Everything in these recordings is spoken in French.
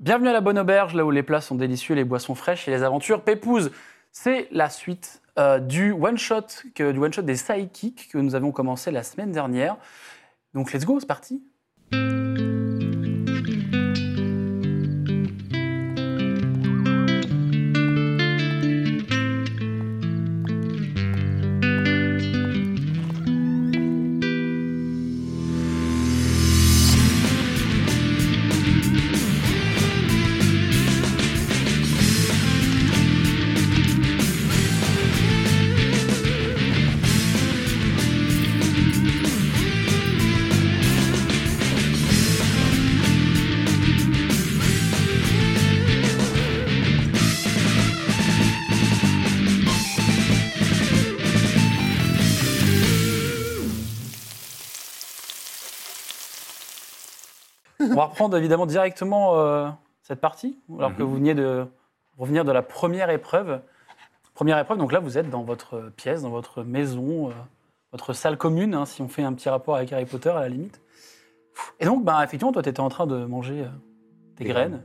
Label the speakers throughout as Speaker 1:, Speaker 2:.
Speaker 1: Bienvenue à la Bonne Auberge, là où les plats sont délicieux, les boissons fraîches et les aventures pépouses. C'est la suite euh, du one-shot du one shot des sidekicks que nous avons commencé la semaine dernière. Donc let's go, c'est parti On va reprendre évidemment directement euh, cette partie, alors que vous veniez de revenir de la première épreuve. Première épreuve, donc là vous êtes dans votre pièce, dans votre maison, euh, votre salle commune, hein, si on fait un petit rapport avec Harry Potter à la limite. Et donc, bah, effectivement, toi tu étais en train de manger euh, des
Speaker 2: Des
Speaker 1: graines.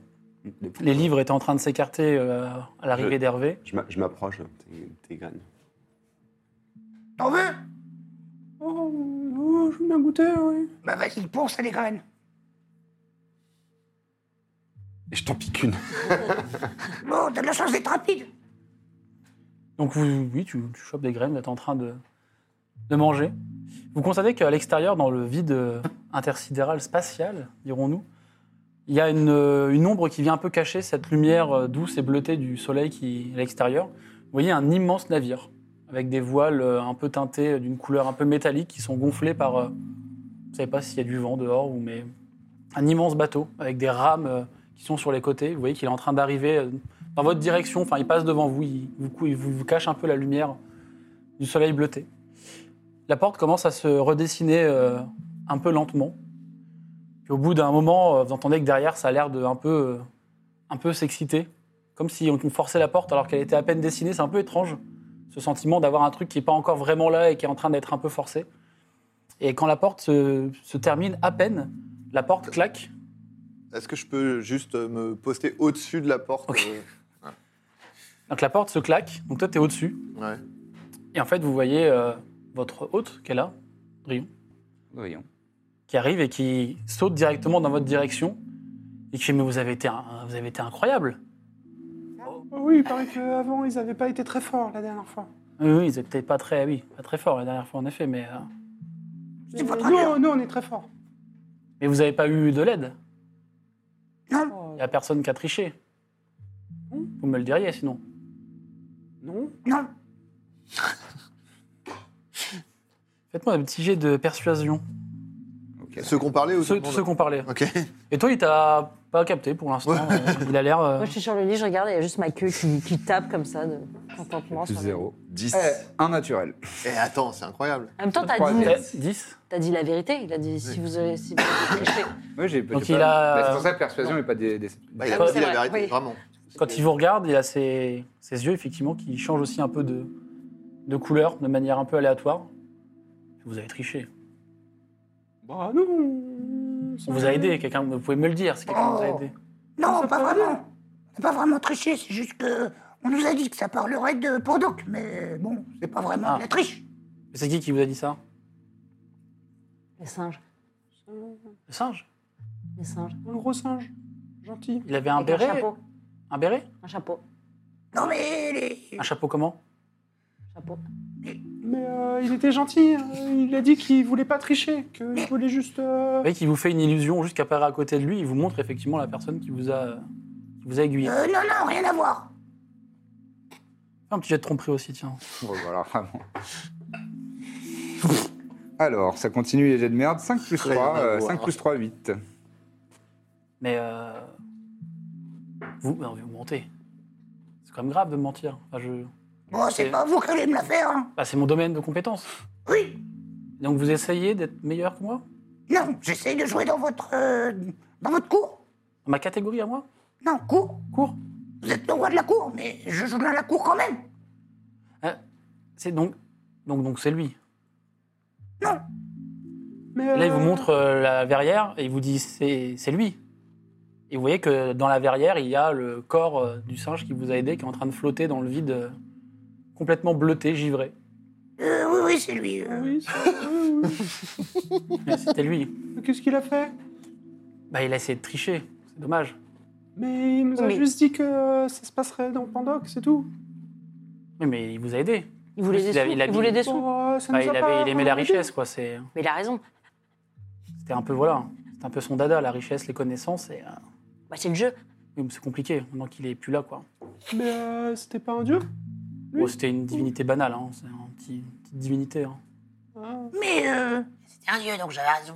Speaker 1: Les livres étaient en train de s'écarter euh, à l'arrivée
Speaker 2: Je-
Speaker 1: d'Hervé.
Speaker 2: Je m'a- je m'approche euh, des, des graines.
Speaker 3: T'en veux
Speaker 2: Oh, je veux bien goûter, oui.
Speaker 3: Bah vas-y, ponce les graines.
Speaker 2: Et je t'en pique une.
Speaker 3: Bon, t'as de la chance d'être rapide.
Speaker 1: Donc vous, oui, tu, tu chopes des graines, vous êtes en train de, de manger. Vous constatez qu'à l'extérieur, dans le vide euh, intersidéral spatial, dirons-nous, il y a une, euh, une ombre qui vient un peu cacher cette lumière euh, douce et bleutée du soleil qui est à l'extérieur. Vous voyez un immense navire avec des voiles euh, un peu teintées d'une couleur un peu métallique qui sont gonflées par... euh, vous ne savez pas s'il y a du vent dehors ou mais... Un immense bateau avec des rames euh, qui sont sur les côtés. Vous voyez qu'il est en train d'arriver euh, dans votre direction. Enfin, il passe devant vous, il vous, cou- il vous, vous cache un peu la lumière du soleil bleuté. La porte commence à se redessiner euh, un peu lentement. Puis au bout d'un moment, euh, vous entendez que derrière, ça a l'air de un peu, euh, un peu s'exciter, comme si on on forçait la porte alors qu'elle était à peine dessinée. C'est un peu étrange, ce sentiment d'avoir un truc qui n'est pas encore vraiment là et qui est en train d'être un peu forcé. Et quand la porte se, se termine à peine, la porte claque.
Speaker 4: Est-ce que je peux juste euh, me poster au-dessus de la porte
Speaker 1: Ok.
Speaker 4: euh,
Speaker 1: Donc la porte se claque. Donc toi, t'es au-dessus.
Speaker 4: Ouais.
Speaker 1: Et en fait, vous voyez euh, votre hôte qui est là, Drion,
Speaker 2: Voyons.
Speaker 1: qui arrive et qui saute directement dans votre direction et qui fait Mais vous avez été, un- vous avez été incroyable.
Speaker 2: oui, il paraît qu'avant, ils n'avaient pas été très forts la dernière fois.
Speaker 1: Oui, oui, ils étaient pas très, oui, pas très forts la dernière fois en effet, mais, euh,
Speaker 3: C'est votre allure.
Speaker 2: nous, on est très forts.
Speaker 1: mais vous n'avez pas eu de l'aide.
Speaker 3: Non,
Speaker 1: Il n'y a personne qui a triché. Vous me le diriez sinon.
Speaker 2: Non
Speaker 3: non.
Speaker 1: Faites-moi un petit jet de persuasion.
Speaker 4: Ceux qu'on parlait ou
Speaker 1: Ceux,
Speaker 4: qu'on-
Speaker 1: ceux qu'on parlait.
Speaker 4: Ok.
Speaker 1: Et toi, il t'a pas capté pour l'instant.
Speaker 4: Ouais.
Speaker 1: euh, Il a l'air. euh,
Speaker 5: Moi, je suis sur le lit, je regarde, il y a juste ma queue qui, qui tape comme ça de contentement.
Speaker 6: Plus
Speaker 5: sur le-
Speaker 6: zéro. 10.
Speaker 4: Eh.
Speaker 6: Un naturel.
Speaker 4: Eh, attends, c'est incroyable.
Speaker 5: En même temps, t'as
Speaker 6: Trois
Speaker 5: dit,
Speaker 6: zéro.
Speaker 1: eh, 10.
Speaker 5: t'as dit la vérité. Il a dit si vous avez. Si vous avez triché.
Speaker 6: Moi, j'ai
Speaker 1: Donc
Speaker 6: j'ai
Speaker 1: il
Speaker 6: pas-
Speaker 1: a-
Speaker 6: Bah, C'est pour ça que persuasion n'est pas des. des-
Speaker 4: Bah, il a
Speaker 1: Ah oui,
Speaker 4: dit
Speaker 5: c'est
Speaker 4: la
Speaker 5: vrai,
Speaker 4: vérité,
Speaker 5: oui.
Speaker 4: vraiment.
Speaker 1: Quand il vous regarde, il a ses, ses yeux, effectivement, qui changent aussi un peu de, de couleur de manière un peu aléatoire. Vous avez triché.
Speaker 2: Bah non
Speaker 1: On vous a aidé, quelqu'un, vous pouvez me le dire, si quelqu'un vous a
Speaker 3: Oh.
Speaker 1: aidé.
Speaker 3: Non, pas vraiment. C'est pas vraiment triché, c'est juste que on nous a dit que ça parlerait de Pandoc, mais bon, c'est pas vraiment
Speaker 1: Ah.
Speaker 3: de la triche.
Speaker 1: Mais C'est qui qui vous a dit ça
Speaker 5: Les singes.
Speaker 1: Le singe
Speaker 5: Les singes.
Speaker 2: Le gros singe. Gentil.
Speaker 1: Il avait un
Speaker 5: Avec un
Speaker 1: béret
Speaker 5: chapeau.
Speaker 1: Un béret
Speaker 5: Un chapeau.
Speaker 3: Non mais les...
Speaker 1: Un chapeau comment
Speaker 5: Chapeau.
Speaker 2: Mais euh, il était gentil. hein. Il a dit qu'il voulait pas tricher, qu'il voulait juste. euh,
Speaker 1: Vous voyez qu'il vous fait une illusion juste apparaît à côté de lui, il vous montre effectivement la personne qui vous a, qui vous a aiguillé.
Speaker 3: Euh, non, non, rien à voir.
Speaker 1: Un petit jet de tromperie aussi, tiens.
Speaker 6: Bon, voilà, vraiment. Alors, ça continue les jets de merde. 5 plus
Speaker 4: Rien
Speaker 6: 3,
Speaker 4: à voir.
Speaker 6: 5 plus 3, 8.
Speaker 1: Mais euh, vous, ben, vous mentez. C'est quand même grave de me mentir. Enfin, je-
Speaker 3: Bon,
Speaker 1: C'est-
Speaker 3: c'est pas vous qui allez me la faire, hein.
Speaker 1: bah, c'est mon domaine de compétence.
Speaker 3: Oui.
Speaker 1: Donc vous essayez d'être meilleur que moi
Speaker 3: Non, j'essaye de jouer dans votre... euh, dans votre cour.
Speaker 1: Dans ma catégorie à moi
Speaker 3: Non, cour.
Speaker 1: Cours
Speaker 3: Vous êtes le roi de la cour, mais je joue dans la cour quand même.
Speaker 1: C'est donc. Donc, donc c'est lui.
Speaker 2: Mais,
Speaker 1: Là, il
Speaker 2: euh,
Speaker 1: vous montre euh, la verrière et il vous dit c'est c'est lui. Et vous voyez que dans la verrière, il y a le corps euh, du singe qui vous a aidé, qui est en train de flotter dans le vide, euh, complètement bleuté, givré.
Speaker 3: Euh, oui, oui, c'est lui. euh.
Speaker 2: Oui, c'est- oui,
Speaker 1: Mais C'était lui.
Speaker 2: oui. Qu'est-ce qu'il a fait
Speaker 1: Bah, il a essayé de tricher. C'est dommage.
Speaker 2: Mais il nous a
Speaker 5: Mais-
Speaker 2: juste dit que euh, ça se passerait dans Pandoc, c'est tout.
Speaker 1: Oui, mais il vous a aidé.
Speaker 5: Il voulait
Speaker 1: Il
Speaker 5: des sous.
Speaker 1: a- il a
Speaker 5: Il voulait
Speaker 1: dit-
Speaker 5: des sous.
Speaker 2: Bon, euh, ça
Speaker 1: Bah,
Speaker 2: nous
Speaker 1: il,
Speaker 2: a
Speaker 1: avait,
Speaker 2: pas
Speaker 1: il aimait la
Speaker 2: vraiment
Speaker 1: richesse, quoi. C'est-
Speaker 5: Mais il a raison.
Speaker 1: C'était un peu, voilà. C'était un peu son dada, la richesse, les connaissances. Et, euh,
Speaker 5: Bah, c'est le jeu.
Speaker 1: oui, mais c'est compliqué, maintenant qu'il est plus là, quoi.
Speaker 2: aidé. Mais euh, c'était pas un dieu Oui.
Speaker 1: Bon, C'était une divinité banale, hein. C'est un petit- une petite divinité. hein.
Speaker 2: Ah.
Speaker 5: Mmh.
Speaker 3: Mais, euh,
Speaker 7: C'était un dieu, donc j'avais raison.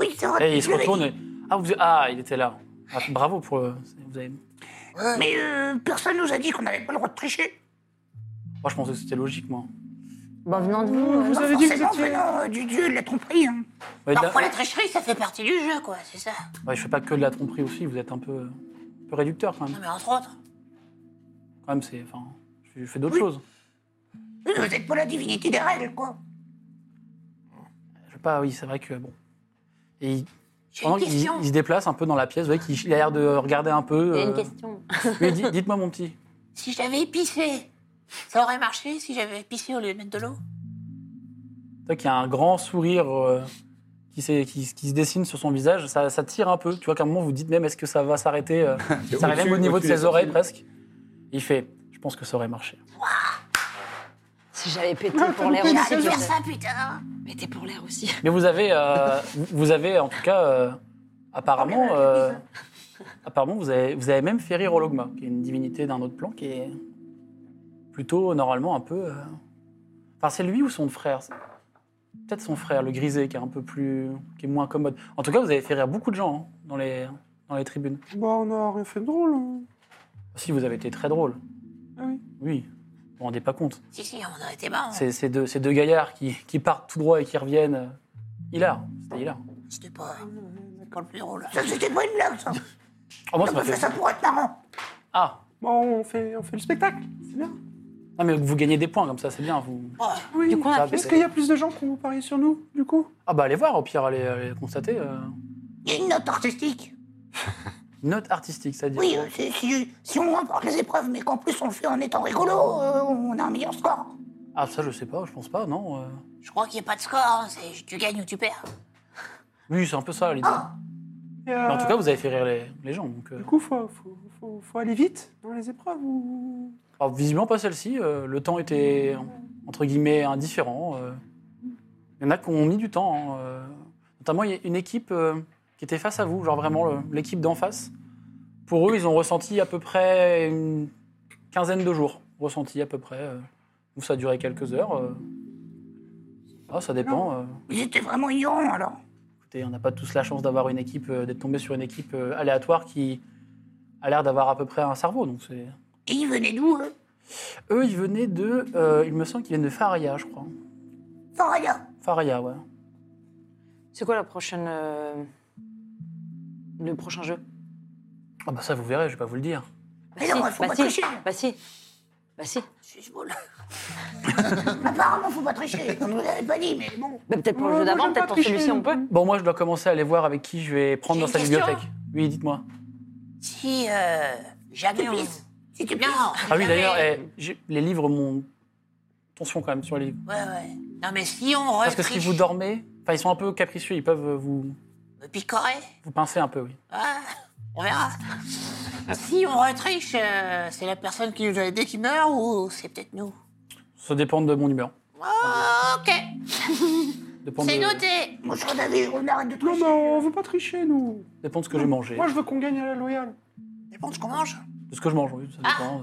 Speaker 3: oui, c'est vrai.
Speaker 1: Et Eh, il se
Speaker 3: je l'ai
Speaker 1: retourne.
Speaker 3: dit.
Speaker 1: et- Ah, vous- ah, il était là. Ah, bravo pour. euh, Vous avez-
Speaker 7: Ouais.
Speaker 3: Mais euh, personne nous a dit qu'on n'avait pas le droit de tricher.
Speaker 1: Moi, je pensais que c'était logique, moi.
Speaker 5: Bah, venant de
Speaker 2: Vous,
Speaker 5: vous.
Speaker 2: vous
Speaker 3: Pas
Speaker 2: avez dit que vous
Speaker 3: forcément
Speaker 2: étiez...
Speaker 3: venant, euh, du dieu de la tromperie. Hein.
Speaker 1: Ouais, de la-
Speaker 7: Parfois, la tricherie, ça fait partie du jeu, quoi, c'est ça.
Speaker 1: ouais, je fais pas que de la tromperie aussi, vous êtes un peu, un peu réducteur quand
Speaker 7: Non,
Speaker 1: même.
Speaker 7: mais entre autres.
Speaker 1: Quand même, c'est. Enfin, je fais- je fais d'autres
Speaker 3: Oui.
Speaker 1: choses.
Speaker 3: Oui, Vous n'êtes pas la divinité des règles, quoi.
Speaker 1: Je sais pas, oui, c'est vrai que bon. Et il,
Speaker 7: J'ai
Speaker 1: pendant
Speaker 7: une
Speaker 1: qu'il il
Speaker 7: question.
Speaker 1: se déplace un peu dans la pièce, vous voyez qu'il il a l'air de regarder un peu.
Speaker 5: Il y a une
Speaker 1: euh,
Speaker 5: question.
Speaker 1: oui, di- dites-moi, mon petit.
Speaker 7: Si j'avais pissé, ça aurait marché si j'avais pissé au lieu de mettre de l'eau
Speaker 1: Toi qui a un grand sourire euh, qui, s'est- qui, qui se dessine sur son visage, ça, ça tire un peu. Tu vois qu'à un moment, vous dites même est-ce que ça va s'arrêter euh, Ça arrive même au
Speaker 4: au-dessus-
Speaker 1: niveau de
Speaker 4: au-dessus des
Speaker 1: ses oreilles
Speaker 4: sourcils.
Speaker 1: presque. Il fait Je pense que ça aurait marché.
Speaker 5: Si j'avais pété
Speaker 2: Non,
Speaker 5: pour l'air
Speaker 2: t'as
Speaker 7: Il
Speaker 2: loupé
Speaker 7: arrête de
Speaker 2: le
Speaker 5: aussi.
Speaker 7: faire ça, putain
Speaker 5: Pété pour l'air aussi.
Speaker 1: Mais vous avez, euh, vous- vous avez en tout cas, euh, apparemment, euh, apparemment vous, avez, vous avez même fait rire Ologma, qui est une divinité d'un autre plan, qui est plutôt normalement un peu. euh, Enfin, c'est lui ou son frère c'est- Peut-être son frère, le grisé, qui est un peu plus, qui est moins commode. En tout cas, vous avez fait rire beaucoup de gens hein, dans les dans les tribunes.
Speaker 2: Bon, Bah, on n'a rien fait de drôle. hein.
Speaker 1: Si vous avez été très drôle,
Speaker 2: Ah oui.
Speaker 1: oui. Vous vous rendez pas compte.
Speaker 7: Si, si, on aurait été hein. marrant.
Speaker 1: Ces, ces deux, ces deux gaillards qui, qui partent tout droit et qui reviennent. euh, Hilar, c'était Hilar.
Speaker 7: C'était pas.
Speaker 3: Ah,
Speaker 7: D'accord, le plus drôle.
Speaker 3: Ça, c'était pas une blague, ça.
Speaker 1: Oh, moi,
Speaker 3: On
Speaker 1: ça
Speaker 3: a
Speaker 1: m'a
Speaker 3: fait
Speaker 1: fait.
Speaker 3: ça pour être marrant.
Speaker 1: Ah,
Speaker 2: Bon, on fait, on fait le spectacle, c'est bien.
Speaker 1: Non, Ah, mais vous gagnez des points comme ça, c'est bien. Vous...
Speaker 7: Oh,
Speaker 2: Oui.
Speaker 5: Du coup, on a
Speaker 1: Ça,
Speaker 5: fait-
Speaker 2: Est-ce qu'il y a plus de gens qui ont parié sur nous, du coup
Speaker 1: Ah bah allez voir, au pire, allez, allez constater. euh.
Speaker 3: Il y a une note artistique.
Speaker 1: Note artistique, c'est-à-dire.
Speaker 3: Oui, euh, c'est- si, si on remporte les épreuves, mais qu'en plus on le fait en étant rigolo, euh, on a un meilleur score.
Speaker 1: Ah ça, je sais pas, je pense pas, non. euh.
Speaker 7: je crois qu'il n'y a pas de score, hein, c'est tu gagnes ou tu perds.
Speaker 1: Oui, c'est un peu ça l'idée.
Speaker 3: Ah.
Speaker 2: Et, euh,
Speaker 1: Mais En tout cas, vous avez fait rire les, les gens. Donc, euh.
Speaker 2: Du coup, faut, faut, faut, faut aller vite dans les épreuves ou...
Speaker 1: Alors, visiblement pas celle-ci. euh, le temps était, entre guillemets, indifférent. euh. Il y en a qui ont mis du temps. hein, euh. Notamment, il y a une équipe euh, qui était face à vous, genre vraiment le- l'équipe d'en face. Pour eux, ils ont ressenti à peu près une quinzaine de jours. Ressenti à peu près. euh. Nous, ça a duré quelques heures. euh. Ah, ça dépend. euh.
Speaker 3: Ils étaient vraiment ignorants, alors.
Speaker 1: Écoutez, on n'a pas tous la chance d'avoir une équipe, euh, d'être tombé sur une équipe euh, aléatoire qui a l'air d'avoir à peu près un cerveau. Donc c'est.
Speaker 3: Et hein. ils venaient d'où, eux
Speaker 1: Eux, ils venaient de. euh, il me semble qu'ils viennent de Faria, je crois.
Speaker 3: Faria.
Speaker 1: Faria, ouais.
Speaker 5: C'est quoi la prochaine. euh, Le prochain jeu
Speaker 1: Ah bah ça, vous verrez, je vais pas vous le dire.
Speaker 5: Bah
Speaker 3: Mais
Speaker 5: si,
Speaker 3: non, il faut
Speaker 5: bah
Speaker 3: pas
Speaker 5: si,
Speaker 3: tricher.
Speaker 5: Bah si. Bah si.
Speaker 7: Suce-boule.
Speaker 3: Apparemment, faut pas tricher. On nous l'avait pas dit, mais bon.
Speaker 5: Mais peut-être pour
Speaker 2: Moi,
Speaker 5: le
Speaker 2: moi,
Speaker 5: jeu d'avant,
Speaker 2: j'aime
Speaker 5: peut-être
Speaker 2: pas
Speaker 5: pour
Speaker 2: tricher,
Speaker 5: celui-ci, on
Speaker 2: donc.
Speaker 5: peut.
Speaker 1: Bon, moi, je dois commencer à aller voir avec qui je vais prendre
Speaker 7: J'ai une
Speaker 1: dans sa
Speaker 7: question.
Speaker 1: bibliothèque. Oui, dites-moi.
Speaker 7: Si euh, jamais on.
Speaker 3: Si tu
Speaker 7: Non
Speaker 1: Ah oui,
Speaker 7: jamais-
Speaker 1: d'ailleurs, eh, j'ai- les livres m'ont. Attention quand même sur les livres.
Speaker 7: Ouais, ouais. Non, mais si on
Speaker 1: Parce que
Speaker 7: retriche,
Speaker 1: si vous dormez. Enfin, ils sont un peu capricieux, ils peuvent vous,
Speaker 7: me picorer,
Speaker 1: vous pincer un peu, oui.
Speaker 7: hein, on verra. si on retriche, euh, c'est la personne qui nous a aidés qui meurt ou c'est peut-être nous
Speaker 1: Ça dépend de mon humeur.
Speaker 2: Ah,
Speaker 7: Oh, Ok,
Speaker 1: Dépend
Speaker 7: c'est
Speaker 1: de,
Speaker 7: noté.
Speaker 3: Moi, je serais d'avis, on arrête de
Speaker 2: Non,
Speaker 3: tricher.
Speaker 2: mais on veut pas tricher, nous.
Speaker 1: dépend de ce que j'ai mangé.
Speaker 2: Moi, je veux qu'on gagne à la loyale.
Speaker 7: Dépend de ce qu'on mange.
Speaker 1: De ce que je mange, oui, ça
Speaker 5: Ah.
Speaker 1: dépend. euh,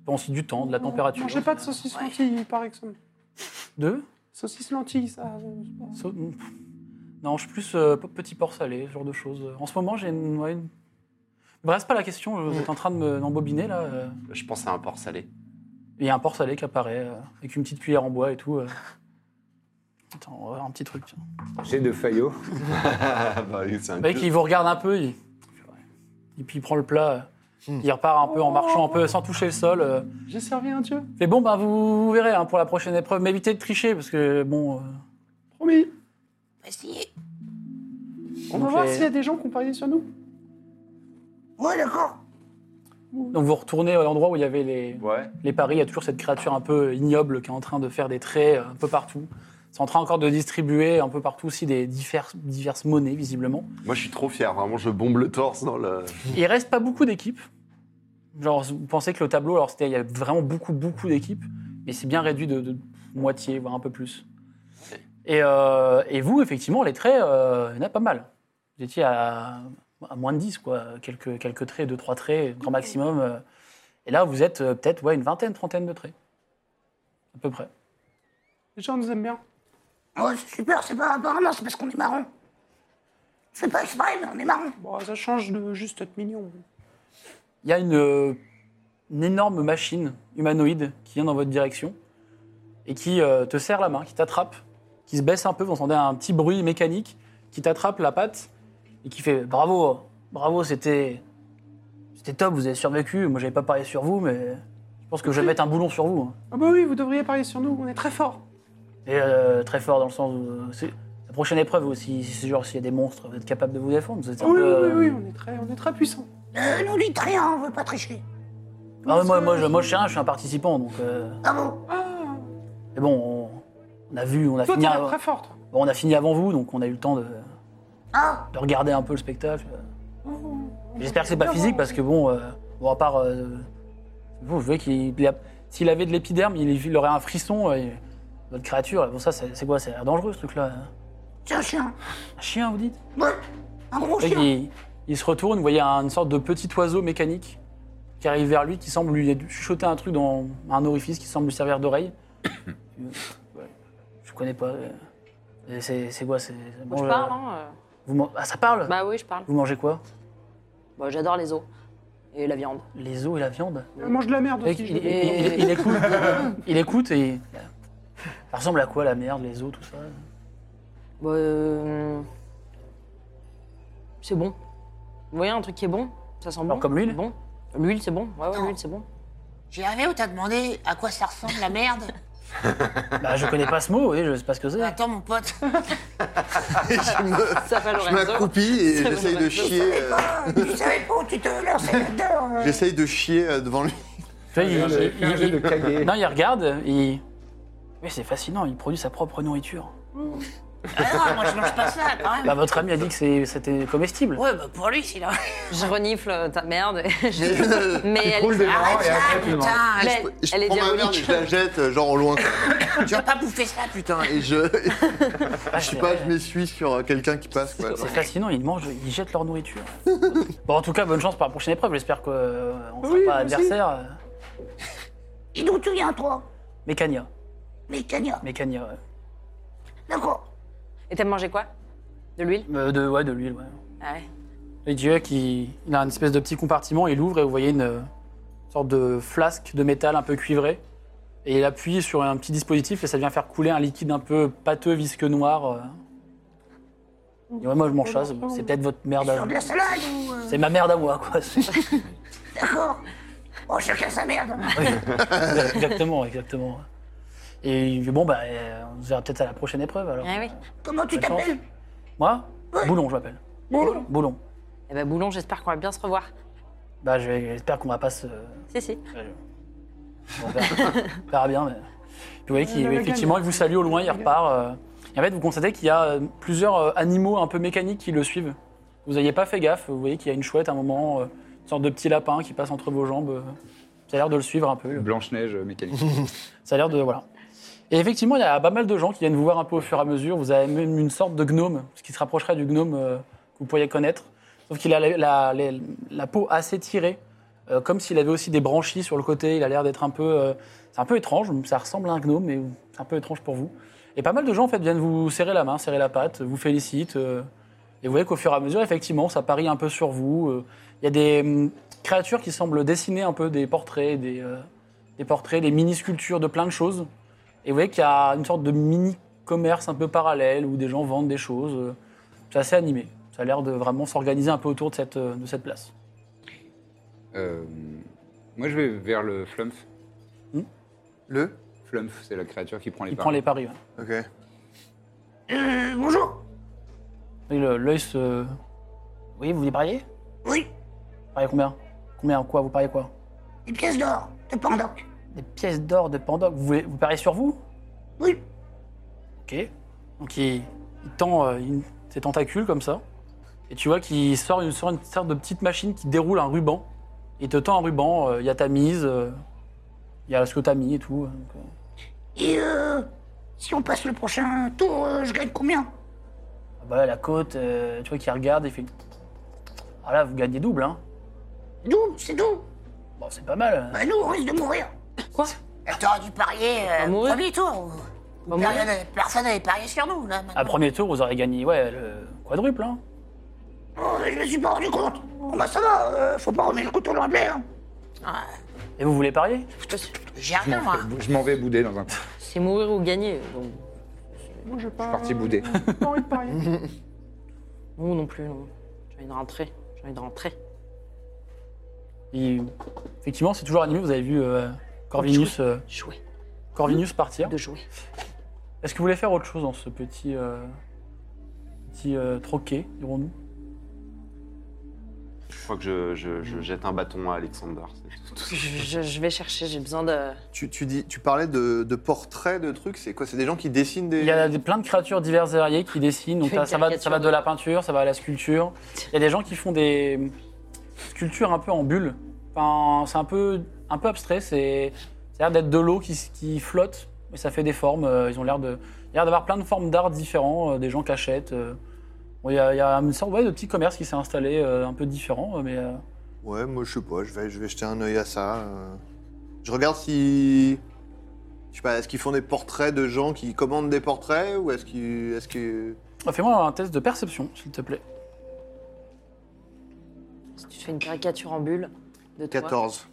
Speaker 1: dépend aussi du temps, de la température.
Speaker 2: Mangez pas de saucisses lentilles, par exemple.
Speaker 1: Deux
Speaker 2: Saucisses lentilles, ça... euh, c'est pas-
Speaker 1: Sau- Non, Non, je suis plus euh, p- petit porc salé, ce genre de choses. En ce moment, j'ai une. ouais, une- Bref, c'est pas la question, euh, vous êtes en train de me- m'embobiner là. euh.
Speaker 8: Je pense à un porc salé.
Speaker 1: Il y a un porc salé qui apparaît, euh, avec une petite cuillère en bois et tout. euh. Attends, on va voir un petit truc. tiens.
Speaker 6: J'ai de faillot.
Speaker 8: bah, oui, c'est un
Speaker 1: Le mec,
Speaker 8: peu-
Speaker 1: il vous regarde un peu, il... et puis il prend le plat, euh,
Speaker 2: Hmm.
Speaker 1: il repart un peu en marchant, un peu sans toucher le sol. euh.
Speaker 2: J'ai servi un dieu.
Speaker 1: Il fait bon, bah, vous, vous verrez hein, pour la prochaine épreuve, mais évitez de tricher, parce que bon. euh,
Speaker 2: Promis.
Speaker 7: Bah, si.
Speaker 2: On
Speaker 1: Donc, euh,
Speaker 2: va voir
Speaker 1: les-
Speaker 2: s'il y a des gens qui ont parié sur nous.
Speaker 3: Ouais, d'accord.
Speaker 1: Donc vous retournez à l'endroit où il y avait les,
Speaker 6: Ouais.
Speaker 1: les paris, il y a toujours cette créature un peu ignoble qui est en train de faire des traits euh, un peu partout. C'est en train encore de distribuer un peu partout aussi des diverses, diverses monnaies, visiblement.
Speaker 8: Moi, je suis trop fier. Vraiment, je bombe le torse dans le.
Speaker 1: Il reste pas beaucoup d'équipes. Genre, vous pensez que le tableau, alors c'était- il y avait vraiment beaucoup, beaucoup d'équipes, mais c'est bien réduit de, de moitié, voire un peu plus. Et, euh, et vous, effectivement, les traits, euh, il y en a pas mal. Vous étiez à, à moins de 10, quoi. Quelques, quelques traits, 2-3 traits, grand maximum. euh. Et là, vous êtes euh, peut-être ouais, une vingtaine, trentaine de traits. À peu près.
Speaker 2: Les gens nous aiment bien.
Speaker 3: Oh, c'est super, c'est pas apparemment, c'est Ah, parce qu'on est marron. C'est pas exprès, mais on est marron.
Speaker 2: Bon, ça change de juste être mignon.
Speaker 1: Il y a une, euh, une énorme machine humanoïde qui vient dans votre direction et qui euh, te serre la main, qui t'attrape, qui se baisse un peu. Vous entendez un petit bruit mécanique qui t'attrape la patte et qui fait bravo, bravo, c'était c'était top, vous avez survécu. Moi, j'avais pas parié sur vous, mais je pense que je vais mettre un boulon sur vous. hein.
Speaker 2: Ah bah oui, vous devriez parier sur nous, on est très forts.
Speaker 1: Et euh, très fort dans le sens où euh, c'est- la prochaine épreuve aussi, si c'est genre s'il y a des monstres, vous êtes capable de vous défendre. Vous êtes un
Speaker 2: Oui,
Speaker 1: peu,
Speaker 2: oui,
Speaker 1: euh,
Speaker 2: oui, oui, on est très, on est très puissants.
Speaker 3: Euh, nous dites rien, on veut pas tricher.
Speaker 1: ah, moi, moi, je, moi, je suis un, je suis un participant, donc. euh,
Speaker 3: Ah bon
Speaker 2: Ah,
Speaker 1: Mais bon, on, on a vu, on a
Speaker 2: toi, t'es
Speaker 1: fini.
Speaker 2: l'air très forte.
Speaker 1: Bon, on a fini avant vous, donc on a eu le temps de,
Speaker 3: Ah
Speaker 1: de regarder un peu le spectacle.
Speaker 3: Mmh.
Speaker 2: Oh,
Speaker 1: J'espère que c'est pas physique parce que bon, euh, bon à part euh, vous, je voyez qu'il il a- s'il avait de l'épiderme, il, il aurait un frisson. euh, et- votre créature, bon ça c'est c'est quoi, c'est dangereux ce truc-là. hein
Speaker 3: C'est un chien.
Speaker 1: Un chien, vous dites
Speaker 3: Ouais, un gros
Speaker 1: Vous voyez
Speaker 3: chien.
Speaker 1: qu'il- il, se retourne, vous voyez un- une sorte de petit oiseau mécanique qui arrive vers lui, qui semble lui chuchoter un truc dans un orifice qui semble lui servir d'oreille. Euh, ouais, je connais pas. euh, et c'est c'est quoi, c'est
Speaker 5: Moi, je
Speaker 1: bon,
Speaker 5: parle,
Speaker 1: euh,
Speaker 5: hein. euh.
Speaker 1: vous man- ah, ça parle
Speaker 5: Bah oui, je parle.
Speaker 1: Vous mangez quoi
Speaker 5: Bah, J'adore les os. Et la viande.
Speaker 1: Les os et la viande
Speaker 2: Elle Euh, mange de la merde
Speaker 1: Le mec,
Speaker 2: aussi.
Speaker 1: il,
Speaker 2: je veux
Speaker 1: il-
Speaker 2: dire.
Speaker 1: il- il- il écoute, il écoute et. Ça ressemble à quoi la merde, les os, tout ça
Speaker 5: Bah, euh, C'est bon. Vous voyez un truc qui est bon Ça sent
Speaker 1: Alors,
Speaker 5: bon.
Speaker 1: comme l'huile
Speaker 5: Bon. L'huile, c'est bon. Ouais, ouais,
Speaker 7: Non.
Speaker 5: l'huile, c'est bon.
Speaker 7: J'ai rêvé où t'as demandé à quoi ça ressemble la merde.
Speaker 1: Bah, je connais pas ce mot, oui, je sais pas ce que c'est.
Speaker 7: Attends, mon pote.
Speaker 4: je me-
Speaker 5: Ça s'appelle
Speaker 4: je
Speaker 5: Lorenzo.
Speaker 4: m'accroupis et
Speaker 5: Ça
Speaker 4: j'essaye
Speaker 5: va,
Speaker 4: de chier. euh,
Speaker 3: Ah, tu savais pas où tu te lançais là-dedans. euh.
Speaker 4: J'essaye de chier euh, devant lui.
Speaker 1: Tu vois, il-
Speaker 6: J'ai
Speaker 1: il-
Speaker 6: fait un
Speaker 1: il-
Speaker 6: jeu de
Speaker 1: il-
Speaker 6: caguer.
Speaker 1: non, il regarde, il. Oui, c'est fascinant, il produit sa propre nourriture.
Speaker 7: Ah non, moi je mange pas ça quand même.
Speaker 1: Bah, votre ami a dit que c'est- c'était comestible.
Speaker 7: Ouais, bah pour lui, c'est là.
Speaker 5: Je renifle euh, ta merde.
Speaker 4: Mais, euh,
Speaker 5: Mais
Speaker 6: Tu
Speaker 5: elle-
Speaker 6: troules des
Speaker 7: Arrête
Speaker 6: marrons et
Speaker 7: ça,
Speaker 6: après tu manges.
Speaker 7: putain.
Speaker 5: Mais-
Speaker 7: je-
Speaker 4: Je
Speaker 5: Elle est
Speaker 4: prends ma merde et
Speaker 5: diabolique.
Speaker 4: je la jette euh, genre au loin.
Speaker 7: Tu vas pas bouffer ça, putain.
Speaker 4: Putain, et je,
Speaker 1: Ah,
Speaker 4: je sais
Speaker 1: c'est-
Speaker 4: pas, je m'essuie sur euh, quelqu'un qui passe quoi.
Speaker 1: C'est fascinant, ils mangent, ils jettent leur nourriture. bon, en tout cas, bonne chance pour la prochaine épreuve. J'espère qu'on ne sera
Speaker 2: Oui,
Speaker 1: pas
Speaker 2: moi aussi.
Speaker 1: adversaire. euh.
Speaker 3: Et d'où tu viens, toi
Speaker 1: Mécania,
Speaker 3: Mécania.
Speaker 1: Mécania, ouais.
Speaker 3: D'accord.
Speaker 5: Et t'aimes manger quoi De l'huile
Speaker 1: Euh, de, ouais, de l'huile, ouais.
Speaker 7: Ah
Speaker 5: Ouais.
Speaker 1: Et Dieu qui il a une espèce de petit compartiment, il ouvre et vous voyez une euh, sorte de flasque de métal un peu cuivré. Et il appuie sur un petit dispositif et ça vient faire couler un liquide un peu pâteux, visqueux, noir. euh. Et ouais, moi je mange ça, c'est- c'est peut-être votre merde à
Speaker 3: Sur de la salade ou... euh,
Speaker 1: C'est ma merde à moi, quoi. C'est-
Speaker 3: D'accord. Oh, chacun sa merde.
Speaker 1: exactement, exactement. Et il dit, bon, bah, euh, on se verra peut-être à la prochaine épreuve alors.
Speaker 5: Ah oui.
Speaker 3: Comment tu
Speaker 1: Bonne chance.
Speaker 3: t'appelles
Speaker 1: Moi Boulon, je m'appelle. Boulon Boulon.
Speaker 5: Eh ben, Boulon, j'espère qu'on va bien se revoir.
Speaker 1: Bah, je- j'espère qu'on va pas se.
Speaker 5: Si, si.
Speaker 1: Ouais, je- On verra, on verra bien. mais- Puis vous voyez
Speaker 2: Euh, le
Speaker 1: qu'effectivement,
Speaker 2: gars,
Speaker 1: il vous salue au loin, il
Speaker 2: le gars.
Speaker 1: repart. euh. Et en fait, vous constatez qu'il y a euh, plusieurs euh, animaux un peu mécaniques qui le suivent. Vous n'ayez pas fait gaffe. Vous voyez qu'il y a une chouette à un moment, euh, une sorte de petit lapin qui passe entre vos jambes. euh. Ça a l'air de le suivre un peu. le-
Speaker 6: Blanche-Neige euh, mécanique.
Speaker 1: Ça a l'air de. Voilà. Et effectivement, il y a pas mal de gens qui viennent vous voir un peu au fur et à mesure. Vous avez même une sorte de gnome, ce qui se rapprocherait du gnome euh, que vous pourriez connaître. Sauf qu'il a la, la- la- la peau assez tirée, euh, comme s'il avait aussi des branchies sur le côté. Il a l'air d'être un peu. euh, c'est un peu étrange, ça ressemble à un gnome, mais c'est un peu étrange pour vous. Et pas mal de gens, en fait, viennent vous serrer la main, serrer la patte, vous félicitent. euh, et vous voyez qu'au fur et à mesure, effectivement, ça parie un peu sur vous. euh, Il y a des hum, créatures qui semblent dessiner un peu des portraits, des, euh, des portraits, des mini-sculptures de plein de choses. Et vous voyez qu'il y a une sorte de mini-commerce un peu parallèle où des gens vendent des choses. euh, C'est assez animé. Ça a l'air de vraiment s'organiser un peu autour de cette, euh, de cette place.
Speaker 6: Euh, moi, je vais vers le Flumph.
Speaker 4: Le
Speaker 6: Flumph, c'est la créature qui prend les
Speaker 1: Hmm Il
Speaker 6: parts.
Speaker 1: prend les paris. ouais.
Speaker 4: Ok.
Speaker 3: Euh, bonjour
Speaker 1: Et le- L'œil se. Oui, vous y pariez
Speaker 3: Oui,
Speaker 1: Pariez combien Combien Quoi Vous pariez quoi
Speaker 3: des pièces d'or de Pandoc.
Speaker 1: Des pièces d'or de Pandoc. Vous, voulez- vous pariez sur vous
Speaker 3: Oui,
Speaker 1: Ok. Donc il, il tend euh, une- ses tentacules comme ça. Et tu vois qu'il sort une, sort une sorte de petite machine qui déroule un ruban. Il te tend un ruban. euh, Il y a ta mise. euh, Il y a ce que t'as mis et tout. Donc, euh,
Speaker 3: et euh, si on passe le prochain tour, euh, je gagne combien
Speaker 1: ah bah, la côte, euh, tu vois qu'il regarde et il fait. Ah là, vous gagnez double, hein.
Speaker 3: D'où C'est d'où
Speaker 1: Bon, c'est pas mal. hein.
Speaker 3: Bah nous, on risque de mourir.
Speaker 5: Quoi
Speaker 7: Euh, T'aurais dû parier euh,
Speaker 5: va mourir.
Speaker 7: premier tour. ou-
Speaker 5: va
Speaker 7: ou
Speaker 5: mourir.
Speaker 7: personne- Personne n'avait parié sur nous, là,
Speaker 1: À
Speaker 7: maintenant.
Speaker 1: premier tour, vous aurez gagné, ouais, le quadruple, hein.
Speaker 3: Oh, je me suis pas rendu compte. Bon bah ça va, euh, faut pas remettre le couteau dans le blé, hein.
Speaker 1: Et vous voulez parier
Speaker 7: J'ai rien, moi.
Speaker 6: Je m'en vais bouder dans un. Je suis
Speaker 5: C'est mourir ou gagner. donc,
Speaker 2: Moi, j'ai pas,
Speaker 6: parti bouder.
Speaker 2: pas envie de parier.
Speaker 5: non, non plus, non. J'ai envie de rentrer. J'ai envie de rentrer.
Speaker 1: Et effectivement, c'est toujours animé. Vous avez vu euh, Corvinus, euh,
Speaker 5: Jouer.
Speaker 1: Corvinus partir.
Speaker 5: De jouer.
Speaker 2: Oh,
Speaker 1: Est-ce que vous voulez faire autre chose dans ce petit, euh, petit euh, troquet, dirons-nous
Speaker 8: Je crois que je, je- je jette un bâton à Alexander. c'est tout.
Speaker 5: Je, je- je vais chercher, j'ai besoin de.
Speaker 4: Tu, tu dis, tu parlais de, de portraits, de trucs. C'est quoi C'est des gens qui dessinent des.
Speaker 1: Il y a des- plein de créatures diverses et variées qui dessinent. Donc
Speaker 5: Une
Speaker 1: ça, ça va, ça
Speaker 5: caricature.
Speaker 1: va de la peinture, ça va à la sculpture. Il y a des gens qui font des sculptures un peu en bulle. Enfin, c'est un peu, un peu abstrait. C'est, ça a l'air d'être de l'eau qui, s- qui flotte, mais ça fait des formes. Euh, Ils ont l'air de, il y a l'air d'avoir plein de formes d'art différents. euh, Des gens qui achètent. euh. Bon, il, y a, il y a une sorte ouais, de petit commerce qui s'est installé, euh, un peu différent, euh, mais. euh,
Speaker 4: Ouais, moi je sais pas. Je vais, je vais jeter un œil à ça. euh. Je regarde si. Je sais pas, est-ce qu'ils font des portraits de gens qui commandent des portraits ou est-ce qu'ils. Est-ce que.
Speaker 1: Ah, Fais-moi un test de perception, s'il te plaît.
Speaker 5: Si tu te fais une caricature en bulle de toi.
Speaker 4: 14.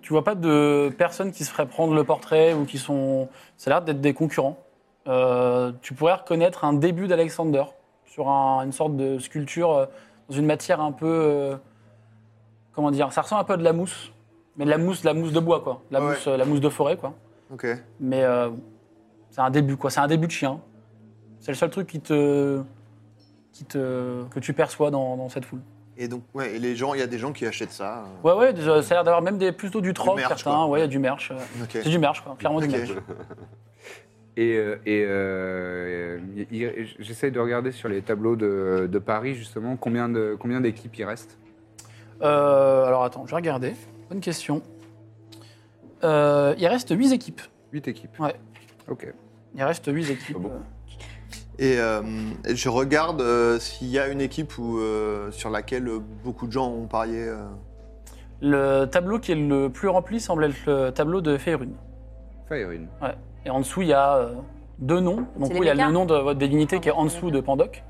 Speaker 1: Tu vois pas de personnes qui se feraient prendre le portrait ou qui sont. Ça a l'air d'être des concurrents. Euh, tu pourrais reconnaître un début d'Alexander sur un- une sorte de sculpture euh, dans une matière un peu. euh, comment dire Ça ressemble un peu à de la mousse. Mais de la mousse, de la mousse de bois, quoi. La,
Speaker 4: Ouais.
Speaker 1: mousse, euh, la mousse de forêt, quoi.
Speaker 4: Ok.
Speaker 1: Mais euh, c'est un début, quoi. C'est un début de chien. C'est le seul truc qui te. Qui te que tu perçois dans, dans cette foule.
Speaker 4: Et donc, ouais, et les gens, il y a des gens qui achètent ça. euh.
Speaker 1: Ouais, ouais, déjà, ça a l'air d'avoir même des, plutôt du troc,
Speaker 4: merch,
Speaker 1: certains.
Speaker 4: quoi.
Speaker 1: Ouais, il y a du merch. euh.
Speaker 4: Ok.
Speaker 1: C'est du merch, quoi. Clairement du
Speaker 4: Ok.
Speaker 1: merch.
Speaker 6: Et, euh, et, euh, il- il- j'essaye de regarder sur les tableaux de, de Paris, justement, combien de combien d'équipes il reste.
Speaker 1: Euh, alors attends, je vais regarder. Bonne question. Euh, il reste 8 équipes.
Speaker 6: 8 équipes.
Speaker 1: Ouais.
Speaker 6: Ok.
Speaker 1: Il reste 8 équipes.
Speaker 4: Ah
Speaker 6: Pas beaucoup.
Speaker 4: Et, euh, et je regarde euh, s'il y a une équipe où, euh, sur laquelle euh, beaucoup de gens ont parié. euh.
Speaker 1: Le tableau qui est le plus rempli semble être le tableau de Feyrune.
Speaker 6: Faerun.
Speaker 1: Et en dessous, il y a euh, deux noms. Donc
Speaker 5: les
Speaker 1: où il y a
Speaker 5: mécas
Speaker 1: le nom de votre divinité qui est en dessous de Pandoc.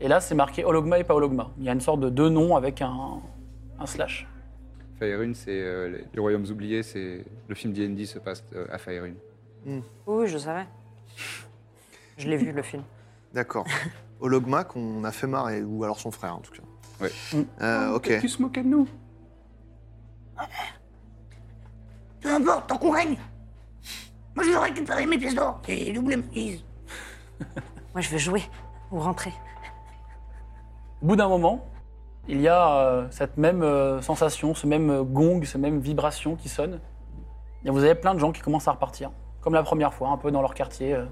Speaker 1: Et là, c'est marqué Hologma et pas Hologma. Il y a une sorte de deux noms avec un, un slash.
Speaker 6: Faerun, c'est euh, les- les royaumes oubliés. C'est le film D&D se passe euh, à Faerun.
Speaker 5: Oui, oui, je savais. Je l'ai vu, le film.
Speaker 4: D'accord. Hologma qu'on a fait marrer, ou alors son frère en tout cas.
Speaker 6: Ouais.
Speaker 4: Euh, ok.
Speaker 1: Bah,
Speaker 2: Qui se moquait de nous
Speaker 3: Peu importe, tant qu'on gagne. Moi, je veux récupérer mes pièces d'or et doubler ma mise.
Speaker 5: Moi, je veux jouer ou rentrer.
Speaker 1: Au bout d'un moment, il y a euh, cette même euh, sensation, ce même euh, gong, ces mêmes vibrations qui sonnent. Et vous avez plein de gens qui commencent à repartir, comme la première fois, un peu dans leur quartier, euh,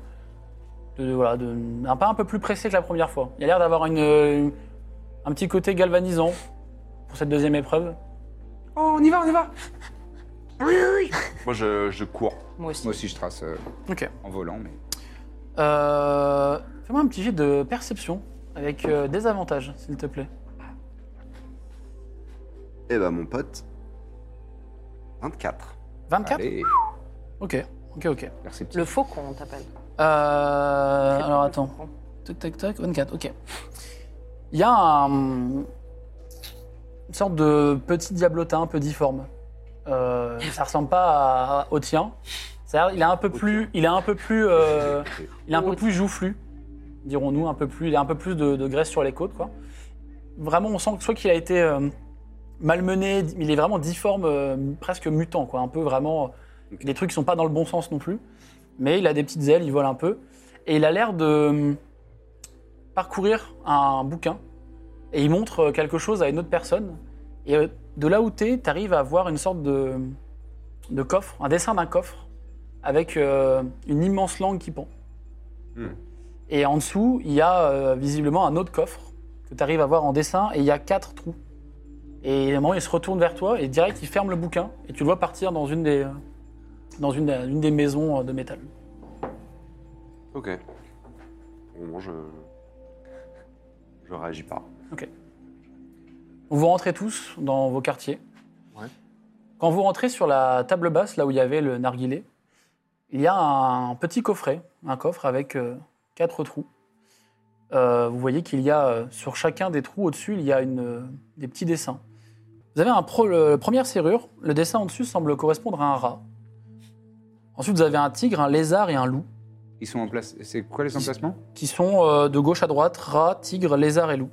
Speaker 1: de, de- voilà, de- un pas un peu plus pressé que la première fois. Il y a l'air d'avoir une, euh, un petit côté galvanisant pour cette deuxième épreuve.
Speaker 2: Oh, on y va, on y va
Speaker 3: Oui, oui, oui.
Speaker 8: Moi, je, je cours.
Speaker 5: Moi aussi.
Speaker 6: Moi aussi, je trace euh,
Speaker 1: Ok.
Speaker 6: en volant, mais
Speaker 1: Euh, Fais-moi un petit jet de perception avec euh, des avantages, s'il te plaît.
Speaker 8: Eh ben, mon pote. 24.
Speaker 1: 24
Speaker 6: allez,
Speaker 1: Ok, ok, ok.
Speaker 6: merci. petit.
Speaker 5: Le faucon, on t'appelle.
Speaker 1: Euh, alors attends. Toc, toc, toc, 24, ok. Il y a un- une sorte de petit diablotin un peu difforme. Euh, ça ressemble pas à- au tien. C'est-à-dire, il est un peu plus, il est un peu plus, euh, il est un peu plus joufflu, dirons-nous, un peu plus, il a un peu plus de, de graisse sur les côtes, quoi. Vraiment, on sent que soit qu'il a été euh, malmené, il est vraiment difforme, euh, presque mutant, quoi. Un peu vraiment,
Speaker 6: Ok.
Speaker 1: des trucs qui sont pas dans le bon sens non plus. Mais il a des petites ailes, il vole un peu, et il a l'air de euh, parcourir un bouquin. Et il montre euh, quelque chose à une autre personne. Et euh, de là où t'es, t'arrives à voir une sorte de, de coffre, un dessin d'un coffre, avec euh, une immense langue qui pend.
Speaker 8: Hmm.
Speaker 1: Et en dessous, il y a euh, visiblement un autre coffre que t'arrives à voir en dessin, et il y a quatre trous. Et à un moment, il se retourne vers toi, et direct, il ferme le bouquin, et tu le vois partir dans une des, euh, dans une, une des maisons euh, de métal.
Speaker 8: Ok. Pour le moment, je. Je réagis pas.
Speaker 1: Vous rentrez tous dans vos quartiers.
Speaker 4: Ouais.
Speaker 1: Quand vous rentrez sur la table basse, là où il y avait le narguilé, il y a un petit coffret, un coffre avec euh, quatre trous. Euh, vous voyez qu'il y a euh, sur chacun des trous au-dessus, il y a une, euh, des petits dessins. Vous avez un pro- le- première serrure, le dessin en dessus semble correspondre à un rat. Ensuite, vous avez un tigre, un lézard et un loup,
Speaker 6: Ils sont en place. C'est quoi les emplacements
Speaker 1: qui sont euh, de gauche à droite, rat, tigre, lézard et loup.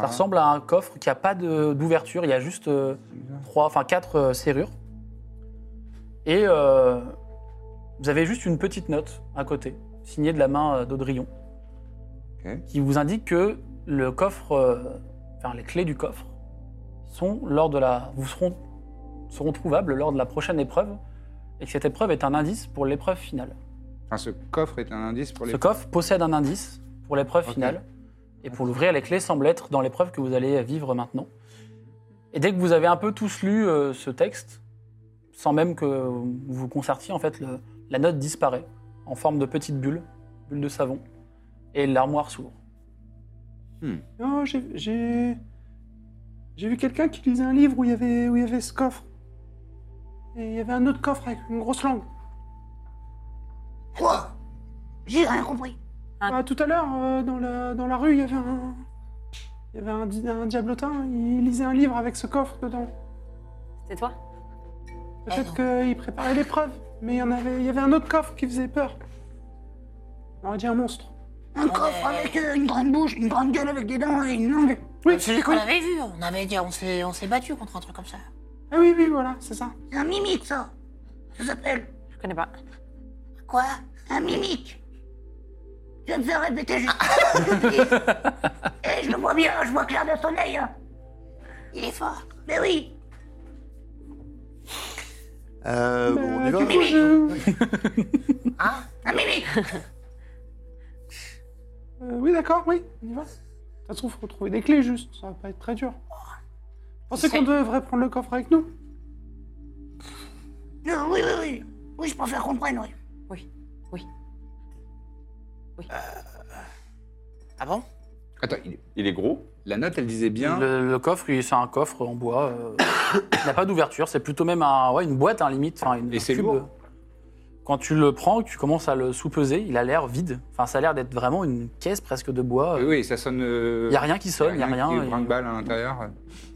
Speaker 1: Ça ressemble à un coffre qui n'a pas de- d'ouverture, il y a juste euh, trois, enfin quatre euh, serrures. Et euh, vous avez juste une petite note à côté, signée de la main euh, d'Audrillon,
Speaker 6: Ok.
Speaker 1: qui vous indique que le coffre, euh, enfin les clés du coffre, sont lors de la, vous seront, seront trouvables lors de la prochaine épreuve, et que cette épreuve est un indice pour l'épreuve finale.
Speaker 6: Enfin, ce coffre est un indice pour les.
Speaker 1: Ce coffre possède un indice pour l'épreuve
Speaker 6: Ok.
Speaker 1: finale. Et pour l'ouvrir, les clés semblent être dans l'épreuve que vous allez vivre maintenant. Et dès que vous avez un peu tous lu euh, ce texte, sans même que vous vous concertiez, en fait, le- la note disparaît en forme de petite bulle, bulle de savon, et l'armoire s'ouvre.
Speaker 2: Non, j'ai. J'ai j'ai vu quelqu'un qui lisait un livre où il y avait, où il y avait ce coffre. Et il y avait un autre coffre avec une grosse langue.
Speaker 3: Quoi J'ai rien compris.
Speaker 2: Ah, tout à l'heure, euh, dans, la, dans la rue, il y avait un. Il y avait un, di- un diablotin, il lisait un livre avec ce coffre dedans.
Speaker 5: C'était toi
Speaker 2: Peut-être
Speaker 3: Ah.
Speaker 2: qu'il préparait l'épreuve, mais il y, en avait, il y avait un autre coffre qui faisait peur. On aurait dit un monstre.
Speaker 3: Un coffre avec euh, une grande bouche, une grande gueule avec des dents et une langue.
Speaker 2: Oui,
Speaker 7: Celui qu'on avait vu, on avait dit, on s'est, on s'est battu contre un truc comme ça.
Speaker 2: Ah oui, oui, voilà, c'est ça.
Speaker 3: C'est un mimique, ça. Ça s'appelle
Speaker 5: Je connais pas.
Speaker 7: Quoi
Speaker 3: un mimique. Je vais me faire répéter juste. Et je le vois bien, je vois clair de son œil. hein.
Speaker 7: Il est fort.
Speaker 3: Mais oui,
Speaker 4: Euh, bon, on y va.
Speaker 1: Bah,
Speaker 2: Euh, du coup, je-
Speaker 1: Ah,
Speaker 3: un mimique.
Speaker 2: Euh, oui, d'accord, oui, on y va. Ça se trouve, faut trouver des clés juste, ça va pas être très dur.
Speaker 3: Oh,
Speaker 2: Pensez qu'on devrait prendre le coffre avec nous
Speaker 3: Euh, oui, oui, oui. Oui, je préfère qu'on le prenne, oui.
Speaker 5: Oui, oui.
Speaker 6: Euh,
Speaker 7: Ah bon
Speaker 6: Attends, il-
Speaker 8: Il est gros
Speaker 6: la note, elle disait Eh bien.
Speaker 1: Le, le coffre, il- c'est un coffre en bois. euh, il n'y a pas d'ouverture, c'est plutôt même un- ouais, une boîte, hein, limite. enfin, une-
Speaker 6: Et
Speaker 1: un
Speaker 6: c'est
Speaker 1: cube.
Speaker 6: lourd.
Speaker 1: Quand tu le prends, que tu commences à le sous-peser, il a l'air vide. Enfin, ça a l'air d'être vraiment une caisse presque de bois.
Speaker 6: Oui,
Speaker 1: Il
Speaker 6: oui, ça sonne. euh, Il
Speaker 1: n'y a rien qui sonne, il n'y a rien.
Speaker 6: Il y
Speaker 1: et-
Speaker 6: a balle à l'intérieur.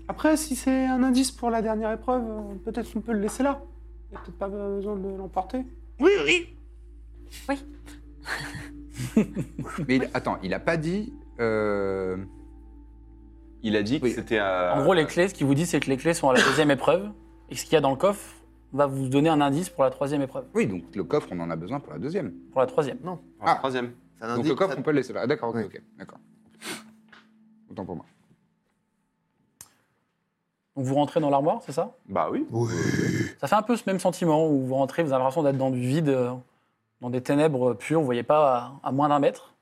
Speaker 2: Après, si c'est un indice pour la dernière épreuve, euh, peut-être qu'on peut le laisser là. Il n'y a peut-être pas besoin de l'emporter.
Speaker 3: Oui, oui.
Speaker 6: Mais il- attends, il a pas dit. euh,
Speaker 8: Il a dit que
Speaker 6: Oui.
Speaker 8: c'était à.
Speaker 1: En gros, les clés, ce qu'il vous dit, c'est que les clés sont à la deuxième épreuve. Et ce qu'il y a dans le coffre va vous donner un indice pour la troisième épreuve.
Speaker 6: Oui, donc le coffre, on en a besoin pour la deuxième.
Speaker 1: Pour la troisième.
Speaker 8: Ah,
Speaker 6: Ah.
Speaker 8: troisième.
Speaker 4: Ça n'indique-
Speaker 6: Donc le coffre,
Speaker 4: ça-
Speaker 6: on peut le laisser là. Ah, D'accord, ok,
Speaker 4: Oui.
Speaker 6: ok, d'accord. Autant pour moi.
Speaker 1: Donc vous rentrez dans l'armoire, c'est ça
Speaker 8: Bah oui.
Speaker 1: Ça fait un peu ce même sentiment où vous rentrez, vous avez l'impression d'être dans du vide, euh, dans des ténèbres pures, vous voyez pas à, à moins d'un mètre.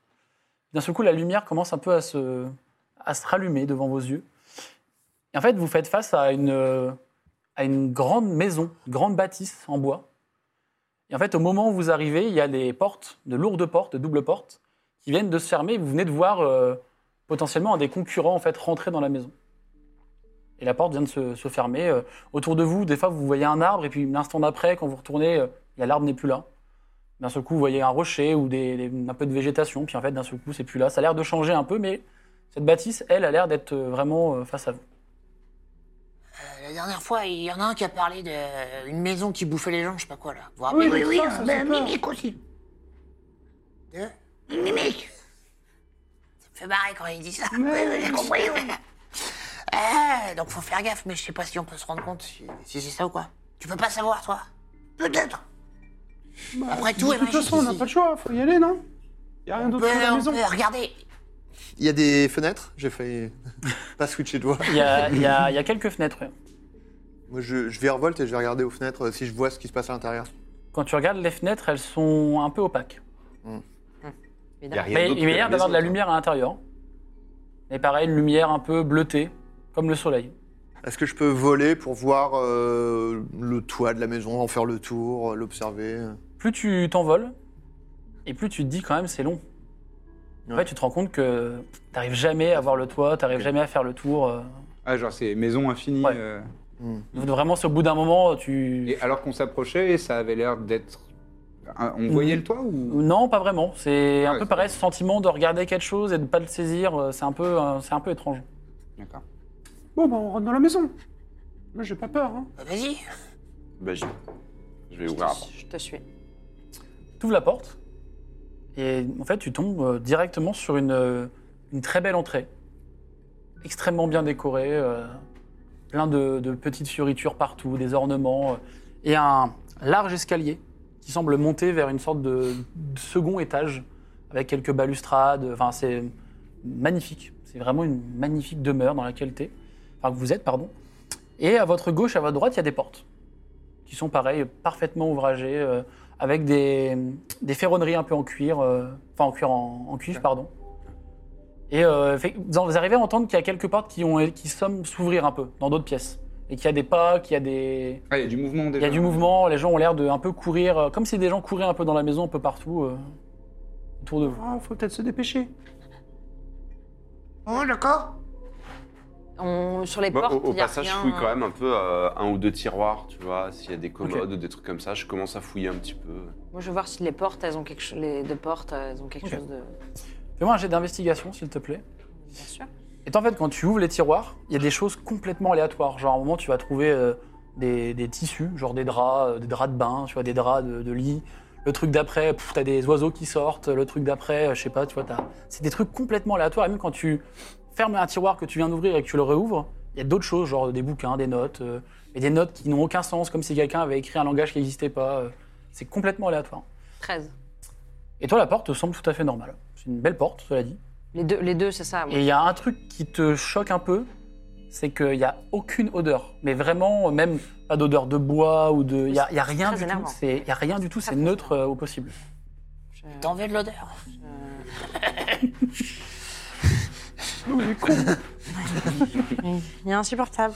Speaker 1: D'un seul coup, la lumière commence un peu à se, à se rallumer devant vos yeux. Et en fait, vous faites face à une, euh, à une grande maison, une grande bâtisse en bois. Et en fait, au moment où vous arrivez, il y a des portes, de lourdes portes, de doubles portes, qui viennent de se fermer. Vous venez de voir euh, potentiellement un des concurrents en fait rentrer dans la maison. Et la porte vient de se, se fermer. euh, autour de vous, des fois, vous voyez un arbre, et puis l'instant d'après, quand vous retournez, euh, il y a l'arbre n'est plus là. D'un seul coup, vous voyez un rocher ou des- des- un peu de végétation, puis en fait, d'un seul coup, c'est plus là. Ça a l'air de changer un peu, mais cette bâtisse, elle, a l'air d'être euh, vraiment euh, face à vous.
Speaker 7: Euh, la dernière fois, il y en a un qui a parlé d'une maison qui bouffait les gens, je sais pas quoi là.
Speaker 2: Ah,
Speaker 7: Vous vous
Speaker 3: Oui,
Speaker 7: rappelez
Speaker 3: oui, oui,
Speaker 2: ça, ça,
Speaker 3: euh,
Speaker 2: c'est
Speaker 3: ben,
Speaker 2: pas-
Speaker 3: mimique aussi.
Speaker 7: Deux
Speaker 3: Une mimique.
Speaker 7: Ça me fait barrer quand il dit ça.
Speaker 3: Oui, oui, j'ai compris. oui.
Speaker 7: Ah, donc faut faire gaffe, mais je sais pas si on peut se rendre compte si, si c'est ça ou quoi. Tu peux pas savoir, toi.
Speaker 3: Peut-être. Bah,
Speaker 7: Après tout,
Speaker 2: De
Speaker 3: eh
Speaker 2: toute
Speaker 7: Emma,
Speaker 3: ben,
Speaker 2: façon, on n'a
Speaker 7: ici.
Speaker 2: pas le choix, faut y aller, non Y a rien
Speaker 7: On
Speaker 2: d'autre
Speaker 7: peut,
Speaker 2: que la
Speaker 7: on
Speaker 2: maison.
Speaker 7: peut regarder.
Speaker 4: Il y a des fenêtres J'ai failli pas switcher de voix.
Speaker 1: Il y a, il y a- il y a quelques fenêtres. ouais.
Speaker 4: Moi, je, je vais en revolte et je vais regarder aux fenêtres euh, si je vois ce qui se passe à l'intérieur.
Speaker 1: Quand tu regardes les fenêtres, elles sont un peu opaques.
Speaker 8: Il y a rien
Speaker 1: Mais
Speaker 8: d'autre
Speaker 1: il y a
Speaker 8: que
Speaker 1: l'air d'avoir de la
Speaker 8: maison,
Speaker 1: lumière à l'intérieur. Et pareil, une lumière un peu bleutée, comme le soleil.
Speaker 4: Est-ce que je peux voler pour voir euh, le toit de la maison, en faire le tour, euh, l'observer
Speaker 1: plus tu t'envoles, et plus tu te dis quand même c'est long. En
Speaker 4: Ouais.
Speaker 1: fait, tu te rends compte que t'arrives jamais à voir le toit, t'arrives jamais à faire le tour. euh.
Speaker 6: Ah, genre, c'est maison infinie.
Speaker 1: Ouais.
Speaker 6: euh.
Speaker 1: Vraiment, c'est au bout d'un moment, tu...
Speaker 6: Et alors qu'on s'approchait, ça avait l'air d'être. Ah,
Speaker 1: Mm.
Speaker 6: On voyait le toit ou.
Speaker 1: Mmh. Non, pas vraiment. C'est un
Speaker 6: Ouais,
Speaker 1: peu
Speaker 6: c'est-
Speaker 1: pareil, ce sentiment de regarder quelque chose et de pas le saisir, euh, c'est un peu, euh, c'est un peu étrange.
Speaker 6: D'accord.
Speaker 2: Bon, bah, on rentre dans la maison. Moi, j'ai pas peur, hein.
Speaker 7: Bah, Vas-y.
Speaker 8: Bah, j'y vais. Je vais ouvrir la porte.
Speaker 5: Je te suis.
Speaker 1: T'ouvres la porte, et en fait, tu tombes euh, directement sur une, euh, une très belle entrée. Extrêmement bien décorée, euh, plein de, de petites fioritures partout, des ornements, euh, et un large escalier qui semble monter vers une sorte de, de second étage, avec quelques balustrades. Enfin, c'est magnifique. C'est vraiment une magnifique demeure dans laquelle t'es. Enfin, que vous êtes, pardon. Et à votre gauche, à votre droite, il y a des portes qui sont pareilles, parfaitement ouvragées, euh, avec des, des ferronneries un peu en cuir, euh, enfin en cuir en, en cuivre, pardon. Et euh, fait- vous en- vous arrivez à entendre qu'il y a quelques portes qui, ont, qui semblent s'ouvrir un peu dans d'autres pièces. Et qu'il y a des pas, qu'il y a des...
Speaker 6: Ah, il y a du mouvement
Speaker 1: Il y
Speaker 6: déjà.
Speaker 1: a du mouvement, les gens ont l'air de un peu courir, euh, comme si des gens couraient un peu dans la maison, un peu partout, euh, autour de vous.
Speaker 2: Ah, faut peut-être se dépêcher.
Speaker 3: Oh, d'accord.
Speaker 5: On, sur les
Speaker 8: Moi,
Speaker 5: portes,
Speaker 8: Bah, au, au
Speaker 5: il y a
Speaker 8: passage,
Speaker 5: rien.
Speaker 8: je fouille quand même un peu euh, un ou deux tiroirs, tu vois, s'il y a des commodes ou des trucs comme ça, je commence à fouiller un petit peu.
Speaker 5: Moi, je veux voir si les portes, elles ont quelque chose. Les deux portes, elles ont quelque
Speaker 1: Ok.
Speaker 5: chose de.
Speaker 1: Fais-moi un jet d'investigation, s'il te plaît.
Speaker 5: Bien sûr.
Speaker 1: Et en fait, quand tu ouvres les tiroirs, il y a des choses complètement aléatoires. Genre, à un moment, tu vas trouver euh, des, des tissus, genre des draps, euh, des draps de bain, tu vois, des draps de, de lit. Le truc d'après, pouf, t'as des oiseaux qui sortent. Le truc d'après, euh, je sais pas, tu vois, t'as- c'est des trucs complètement aléatoires. Et même quand tu fermes un tiroir que tu viens d'ouvrir et que tu le réouvres, il y a d'autres choses, genre des bouquins, des notes, euh, mais des notes qui n'ont aucun sens, comme si quelqu'un avait écrit un langage qui n'existait pas. euh. c'est complètement aléatoire.
Speaker 5: 13.
Speaker 1: Et toi, la porte semble tout à fait normale. C'est une belle porte, cela dit.
Speaker 5: Les deux, les deux c'est ça. moi.
Speaker 1: Et il y a un truc qui te choque un peu, c'est qu'il n'y a aucune odeur. Mais vraiment, même pas d'odeur de bois ou de. Il n'y a, il y a rien
Speaker 5: Très
Speaker 1: du tout.
Speaker 5: énervant.
Speaker 1: C'est- Il y a rien du tout, c'est
Speaker 5: Très
Speaker 1: neutre euh, au possible.
Speaker 5: Je-
Speaker 7: T'en veux de l'odeur
Speaker 5: Oui, Il est insupportable.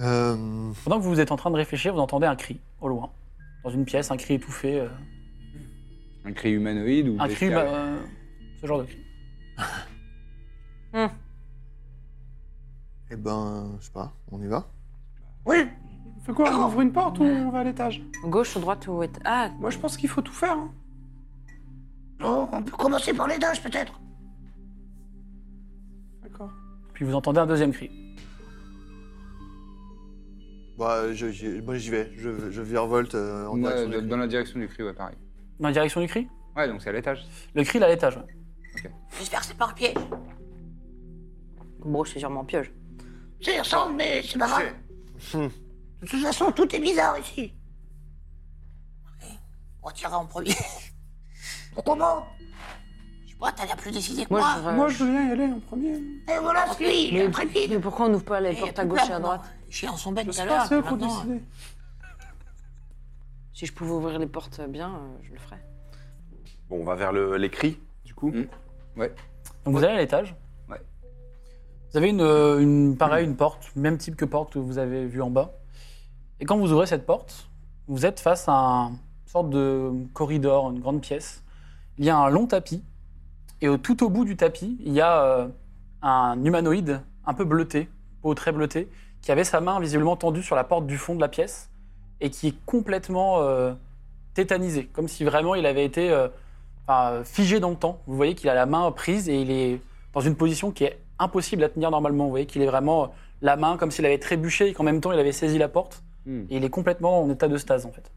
Speaker 4: Euh,
Speaker 1: Pendant que vous êtes en train de réfléchir, vous entendez un cri au loin. Dans une pièce, un cri étouffé. euh,
Speaker 6: Un cri humanoïde ou.
Speaker 1: un cri.
Speaker 6: bestial
Speaker 1: bah, euh, ce genre de cri.
Speaker 4: Eh ben, je sais pas, on y va
Speaker 3: Oui,
Speaker 2: On fait quoi On ouvre une porte ou on va à l'étage
Speaker 5: Gauche ou droite ou. Ah,
Speaker 2: Moi, je pense qu'il faut tout faire, hein.
Speaker 3: Oh, on peut commencer par les dages, peut-être.
Speaker 2: D'accord.
Speaker 1: Puis vous entendez un deuxième cri.
Speaker 4: Bah, je, j'y- moi j'y vais, je, je virevolte euh, en
Speaker 6: Moi,
Speaker 4: direction
Speaker 6: de-
Speaker 4: des cris.
Speaker 6: dans la direction du cri, ouais, pareil.
Speaker 1: Dans la direction du cri
Speaker 6: Ouais, donc c'est à l'étage.
Speaker 1: Le cri, il est à l'étage. ouais.
Speaker 7: J'espère que c'est pas un piège.
Speaker 5: bon, c'est sûrement un piège.
Speaker 3: C'est ressemble, mais c'est pas grave.
Speaker 4: Hmm.
Speaker 3: De toute façon, tout est bizarre ici.
Speaker 7: On tirera en premier.
Speaker 3: Comment
Speaker 7: je sais pas, t'as l'air plus décidé que
Speaker 5: Moi,
Speaker 7: moi.
Speaker 5: je.
Speaker 2: Moi, je veux bien y aller en premier.
Speaker 3: Et voilà, celui, il est
Speaker 5: Mais
Speaker 3: intrépide.
Speaker 5: pourquoi on n'ouvre pas les
Speaker 7: Eh,
Speaker 5: portes à
Speaker 7: tout
Speaker 5: gauche et
Speaker 7: là,
Speaker 5: à droite
Speaker 7: non. Chiens sont bêtes
Speaker 2: Je
Speaker 7: tout à
Speaker 2: sais
Speaker 7: l'heure.
Speaker 2: pas, c'est eux qui ont
Speaker 7: maintenant,
Speaker 2: décidé.
Speaker 5: hein. Si je pouvais ouvrir les portes bien, euh, je le ferais.
Speaker 8: Bon, on va vers le- les cris, du coup.
Speaker 6: Mm.
Speaker 1: Donc vous allez à l'étage.
Speaker 6: Ouais.
Speaker 1: Vous avez une, euh, une pareil, une porte, même type que porte que vous avez vue en bas. Et quand vous ouvrez cette porte, vous êtes face à un- une sorte de corridor, une grande pièce. Il y a un long tapis. Et au- tout au bout du tapis, il y a euh, un humanoïde un peu bleuté, peau très bleutée, qui avait sa main visiblement tendue sur la porte du fond de la pièce et qui est complètement euh, tétanisé, comme si vraiment il avait été euh, enfin, figé dans le temps. Vous voyez qu'il a la main prise et il est dans une position qui est impossible à tenir normalement. Vous voyez qu'il est vraiment euh, la main comme s'il avait trébuché et qu'en même temps il avait saisi la porte.
Speaker 6: Hmm.
Speaker 1: Et il est complètement en état de stase en fait.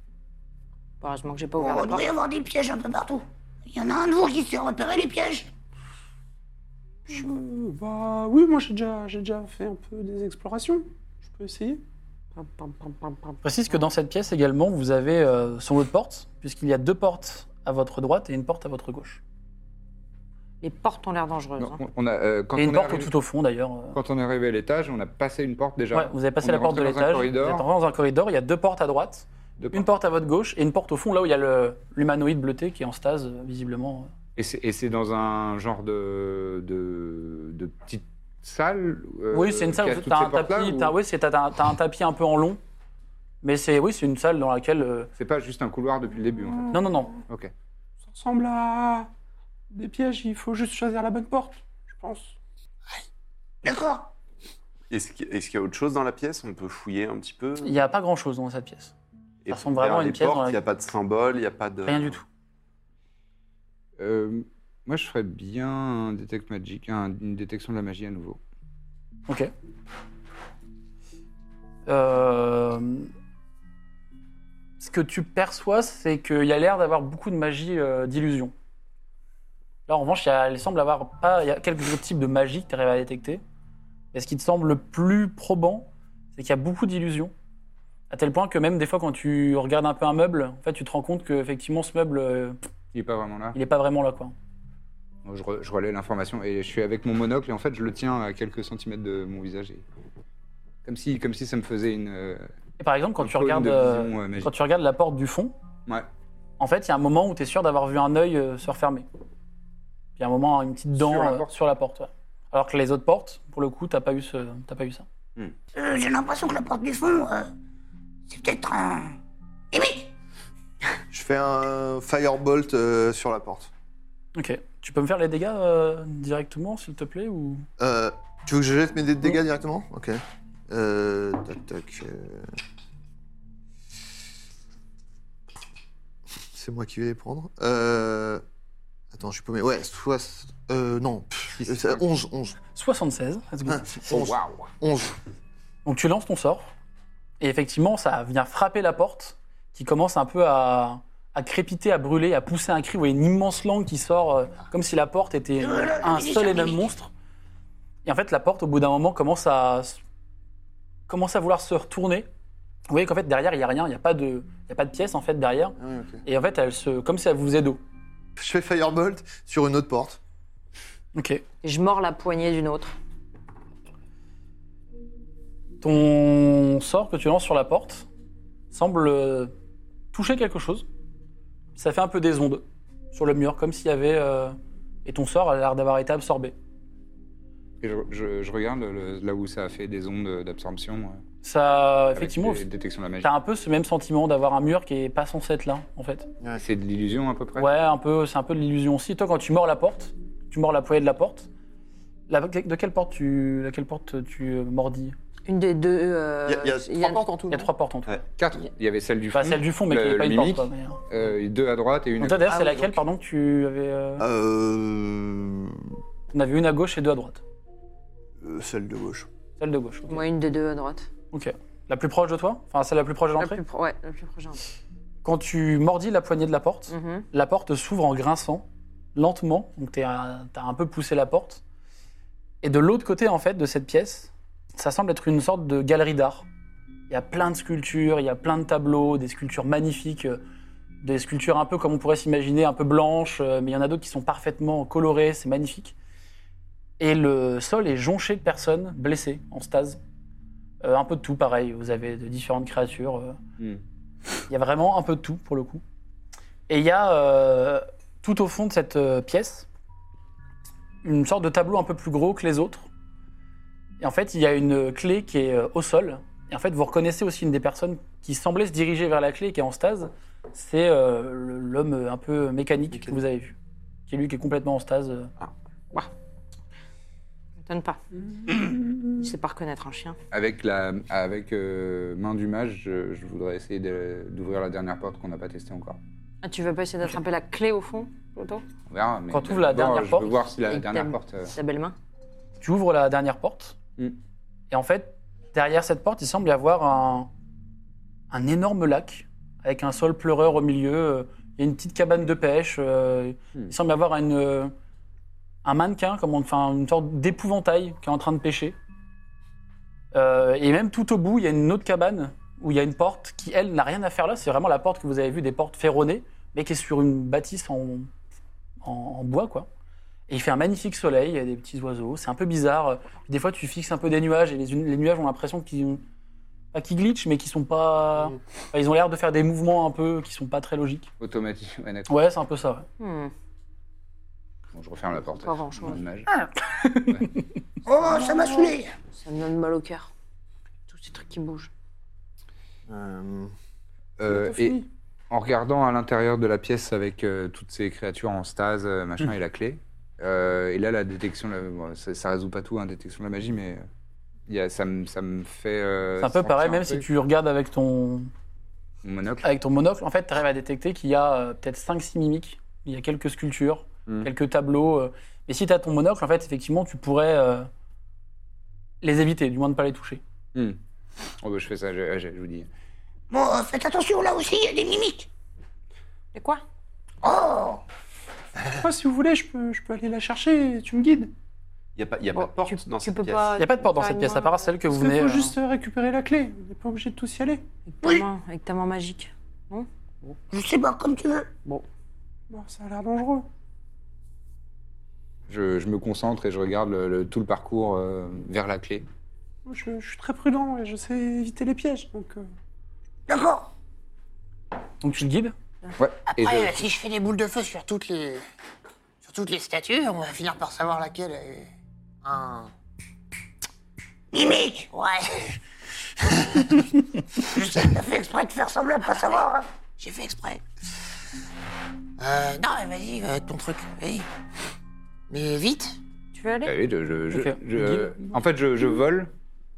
Speaker 5: Heureusement que j'ai pas
Speaker 3: Bon,
Speaker 5: ouvert la
Speaker 3: il doit
Speaker 5: porte.
Speaker 3: y avoir des pièges un peu partout. Il y en a un de vous qui sait repérer les pièges
Speaker 2: Euh, bah oui, moi j'ai déjà, j'ai déjà fait un peu des explorations. Je peux essayer.
Speaker 5: Pam, pam, pam, pam, pam.
Speaker 1: Je précise que dans cette pièce également, vous avez euh, son lot de portes, puisqu'il y a deux portes à votre droite et une porte à votre gauche.
Speaker 5: Les portes ont l'air dangereuses.
Speaker 6: Non,
Speaker 5: hein.
Speaker 6: on- on a, euh, quand,
Speaker 1: Et
Speaker 6: on
Speaker 1: une
Speaker 6: est
Speaker 1: porte
Speaker 6: arrivé-
Speaker 1: tout au fond d'ailleurs. euh.
Speaker 6: quand on est arrivé à l'étage, on a passé une porte déjà.
Speaker 1: Ouais, vous avez passé
Speaker 6: On
Speaker 1: la
Speaker 6: est
Speaker 1: porte de
Speaker 6: rentré dans un
Speaker 1: l'étage, vous êtes
Speaker 6: corridor,
Speaker 1: rentré dans un corridor, il y a deux portes à droite,
Speaker 6: deux
Speaker 1: une
Speaker 6: portes.
Speaker 1: porte à votre gauche et une porte au fond, là où il y a le- l'humanoïde bleuté qui est en stase, euh, visiblement.
Speaker 6: Et c'est- Et c'est dans un genre de, de, de petite salle euh,
Speaker 1: oui, c'est une salle,
Speaker 6: qui a
Speaker 1: où
Speaker 6: toutes
Speaker 1: t'as
Speaker 6: ces
Speaker 1: un
Speaker 6: portes-là,
Speaker 1: tapis,
Speaker 6: ou-
Speaker 1: t'as- oui, c'est- t'as- t'as- t'as un tapis un peu en long, mais c'est oui, c'est une salle dans laquelle... euh,
Speaker 6: C'est pas juste un couloir depuis le début, en fait.
Speaker 1: Non, non, non,
Speaker 6: Ok.
Speaker 2: Ça ressemble à des pièges, il faut juste choisir la bonne porte, je pense.
Speaker 3: D'accord.
Speaker 8: Est-ce qu'il est-ce qu'il y a autre chose dans la pièce On peut fouiller un petit peu
Speaker 1: il n'y a pas grand-chose dans cette pièce.
Speaker 8: Et
Speaker 1: ressemble
Speaker 8: derrière
Speaker 1: vraiment à une
Speaker 8: les
Speaker 1: pièce dans
Speaker 8: portes,
Speaker 1: la-
Speaker 8: Il n'y a pas de symbole, il n'y a pas de...
Speaker 1: Rien du tout.
Speaker 6: Euh, moi, je ferais bien un detect magic, un- une détection de la magie à nouveau.
Speaker 1: Ok. Euh, Ce que tu perçois, c'est qu'il y a l'air d'avoir beaucoup de magie euh, d'illusion. Là, en revanche, il y a- elle semble avoir pas. Il y a quelques autres types de magie que tu arrives à détecter. Mais ce qui te semble le plus probant, c'est qu'il y a beaucoup d'illusions. À tel point que même des fois, quand tu regardes un peu un meuble, en fait, tu te rends compte qu'effectivement, ce meuble, euh,
Speaker 6: Il est pas vraiment là.
Speaker 1: il n'est pas vraiment là. Quoi.
Speaker 6: Je, re- je relais l'information et je suis avec mon monocle et en fait, je le tiens à quelques centimètres de mon visage. et- Comme, si, comme si ça me faisait une. euh,
Speaker 1: Et par exemple, quand
Speaker 6: un
Speaker 1: tu,
Speaker 6: cône
Speaker 1: regardes,
Speaker 6: de
Speaker 1: euh,
Speaker 6: vision, euh, magique.
Speaker 1: quand tu regardes la porte du fond,
Speaker 6: Ouais.
Speaker 1: En fait, il y a un moment où tu es sûr d'avoir vu un œil euh, se refermer. Il y a un moment, une petite dent
Speaker 6: Sur la
Speaker 1: euh,
Speaker 6: porte.
Speaker 1: sur la porte. ouais. Alors que les autres portes, pour le coup, t'as pas eu ce, t'as pas eu ça.
Speaker 3: Euh, J'ai l'impression que la porte du fond, euh, c'est peut-être un. Eh oui
Speaker 4: Je fais un firebolt euh, sur la porte.
Speaker 1: Ok. Tu peux me faire les dégâts euh, directement, s'il te plaît, ou
Speaker 4: Euh, tu veux que je jette mes dés de dégâts directement Ok. Euh, tac, tac. euh. C'est moi qui vais les prendre. Euh... Attends, je suis paumé. Ouais, soit. Euh, non. pff,
Speaker 6: Six.
Speaker 4: c'est 11, 11.
Speaker 1: 76. let's go.
Speaker 4: Ah, 11,
Speaker 6: waouh
Speaker 4: 11.
Speaker 1: Donc tu lances ton sort, et effectivement, ça vient frapper la porte, qui commence un peu à, à crépiter, à brûler, à pousser un cri. Vous voyez une immense langue qui sort, euh, comme si la porte était un seul et même monstre. Et en fait, la porte, au bout d'un moment, commence à, s- commence à vouloir se retourner. Vous voyez qu'en fait, derrière, il n'y a rien, il n'y a, pas de- il y a pas de pièce, en fait, derrière.
Speaker 4: Ah ouais,
Speaker 9: Mm.
Speaker 4: ok.
Speaker 1: Et en fait, elle se, comme si elle vous faisait dos.
Speaker 4: Je fais firebolt sur une autre porte.
Speaker 1: Ok.
Speaker 5: Et je mords la poignée d'une autre.
Speaker 1: Ton sort que tu lances sur la porte semble euh, toucher quelque chose. Ça fait un peu des ondes sur le mur, comme s'il y avait. euh, Et ton sort a l'air d'avoir été absorbé.
Speaker 6: Et je, je- je regarde le- là où ça a fait des ondes d'absorption. euh,
Speaker 1: Ça,
Speaker 6: avec
Speaker 1: effectivement,
Speaker 6: les détections de la magie.
Speaker 1: t'as un peu ce même sentiment d'avoir un mur qui est pas censé être là, en fait.
Speaker 6: C'est de l'illusion à peu près.
Speaker 1: Ouais, un peu, c'est un peu de l'illusion aussi. Toi, quand tu mords la porte, tu mords la poignée de la porte. La- de quelle porte tu, laquelle porte tu euh, mordis
Speaker 5: Une des deux. euh,
Speaker 4: Il y a- il y a
Speaker 5: il y a-
Speaker 4: trois portes en tout.
Speaker 1: Il y a
Speaker 4: non
Speaker 1: trois portes en tout.
Speaker 8: Ouais.
Speaker 6: Quatre. Il y avait celle du fond.
Speaker 1: Enfin, celle du fond, mais
Speaker 6: le-
Speaker 1: qui n'est pas
Speaker 6: le
Speaker 1: une porte.
Speaker 6: mimique.
Speaker 1: quoi, mais, euh.
Speaker 6: euh, deux à droite et une.
Speaker 1: Donc,
Speaker 6: à
Speaker 1: toi,
Speaker 6: gauche.
Speaker 1: d'ailleurs,
Speaker 5: Ah
Speaker 1: c'est
Speaker 5: oui,
Speaker 1: laquelle,
Speaker 5: donc.
Speaker 1: pardon, que tu avais. euh,
Speaker 4: Euh...
Speaker 1: On avait une à gauche et deux à droite.
Speaker 4: euh, Celle de gauche.
Speaker 1: Celle de gauche. ok.
Speaker 5: Moi, une des deux à droite.
Speaker 1: Ok. La plus proche de toi Enfin, celle la plus proche de
Speaker 5: La
Speaker 1: l'entrée
Speaker 5: plus pro- Ouais, la plus proche. hein.
Speaker 1: Quand tu mordis la poignée de la porte,
Speaker 5: Mhm.
Speaker 1: la porte s'ouvre en grinçant, lentement. Donc, t'es un- t'as un peu poussé la porte. Et de l'autre côté, en fait, de cette pièce, ça semble être une sorte de galerie d'art. Il y a plein de sculptures, il y a plein de tableaux, des sculptures magnifiques, euh, des sculptures un peu comme on pourrait s'imaginer, un peu blanches, euh, mais il y en a d'autres qui sont parfaitement colorées, c'est magnifique. Et le sol est jonché de personnes blessées, en stase. Euh, un peu de tout, pareil. Vous avez de différentes créatures. euh.
Speaker 6: Hmm.
Speaker 1: Il y a vraiment un peu de tout, pour le coup. Et il y a, euh, tout au fond de cette euh, pièce, une sorte de tableau un peu plus gros que les autres. Et en fait, il y a une clé qui est euh, au sol. Et en fait, vous reconnaissez aussi une des personnes qui semblait se diriger vers la clé et qui est en stase. C'est euh, le- l'homme euh, un peu mécanique, que vous avez vu. Qui est lui qui est complètement en stase. euh.
Speaker 5: M'étonne pas. Je sais pas reconnaître un chien.
Speaker 6: Avec, la, avec euh, main du mage, je, je voudrais essayer de- d'ouvrir la dernière porte qu'on n'a pas testée encore.
Speaker 5: Ah, tu veux pas essayer d'attraper la clé au fond, Toto
Speaker 6: On verra. Mais
Speaker 1: Quand t'ouvres la
Speaker 6: d'abord,
Speaker 1: dernière
Speaker 6: je
Speaker 1: porte,
Speaker 6: veux voir si la
Speaker 5: avec
Speaker 6: dernière
Speaker 5: ta-
Speaker 6: porte. euh,
Speaker 5: La belle main
Speaker 1: Tu ouvres la dernière porte.
Speaker 6: Mm.
Speaker 1: Et en fait, derrière cette porte, il semble y avoir un, un énorme lac avec un sol pleureur au milieu. euh, Il y a une petite cabane de pêche. euh,
Speaker 6: Mm.
Speaker 1: Il semble y avoir une, euh, un mannequin, comme on, enfin, une sorte d'épouvantail qui est en train de pêcher. Euh, et même tout au bout, il y a une autre cabane où il y a une porte qui, elle, n'a rien à faire là. C'est vraiment la porte que vous avez vue, des portes ferronnées, mais qui est sur une bâtisse en, en- en bois, quoi. Et il fait un magnifique soleil, il y a des petits oiseaux. C'est un peu bizarre. Des fois, tu fixes un peu des nuages et les, les nuages ont l'impression qu'ils ont- pas qu'ils glitchent, mais qu'ils sont pas.
Speaker 6: Mm.
Speaker 1: enfin, ils ont l'air de faire des mouvements un peu qui sont pas très logiques.
Speaker 6: Automatique. Ouais, d'accord.
Speaker 1: Ouais, c'est un peu ça. ouais.
Speaker 5: Hmm.
Speaker 6: Bon, je referme la porte.
Speaker 5: Pas grand-chose.
Speaker 6: Main du mage.
Speaker 3: Ah. Oh, ça m'a saoulé
Speaker 5: Ça me donne mal au cœur. Tous ces trucs qui bougent.
Speaker 4: Euh,
Speaker 6: Euh,
Speaker 2: Pas
Speaker 6: et
Speaker 2: fini.
Speaker 6: en regardant à l'intérieur de la pièce avec euh, toutes ces créatures en stase, euh,
Speaker 1: Hmm.
Speaker 6: machin, et la clé, euh, et là, la détection, la- bon, ça, ça résout pas tout, hein, détection de la magie, mais euh, il y a- ça, me, ça me fait. euh,
Speaker 1: C'est un peu
Speaker 6: sentir
Speaker 1: pareil, même si
Speaker 6: truc.
Speaker 1: tu regardes avec ton,
Speaker 6: Mon monocle.
Speaker 1: avec ton monocle, en fait, tu arrives à détecter qu'il y a euh, peut-être 5-6 mimiques. Il y a quelques sculptures,
Speaker 6: Mm.
Speaker 1: quelques tableaux. euh. Mais si tu as ton monocle, en fait, effectivement, tu pourrais euh, les éviter, du moins ne pas les toucher.
Speaker 6: Hmm. Oh, bah, je fais ça, je, je- je vous dis.
Speaker 3: Bon, euh, faites attention, là aussi, il y a des mimiques
Speaker 5: Et quoi
Speaker 3: Oh
Speaker 2: Moi, si vous voulez, je peux, je peux aller la chercher et tu me guides.
Speaker 8: Il n'y a pas, y a pas de porte dans
Speaker 5: tu
Speaker 8: cette
Speaker 5: peux
Speaker 8: pièce.
Speaker 5: pas-
Speaker 1: Il n'y a pas de porte dans
Speaker 5: Pas
Speaker 1: cette
Speaker 5: une
Speaker 1: pièce,
Speaker 5: main.
Speaker 1: à part celle que vous
Speaker 2: Parce qu'il
Speaker 1: venez.
Speaker 2: faut
Speaker 1: euh,
Speaker 2: juste euh, récupérer la clé. On n'est pas obligé de tous y aller.
Speaker 5: Avec ta
Speaker 3: Oui.
Speaker 5: main, avec ta main magique.
Speaker 3: Je sais pas, comme tu veux.
Speaker 2: Bon, ça a l'air dangereux.
Speaker 6: Je, je me concentre et je regarde le- le- tout le parcours euh, vers la clé.
Speaker 2: Moi, Je, je suis très prudent et je sais éviter les pièges. Donc, euh,
Speaker 3: D'accord
Speaker 1: Donc tu le guides
Speaker 6: Ouais, et
Speaker 7: Après,
Speaker 6: je-
Speaker 7: euh, si je fais des boules de feu sur toutes les sur toutes les statues, on va finir par savoir laquelle est un.
Speaker 3: Mimique
Speaker 7: Ouais,
Speaker 3: Je sais, t'as fait exprès de faire semblant de pas savoir. hein.
Speaker 7: j'ai fait exprès. Euh, non, mais vas-y, euh, ton truc, vas-y. Mais vite.
Speaker 5: Tu veux aller
Speaker 6: Ah oui, je- je- je-
Speaker 1: Ok.
Speaker 6: je- euh, en fait, je, je vole.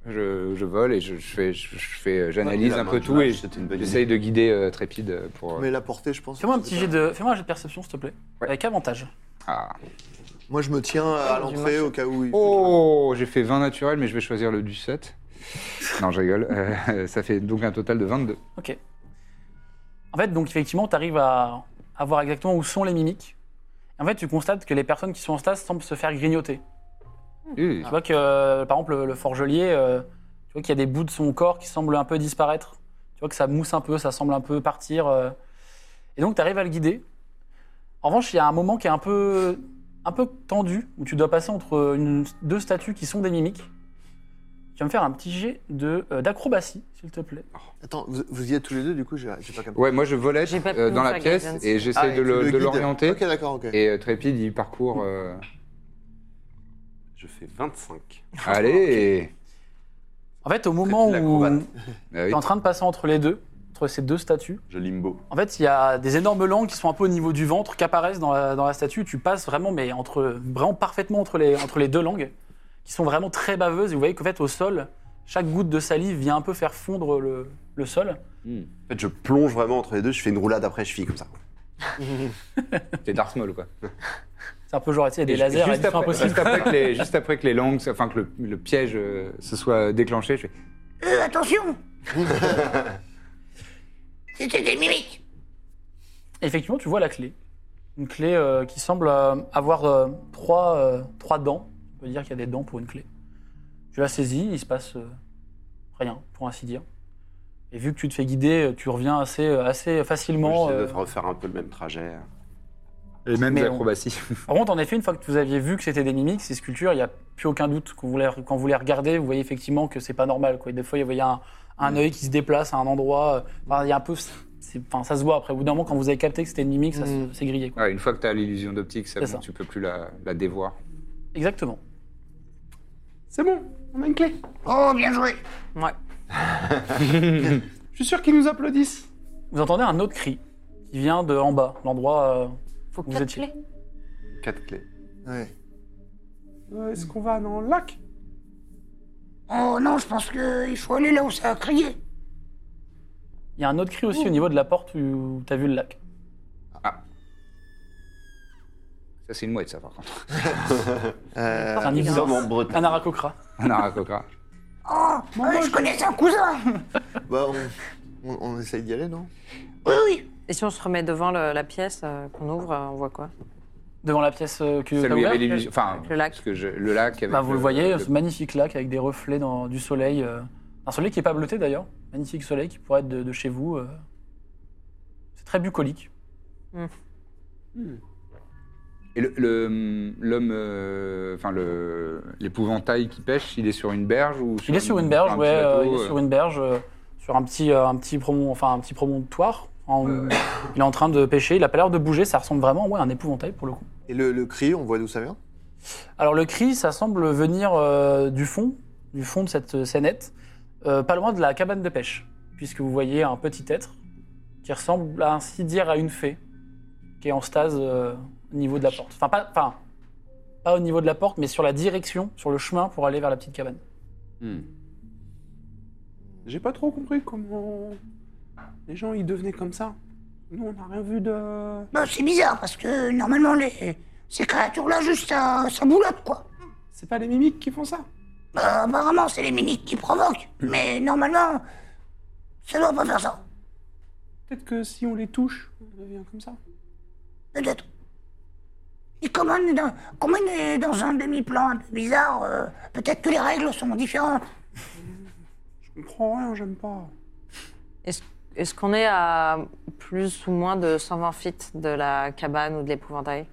Speaker 6: Je, je vole et je, je fais, je, je fais, j'analyse
Speaker 8: Ouais, la
Speaker 6: un
Speaker 8: main
Speaker 6: peu
Speaker 8: du
Speaker 6: tout
Speaker 8: mage,
Speaker 6: et
Speaker 8: c'était une bonne
Speaker 6: j'essaye de guider euh, Trépide euh, pour. euh,
Speaker 4: Mais la portée, je pense.
Speaker 1: Fais-moi un
Speaker 4: que c'est
Speaker 1: petit jet
Speaker 4: pas-
Speaker 1: de, fais-moi un jet de perception, s'il te plaît.
Speaker 6: Ouais.
Speaker 1: Avec avantage.
Speaker 6: Ah.
Speaker 4: Moi, je me tiens à l'entrée au cas où. il-
Speaker 6: Oh, j'ai fait 20 naturels, mais je vais choisir le du 7. Non, je rigole. Euh, ça fait donc un total de 22.
Speaker 1: Ok. En fait, donc effectivement, tu arrives à, à voir exactement où sont les mimiques. En fait, tu constates que les personnes qui sont en stase semblent se faire grignoter.
Speaker 6: Euh,
Speaker 5: Ah,
Speaker 1: Tu vois que, euh, par exemple, le, le forgelier, euh, tu vois qu'il y a des bouts de son corps qui semblent un peu disparaître. Tu vois que ça mousse un peu, ça semble un peu partir. euh. Et donc, tu arrives à le guider. En revanche, il y a un moment qui est un peu, un peu tendu, où tu dois passer entre une- deux statues qui sont des mimiques. Tu vas me faire un petit jet de, euh, d'acrobatie, s'il te plaît.
Speaker 4: Attends, vous, vous y êtes tous les deux, du coup, j'ai j'ai pas compris.
Speaker 6: Ouais, moi je volais
Speaker 5: J'ai pas de
Speaker 6: euh, dans la
Speaker 5: contact,
Speaker 6: pièce
Speaker 5: Guidance.
Speaker 6: et j'essaye
Speaker 4: Ah,
Speaker 6: de
Speaker 4: et tu
Speaker 6: le-
Speaker 4: le
Speaker 6: de
Speaker 4: guides.
Speaker 6: l'orienter.
Speaker 4: Ok, d'accord, ok.
Speaker 6: Et euh, Trépide, il parcourt. euh,
Speaker 8: Je fais 25.
Speaker 1: Hmm.
Speaker 6: Allez
Speaker 1: Ah, En fait, au moment
Speaker 8: Traite
Speaker 1: où
Speaker 8: l'acrobate.
Speaker 1: tu
Speaker 6: Ah oui.
Speaker 1: es en train de passer entre les deux, entre ces deux statues,
Speaker 8: Je limbo.
Speaker 1: en fait, il y a des énormes langues qui sont un peu au niveau du ventre, qui apparaissent dans la, dans la statue. Tu passes vraiment, mais entre, vraiment parfaitement entre les, entre les deux langues, qui sont vraiment très baveuses. Et vous voyez qu'en fait, au sol, chaque goutte de salive vient un peu faire fondre le, le sol.
Speaker 8: En fait, je plonge vraiment entre les deux, je fais une roulade après cheville comme ça.
Speaker 6: T'es Darth Maul, quoi.
Speaker 1: C'est un peu genre, tu sais, il y a des
Speaker 6: Et
Speaker 1: lasers,
Speaker 6: juste
Speaker 1: c'est
Speaker 6: après,
Speaker 1: impossible.
Speaker 6: juste après que les, juste après que les langues, enfin que le, le piège euh, se soit déclenché, je fais
Speaker 3: Euh, attention C'était des mimiques
Speaker 1: Effectivement, tu vois la clé. Une clé euh, qui semble euh, avoir euh, trois, euh, trois dents. On peut dire qu'il y a des dents pour une clé. Tu la saisis, il se passe euh, rien, pour ainsi dire. Et vu que tu te fais guider, euh, tu reviens assez, euh, assez facilement.
Speaker 8: Moi, j'essaie
Speaker 1: euh.
Speaker 8: de refaire un peu le même trajet.
Speaker 6: les mêmes
Speaker 1: Mais on-
Speaker 6: acrobaties.
Speaker 1: Par contre, en effet, une fois que vous aviez vu que c'était des mimiques, ces sculptures, il n'y a plus aucun doute. Quand vous les, quand vous les regardez, vous voyez effectivement que c'est pas normal. Quoi. Des fois, il y a un, un œil qui se déplace à un endroit. euh, enfin, il y a un peu. c'est- Enfin, ça se voit après. Au bout d'un moment, quand vous avez capté que c'était une mimique, ça se- c'est grillé. quoi.
Speaker 6: Ouais, une fois que t'as l'illusion d'optique, ça,
Speaker 1: C'est
Speaker 6: bon,
Speaker 1: ça.
Speaker 6: tu peux plus la, la dévoir.
Speaker 1: Exactement.
Speaker 2: c'est bon, on a une clé.
Speaker 3: Oh, bien joué
Speaker 5: Ouais.
Speaker 2: Je suis sûr qu'ils nous applaudissent.
Speaker 1: Vous entendez un autre cri qui vient de en bas, l'endroit. euh,
Speaker 5: Faut que
Speaker 1: Vous
Speaker 5: tu
Speaker 1: étiez-
Speaker 5: clés.
Speaker 8: Quatre clés.
Speaker 4: Ouais.
Speaker 2: Euh, Est-ce qu'on va dans le lac
Speaker 3: Oh non, je pense qu'il faut aller là où ça a crié.
Speaker 1: Il y a un autre cri aussi au niveau de la porte où t'as vu le lac.
Speaker 6: Ça, c'est une mouette, ça, par contre.
Speaker 4: Euh,
Speaker 1: Un
Speaker 8: Nous sommes
Speaker 1: ibis.
Speaker 8: en Bretagne.
Speaker 1: Un aracocra.
Speaker 6: Un aracocra.
Speaker 3: Oh, euh, je connais un cousin.
Speaker 6: euh,
Speaker 4: bah, on, on- on essaye d'y aller, non
Speaker 3: Oui, oui.
Speaker 5: Et si on se remet devant le- la pièce euh, qu'on ouvre, euh, on voit quoi
Speaker 1: Devant la pièce euh, que
Speaker 6: Celle
Speaker 1: t'as
Speaker 6: où il y
Speaker 1: ouverte.
Speaker 6: avait l'illusion. Enfin,
Speaker 5: le lac.
Speaker 6: parce que je- le lac. Avec euh,
Speaker 1: Bah, vous le voyez,
Speaker 6: le-
Speaker 1: ce magnifique lac avec des reflets dans, du soleil. euh, un soleil qui n'est pas bleuté d'ailleurs. Magnifique soleil qui pourrait être de, de chez vous. euh. c'est très bucolique.
Speaker 5: Hum.
Speaker 6: Et le- le- l'homme, euh, enfin le l'épouvantail qui pêche, il est sur une berge ou sur
Speaker 1: Il est sur une berge,
Speaker 6: un petit
Speaker 1: ouais.
Speaker 6: bateau,
Speaker 1: euh, il est
Speaker 6: euh,
Speaker 1: sur une berge, euh, sur un petit, euh, un petit promon, enfin un petit promontoire. En- Il est en train de pêcher. Il a pas l'air de bouger. Ça ressemble vraiment, ouais, à un épouvantail pour le coup.
Speaker 4: Et le, le cri, on voit d'où ça vient
Speaker 1: Alors le cri, ça semble venir euh, du fond, du fond de cette euh, scénette, euh, pas loin de la cabane de pêche, puisque vous voyez un petit être qui ressemble à ainsi dire à une fée, qui est en stase euh, au niveau de la porte. Enfin pas, enfin, pas au niveau de la porte, mais sur la direction, sur le chemin pour aller vers la petite cabane.
Speaker 6: hmm.
Speaker 2: J'ai pas trop compris comment les gens ils devenaient comme ça. Nous, on n'a rien vu de.
Speaker 3: Bah, c'est bizarre parce que normalement, les... ces créatures-là, juste ça, ça boulotte, quoi.
Speaker 2: C'est pas les mimiques qui font ça.
Speaker 3: Bah, apparemment, c'est les mimiques qui provoquent. Mais normalement, ça doit pas faire ça.
Speaker 2: Peut-être que si on les touche, on devient comme ça.
Speaker 3: Peut-être. Et comme on est dans, comme on est dans un demi-plan un peu bizarre, euh, peut-être que les règles sont différentes.
Speaker 2: Je comprends rien, j'aime pas.
Speaker 5: Est-ce est-ce qu'on est à plus ou moins de 120 feet de la cabane ou de l'épouvantail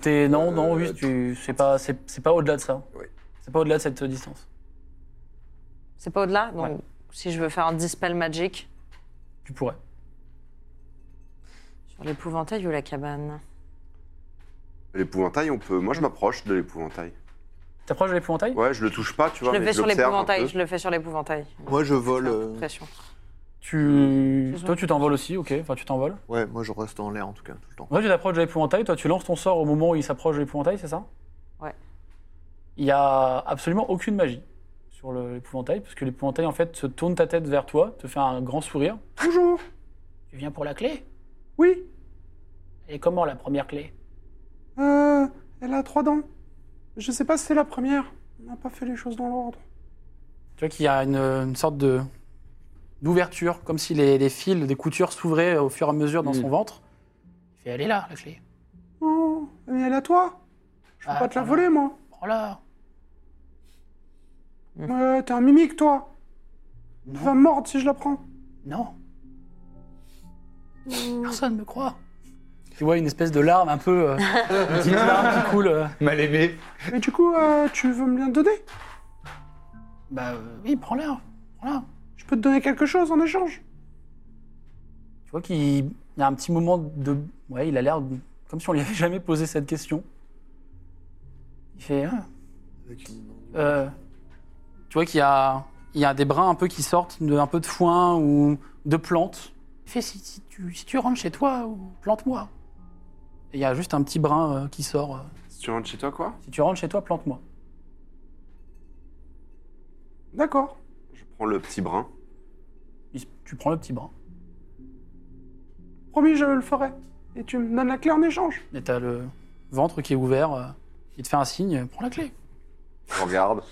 Speaker 1: T'es- non, non, oui, tu- c'est pas, c'est c'est pas au-delà de ça.
Speaker 6: Ouais.
Speaker 1: C'est pas au-delà de cette distance.
Speaker 5: C'est pas au-delà Donc, si je veux faire un dispel magic
Speaker 1: Tu pourrais.
Speaker 5: sur l'épouvantail ou la cabane
Speaker 8: L'épouvantail, on peut. Moi, je m'approche de l'épouvantail.
Speaker 1: T'approches de l'épouvantail
Speaker 8: Ouais, je le touche pas, tu vois.
Speaker 5: Je le
Speaker 8: mais
Speaker 5: fais sur
Speaker 8: l'observe un
Speaker 5: l'épouvantail,
Speaker 8: peu.
Speaker 5: je le fais sur l'épouvantail.
Speaker 4: Moi, je vole. euh,
Speaker 5: Pression.
Speaker 1: Tu,
Speaker 5: ça.
Speaker 1: toi, tu t'envoles aussi, ok. Enfin, tu t'envoles.
Speaker 4: Ouais, moi, je reste en l'air, en tout cas, tout le temps.
Speaker 1: Toi, tu t'approches de l'épouvantail, toi, tu lances ton sort au moment où il s'approche de l'épouvantail, c'est ça
Speaker 5: Ouais.
Speaker 1: Il n'y a absolument aucune magie sur le- l'épouvantail, parce que l'épouvantail, en fait, se tourne ta tête vers toi, te fait un grand sourire.
Speaker 2: Bonjour
Speaker 1: Tu viens pour la clé
Speaker 2: Oui
Speaker 1: Et comment la première clé
Speaker 2: euh, Elle a trois dents. Je sais pas si c'est la première. On n'a pas fait les choses dans l'ordre.
Speaker 1: Tu vois qu'il y a une, une sorte de d'ouverture, comme si les, les fils, des coutures s'ouvraient au fur et à mesure dans son ventre. Il fait, elle est là, la clé.
Speaker 2: Oh, mais elle à toi Je peux
Speaker 1: Ah,
Speaker 2: pas te la
Speaker 1: pardon.
Speaker 2: voler, moi
Speaker 1: Prends-la.
Speaker 2: Ouais, Euh, T'es un mimique, toi Tu vas me mordre si je la prends. Euh.
Speaker 1: Non. Personne ne me croit. Tu vois une espèce de larme un peu... euh, une petite larme qui coule... euh.
Speaker 6: Mal aimé.
Speaker 2: Mais du coup, euh, tu veux me la donner
Speaker 1: Bah euh, oui, prends-la. Prends-la.
Speaker 2: Je peux te donner quelque chose en échange
Speaker 1: Tu vois qu'il il y a un petit moment de. Ouais, il a l'air de- comme si on lui avait jamais posé cette question. Il fait. ah,
Speaker 4: Avec une-
Speaker 1: euh, tu vois qu'il y a, il y a des brins un peu qui sortent, de, un peu de foin ou de plantes. Il fait si, si tu, si tu rentres chez toi, ou plante-moi. Et il y a juste un petit brin euh, qui sort. euh,
Speaker 8: Si tu rentres chez toi, quoi
Speaker 1: si tu rentres chez toi, plante-moi.
Speaker 2: D'accord.
Speaker 8: Je prends le petit brin.
Speaker 1: Il se- Tu prends le petit brin.
Speaker 2: Promis, je le ferai. Et tu me donnes la clé en échange.
Speaker 1: Et t'as le ventre qui est ouvert. euh, il te fait un signe, prends la clé.
Speaker 8: Je regarde.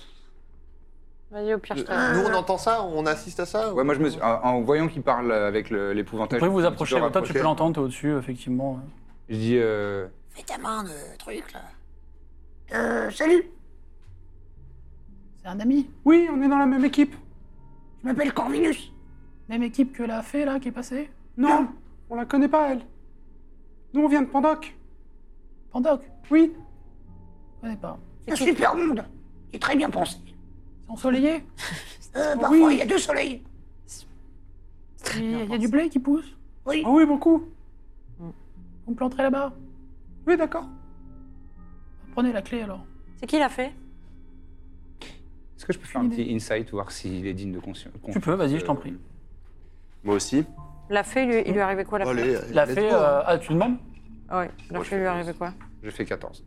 Speaker 5: Vas-y, au pire, je t'aide.
Speaker 4: Nous, on entend ça, on assiste à ça
Speaker 6: Ouais, moi je me suis- en, en voyant qu'il parle avec le-
Speaker 1: Vous
Speaker 6: l'épouvantail.
Speaker 1: pouvez
Speaker 6: je
Speaker 1: vous
Speaker 6: me suis un petit
Speaker 1: approcher.
Speaker 6: peu
Speaker 1: Toi, tu peux
Speaker 6: rapproché.
Speaker 1: l'entendre, t'es au-dessus, effectivement.
Speaker 6: Je dis euh,
Speaker 7: Fais ta main de truc, là.
Speaker 3: Euh, salut,
Speaker 1: C'est un ami.
Speaker 2: Oui, on est dans la même équipe.
Speaker 3: je m'appelle Corvinus.
Speaker 1: Même équipe que la fée là qui est passée
Speaker 2: Non, on la connaît pas, elle. Nous, on vient de Pandoc.
Speaker 1: Pandoc,
Speaker 2: Oui,
Speaker 1: je connais pas.
Speaker 3: C'est un super monde. C'est très bien pensé.
Speaker 1: C'est ensoleillé
Speaker 3: Euh, parfois, il y a deux soleils.
Speaker 1: Il y a- il y a du blé qui pousse
Speaker 3: Oui.
Speaker 2: ah oui, beaucoup.
Speaker 1: Vous me planterez là-bas
Speaker 2: Oui, d'accord.
Speaker 1: Prenez la clé alors.
Speaker 5: C'est qui l'a fait
Speaker 6: est-ce que je peux faire un petit insight, voir s'il est digne de conscience
Speaker 1: Tu peux, vas-y, je t'en prie.
Speaker 8: Euh, Moi aussi.
Speaker 5: La fée, lui, il lui est arrivé quoi la fée
Speaker 4: Allez,
Speaker 1: La
Speaker 4: let's
Speaker 1: fée,
Speaker 4: go.
Speaker 1: euh, ah, tu le demandes
Speaker 5: Ah ouais, la
Speaker 8: Moi, je
Speaker 5: fée lui
Speaker 8: fais
Speaker 5: est
Speaker 8: le-
Speaker 5: arrivé quoi
Speaker 6: Je fais 14.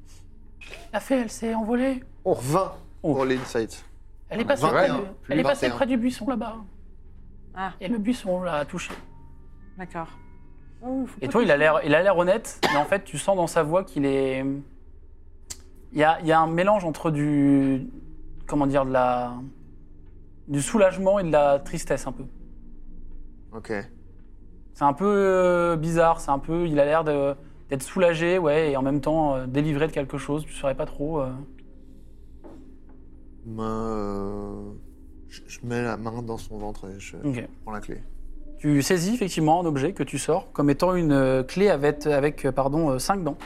Speaker 1: La fée, elle s'est envolée.
Speaker 4: On revint
Speaker 1: Oh.
Speaker 4: pour l'insight.
Speaker 1: Elle est passée,
Speaker 4: 21.
Speaker 1: près du, elle est passée
Speaker 4: 21.
Speaker 1: près du buisson là-bas.
Speaker 5: Ah.
Speaker 1: Et le buisson l'a touché.
Speaker 5: D'accord.
Speaker 2: Ah oui, faut
Speaker 1: Et
Speaker 2: pas
Speaker 1: toi,
Speaker 2: que-
Speaker 1: il a l'air, il a l'air honnête, mais en fait, tu sens dans sa voix qu'il est. Il y a, il y a un mélange entre du. Comment dire, de la. Du soulagement et de la tristesse, un peu.
Speaker 4: Ok.
Speaker 1: C'est un peu euh, bizarre, c'est un peu. Il a l'air de- d'être soulagé, ouais, et en même temps euh, délivré de quelque chose, tu saurais pas trop. euh.
Speaker 4: Ben, euh, je, je mets la main dans son ventre et je
Speaker 1: Ok.
Speaker 4: prends la clé.
Speaker 1: Tu saisis effectivement un objet que tu sors comme étant une euh, clé avec, avec euh, pardon, 5 dents.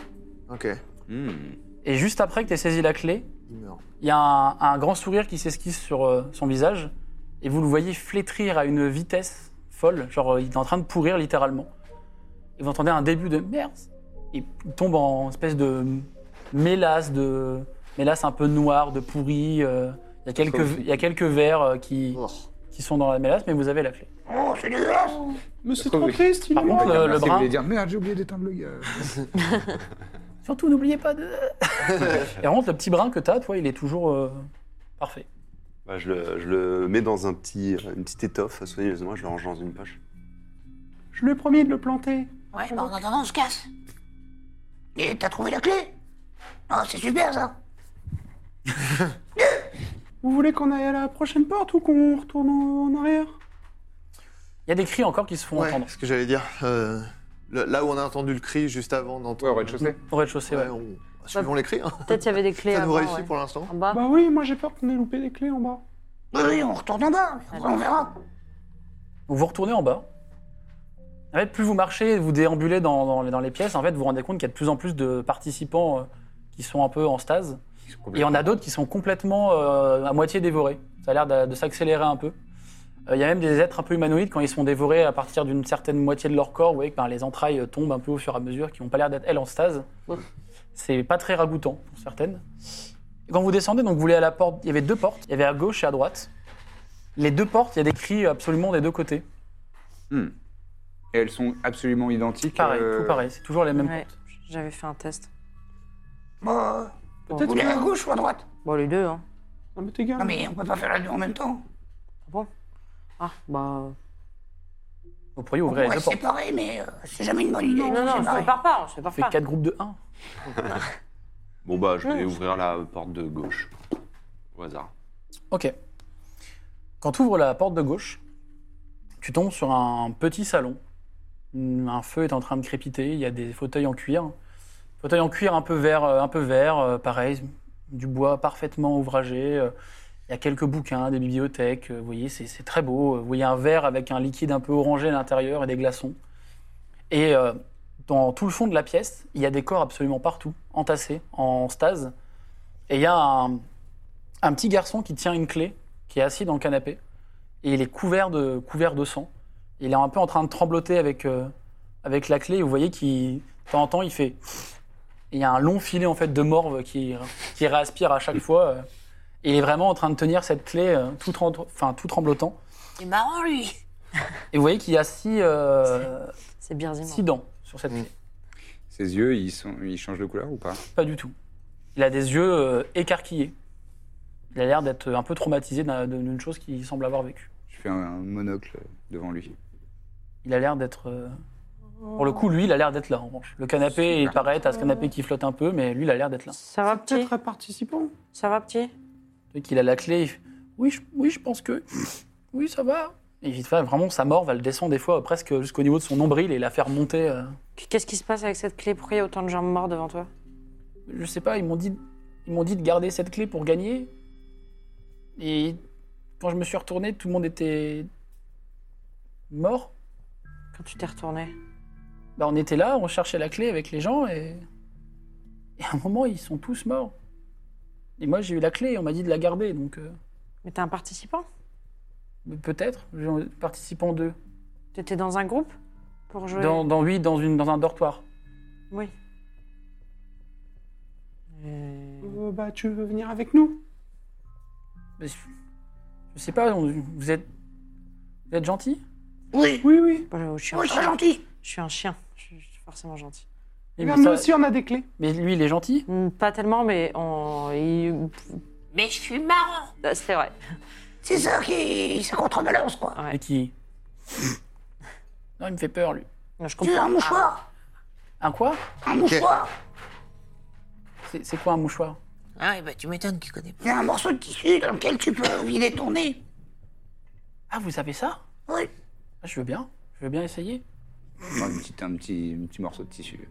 Speaker 4: Ok.
Speaker 8: Hmm.
Speaker 1: Et juste après que tu aies saisi la clé,
Speaker 4: Il meurt.
Speaker 1: Il y a un, un grand sourire qui s'esquisse sur euh, son visage et vous le voyez flétrir à une vitesse folle, genre euh, il est en train de pourrir littéralement. Et vous entendez un début de merde et il tombe en espèce de mélasse, de mélasse un peu noire, de pourri. euh, il y a quelques, il y a quelques vers euh, qui,
Speaker 4: Oh.
Speaker 1: qui sont dans la mélasse, mais vous avez la clé.
Speaker 3: Oh, c'est dégueulasse
Speaker 2: Mais
Speaker 6: Ça
Speaker 2: c'est
Speaker 6: se trouve,
Speaker 2: trop
Speaker 6: oui.
Speaker 2: triste, il
Speaker 1: Par
Speaker 2: est
Speaker 1: contre,
Speaker 2: mort.
Speaker 1: le, le
Speaker 6: Merci, vous
Speaker 1: brin,
Speaker 6: voulez dire merde, j'ai oublié d'éteindre le gars.
Speaker 1: surtout n'oubliez pas de. et par contre, le petit brin que t'as, toi, il est toujours euh, parfait.
Speaker 8: Bah, je, le, je le mets dans un petit, euh, une petite étoffe soigneusement, je le range dans une poche.
Speaker 2: Je lui ai promis de le planter.
Speaker 7: Ouais, bah en attendant, on se casse.
Speaker 3: Et t'as trouvé la clé Oh, c'est super ça
Speaker 2: Vous voulez qu'on aille à la prochaine porte ou qu'on retourne en, en arrière
Speaker 1: Il y a des cris encore qui se font
Speaker 4: Ouais,
Speaker 1: entendre
Speaker 4: ce que j'allais dire. euh, le- là où on a entendu le cri juste avant
Speaker 6: Ouais,
Speaker 4: d'entendre.
Speaker 6: au rez-de-chaussée.
Speaker 1: au rez-de-chaussée. ouais.
Speaker 4: Ouais, on- Suivons les cris. hein.
Speaker 5: Peut-être il y avait des clés
Speaker 4: Ça nous
Speaker 5: avant,
Speaker 4: réussit
Speaker 5: ouais.
Speaker 4: pour l'instant.
Speaker 5: en bas.
Speaker 2: Bah oui, moi j'ai peur qu'on ait loupé des clés en bas.
Speaker 3: Oui, oui, on retourne en bas, après, on verra.
Speaker 1: Donc vous retournez en bas. En fait, plus vous marchez, vous déambulez dans, dans les- dans les pièces, en fait, vous vous rendez compte qu'il y a de plus en plus de participants euh, qui sont un peu en stase. Et il y en a d'autres qui sont complètement euh, à moitié dévorés. Ça a l'air de, de s'accélérer un peu. Euh, Il y a même des êtres un peu humanoïdes, quand ils sont dévorés à partir d'une certaine moitié de leur corps, vous voyez que ben, les entrailles euh, tombent un peu au fur et à mesure, qui n'ont pas l'air d'être, elles, en stase.
Speaker 5: Ouf.
Speaker 1: C'est pas très ragoûtant pour certaines. Et quand vous descendez, donc vous voulez à la porte, il y avait deux portes, il y avait à gauche et à droite. Les deux portes, il y a des cris absolument des deux côtés.
Speaker 6: Hmm. Et elles sont absolument identiques.
Speaker 1: Pareil,
Speaker 6: euh,
Speaker 1: tout pareil, c'est toujours les mêmes
Speaker 5: Ouais.
Speaker 1: portes.
Speaker 5: J'avais fait un test.
Speaker 3: Bon, euh,
Speaker 2: Peut-être
Speaker 3: vous voulez à gauche ou à droite
Speaker 5: Bon, les deux, hein.
Speaker 2: Non mais t'es gars.
Speaker 3: Non, mais on peut pas faire les deux en même temps.
Speaker 5: Ah, bah.
Speaker 1: Vous pourriez
Speaker 3: On
Speaker 1: ouvrir les
Speaker 3: pourrait
Speaker 1: deux
Speaker 3: se
Speaker 1: portes.
Speaker 3: séparer, mais euh, c'est jamais une bonne idée.
Speaker 5: Non, non, on se
Speaker 3: séparer.
Speaker 5: sépare pas, on se
Speaker 1: Ça
Speaker 5: sépare
Speaker 1: fait
Speaker 5: pas.
Speaker 1: quatre groupes de 1.
Speaker 8: Bon bah je vais ouvrir la porte de gauche. Au hasard.
Speaker 1: Ok. Quand tu ouvres la porte de gauche, tu tombes sur un petit salon. Un feu est en train de crépiter, il y a des fauteuils en cuir. Fauteuils en cuir un peu vert, euh, un peu vert euh, pareil, du bois parfaitement ouvragé. euh, Il y a quelques bouquins, des bibliothèques, euh, vous voyez, c'est c'est très beau. Vous voyez un verre avec un liquide un peu orangé à l'intérieur et des glaçons. Et euh, dans tout le fond de la pièce, il y a des corps absolument partout, entassés, en stase. Et il y a un, un petit garçon qui tient une clé, qui est assis dans le canapé, et il est couvert de, couvert de sang. Il est un peu en train de trembloter avec, euh, avec la clé, et vous voyez qu'il, de temps en temps, il fait... et Il y a un long filet en fait de morve qui, qui réaspire à chaque fois. euh. Et il est vraiment en train de tenir cette clé euh, tout, trem- enfin, tout tremblotant.
Speaker 7: C'est marrant, lui.
Speaker 1: Et vous voyez qu'il y a six, euh,
Speaker 5: C'est bien
Speaker 1: six dents sur cette clé.
Speaker 6: Ses yeux, ils, sont, ils changent de couleur ou pas
Speaker 1: Pas du tout. Il a des yeux euh, écarquillés. Il a l'air d'être un peu traumatisé d'un- d'une chose qu'il semble avoir vécue.
Speaker 6: Je fais un, un monocle devant lui.
Speaker 1: Il a l'air d'être. euh, Pour le coup, lui, il a l'air d'être là, en revanche. Le canapé, il
Speaker 6: Super.
Speaker 1: paraît, t'as ce canapé qui flotte un peu, mais lui, il a l'air d'être là.
Speaker 5: Ça va,
Speaker 2: C'est
Speaker 5: petit
Speaker 2: peut-être un participant.
Speaker 5: Ça va, petit
Speaker 1: Dès qu'il a la clé, il fait, oui, je, oui, je pense que. Oui, ça va. Et vite fait, vraiment, sa mort va le descendre des fois euh, presque jusqu'au niveau de son nombril et la faire monter. euh,
Speaker 5: Qu'est-ce qui se passe avec cette clé Pourquoi il y a autant de gens morts devant toi
Speaker 1: je sais pas, ils m'ont dit, ils m'ont dit de garder cette clé pour gagner. Et quand je me suis retourné, tout le monde était mort.
Speaker 5: Quand tu t'es retourné
Speaker 1: Bah, on était là, on cherchait la clé avec les gens et... et à un moment, ils sont tous morts. Et moi, j'ai eu la clé et on m'a dit de la garder, donc euh,
Speaker 5: Mais t'es un participant
Speaker 1: peut-être, j'ai- participant 2.
Speaker 5: T'étais dans un groupe pour jouer
Speaker 1: Dans, dans, oui, dans, une, dans un dortoir.
Speaker 5: Oui. Euh,
Speaker 2: Euh, bah tu veux venir avec nous
Speaker 1: Mais je je sais pas, on- vous êtes, vous êtes gentil
Speaker 3: Oui,
Speaker 2: Oui, oui.
Speaker 5: bon, je, suis un
Speaker 3: oui,
Speaker 5: chien.
Speaker 3: très gentil.
Speaker 5: je suis un chien. Je suis je suis forcément gentil.
Speaker 1: Oui, mais,
Speaker 2: Regarde, nous
Speaker 1: ça-
Speaker 2: aussi on a des clés.
Speaker 5: Mm,
Speaker 1: mais lui, il est gentil
Speaker 5: Hmm, Pas tellement, mais on... il-
Speaker 7: Mais je suis marrant.
Speaker 5: Euh, C'est vrai.
Speaker 3: C'est ça qui. Ça contrebalance, quoi.
Speaker 5: Ouais.
Speaker 1: Et qui. non, il me fait peur, lui.
Speaker 2: Ah,
Speaker 5: Je
Speaker 3: Tu veux un
Speaker 5: comprends.
Speaker 3: mouchoir
Speaker 1: Un quoi
Speaker 3: Un mouchoir
Speaker 1: C'est c'est quoi un mouchoir
Speaker 7: Ah oui, bah tu m'étonnes qu'il connaît pas.
Speaker 3: Il y a un morceau de tissu dans lequel tu peux vider ton nez.
Speaker 1: Ah, vous savez ça
Speaker 3: Oui.
Speaker 1: Ah, Je veux bien. Je veux bien essayer.
Speaker 6: Un petit, un petit, un petit morceau de tissu.
Speaker 1: Le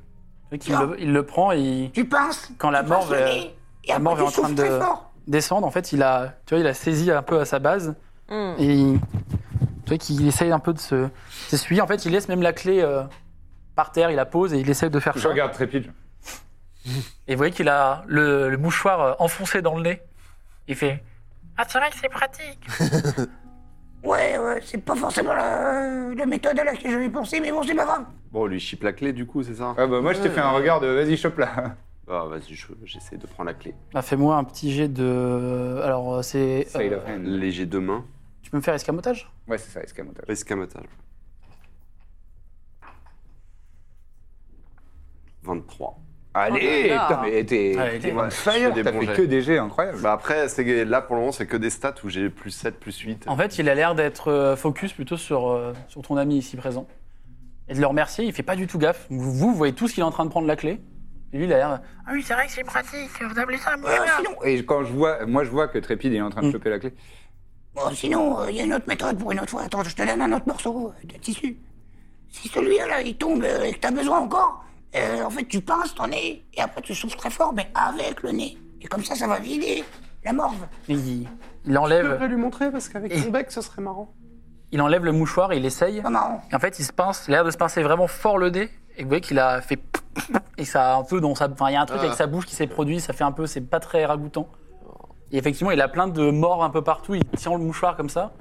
Speaker 1: mec, Il le, il le prend et il-
Speaker 3: Tu pinces
Speaker 1: quand la
Speaker 3: tu
Speaker 1: mort
Speaker 3: pinces le
Speaker 1: va-
Speaker 3: nez, et
Speaker 1: la
Speaker 3: après,
Speaker 1: mort
Speaker 3: tu
Speaker 1: est en train
Speaker 3: souffles très
Speaker 1: de
Speaker 3: fort.
Speaker 1: descendre, en fait, il a, tu vois, il a saisi un peu à sa base et il- tu vois qu'il essaye un peu de se s'essuyer. En fait, il laisse même la clé euh, par terre, il la pose et il essaie de faire
Speaker 6: Je
Speaker 1: ça.
Speaker 6: regarde Trépide.
Speaker 1: Et vous voyez qu'il a le, le mouchoir euh, enfoncé dans le nez. Il fait
Speaker 7: Ah, c'est vrai que c'est pratique.
Speaker 3: Ouais, ouais, c'est pas forcément la, la méthode à laquelle j'avais pensé, mais bon, c'est pas grave.
Speaker 8: Bon, on lui chip la clé, du coup, c'est ça
Speaker 6: Ah bah moi je t'ai fait un regard de vas-y chope là.
Speaker 8: Ah, vas-y, je- j'essaie de prendre la clé.
Speaker 1: Ah, Fais-moi un petit jet de. Alors, euh, c'est.
Speaker 6: Sleight
Speaker 1: euh,
Speaker 6: of hand.
Speaker 8: Léger de main,
Speaker 1: tu peux me faire escamotage
Speaker 6: Ouais c'est ça, escamotage.
Speaker 8: escamotage. 23.
Speaker 6: Allez,
Speaker 5: Oh là.
Speaker 6: putain, mais t'es
Speaker 1: Allez,
Speaker 6: t'es
Speaker 1: t'es-
Speaker 6: on
Speaker 8: je
Speaker 6: fire,
Speaker 8: fais des
Speaker 6: t'as
Speaker 8: bons
Speaker 6: fait
Speaker 8: jets.
Speaker 6: que des jets incroyables.
Speaker 8: Bah après, c'est- là pour le moment, c'est que des stats où j'ai plus 7, plus 8.
Speaker 1: En fait, il a l'air d'être euh, focus plutôt sur, euh, sur ton ami ici présent. Et de le remercier, il fait pas du tout gaffe. Vous, vous voyez tout ce qu'il est en train de prendre la clé. Et lui, il a l'air.
Speaker 7: Ah oui, c'est vrai que c'est pratique. Vous appelez ça un
Speaker 3: Euh,
Speaker 7: mouchoir
Speaker 3: sinon,
Speaker 6: Et quand je vois, moi je vois que Trépide est en train de
Speaker 1: Mm.
Speaker 6: choper la clé.
Speaker 3: bon, Euh, sinon, il y a une autre méthode pour une autre fois. Attends, je te donne un autre morceau euh, de tissu. Si celui-là, là, il tombe euh, et que t'as besoin encore, euh, en fait, tu pinces ton nez et après, tu souffles très fort, mais avec le nez. Et comme ça, ça va vider la morve.
Speaker 1: et Il, il
Speaker 2: Je
Speaker 1: enlève,
Speaker 2: devrais lui montrer parce qu'avec son bec, ce serait marrant.
Speaker 1: il enlève le mouchoir, il essaye.
Speaker 3: Pas marrant.
Speaker 1: Et en fait, il se pince, il a l'air de se pincer vraiment fort le nez. Et vous voyez qu'il a fait. Et ça a un peu dans sa. Enfin, il y a un truc
Speaker 4: Ah.
Speaker 1: avec sa bouche qui s'est produit, ça fait un peu. C'est pas très ragoûtant. Et effectivement, il a plein de morts un peu partout. Il tient le mouchoir comme ça.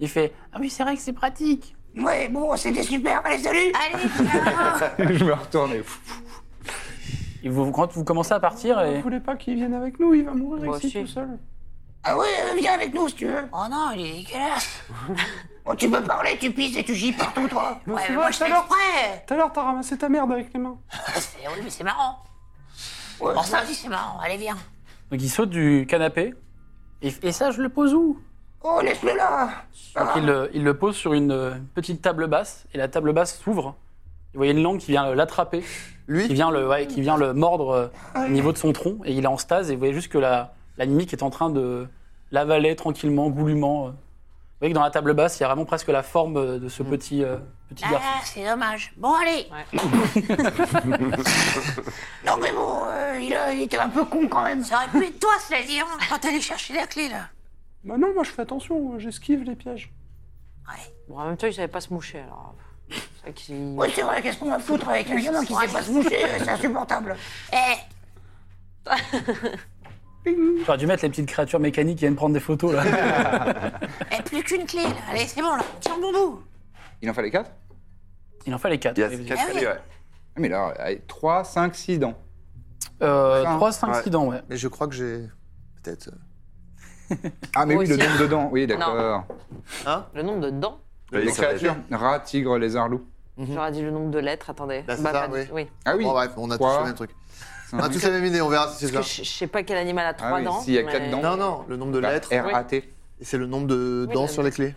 Speaker 1: Il fait Ah oui, c'est vrai que c'est pratique.
Speaker 3: Ouais, bon, c'était super. Allez, salut
Speaker 7: Allez, ciao.
Speaker 6: je me retourne et
Speaker 1: Et vous, quand vous commencez à partir,
Speaker 2: Vous
Speaker 1: et
Speaker 2: voulez pas qu'il vienne avec nous Il va mourir
Speaker 5: Moi
Speaker 2: ici
Speaker 5: aussi.
Speaker 2: tout seul.
Speaker 3: Ah ouais, euh, viens avec nous si tu veux.
Speaker 7: Oh non, il est dégueulasse.
Speaker 3: Bon, Oh, tu peux parler, tu pisses et tu gis partout, toi.
Speaker 2: Mais
Speaker 7: Ouais,
Speaker 2: c'est
Speaker 7: mais
Speaker 2: vrai,
Speaker 7: moi, je
Speaker 2: Bah, tout à
Speaker 7: fais
Speaker 2: l'heure,
Speaker 7: exprès.
Speaker 2: tout à l'heure, t'as ramassé ta merde avec les mains.
Speaker 7: C'est- Oui, mais c'est marrant.
Speaker 3: Ouais,
Speaker 7: Bon, ça aussi, c'est marrant. Allez, viens.
Speaker 1: donc il saute du canapé. Et, et ça, je le pose où
Speaker 3: Oh, laisse-le là
Speaker 1: Donc il, le- il le pose sur une euh, petite table basse. Et la table basse s'ouvre. Vous voyez une langue qui vient l'attraper. qui
Speaker 4: Lui
Speaker 1: vient le, ouais, qui vient le mordre euh, au niveau de son tronc et il est en stase et vous voyez juste que la, la mimique est en train de l'avaler tranquillement, goulûment. euh. Vous voyez que dans la table basse, il y a vraiment presque la forme euh, de ce petit, euh, petit garçon.
Speaker 7: Ah, c'est dommage. Bon, allez.
Speaker 3: Non, mais bon, euh, il, a- il était un peu con quand même.
Speaker 7: Ça aurait pu être toi, cela dit, hein, quand t'allais chercher la clé, là.
Speaker 2: Bah non, moi je fais attention, j'esquive les pièges.
Speaker 5: Bon, en même temps, il savait pas se moucher alors. C'est ça qui.
Speaker 3: Ouais, c'est vrai, Ah, qu'est-ce qu'on va foutre avec un gamin qui sait pas se moucher euh, C'est insupportable.
Speaker 7: Eh,
Speaker 1: J'aurais dû mettre les petites créatures mécaniques qui viennent prendre des photos là.
Speaker 7: eh, plus qu'une clé, là. Allez, c'est bon, là. Tire mon bout.
Speaker 6: il en fallait 4
Speaker 1: Il en fallait quatre.
Speaker 8: Il y a
Speaker 1: Et-
Speaker 8: quatre
Speaker 7: Ah oui.
Speaker 8: clés, ouais.
Speaker 6: Mais là, 3, 5, 6 dents.
Speaker 1: Euh,
Speaker 6: Enfin,
Speaker 1: 3, 5, 6 dents, ouais.
Speaker 4: Mais je crois que j'ai. Peut-être. euh,
Speaker 6: Ah mais
Speaker 5: Moi
Speaker 6: oui, le
Speaker 5: aussi.
Speaker 6: nombre de dents, oui d'accord.
Speaker 4: Hein
Speaker 5: Le nombre de dents Mhm.
Speaker 8: Bah,
Speaker 6: Les
Speaker 8: ça va être-
Speaker 6: créatures, rat, tigre, lézard, loup.
Speaker 5: J'aurais dit le nombre de lettres, attendez.
Speaker 4: Là, Bah, c'est
Speaker 3: Bah,
Speaker 4: ça,
Speaker 5: pas
Speaker 4: oui.
Speaker 5: du- oui.
Speaker 6: Ah oui,
Speaker 4: Bon, bref, on a tous
Speaker 6: Trois.
Speaker 4: le même truc. On a tous la même idée, on verra si c'est Ah, ça.
Speaker 5: Parce que je, je sais pas quel animal a trois
Speaker 6: Ah oui,
Speaker 5: dents.
Speaker 6: s'il y a quatre dents.
Speaker 4: Non, non, le nombre de
Speaker 6: Bah,
Speaker 4: lettres,
Speaker 6: RAT.
Speaker 4: et c'est le nombre de
Speaker 5: Oui,
Speaker 4: dents
Speaker 5: le-
Speaker 4: sur les clés.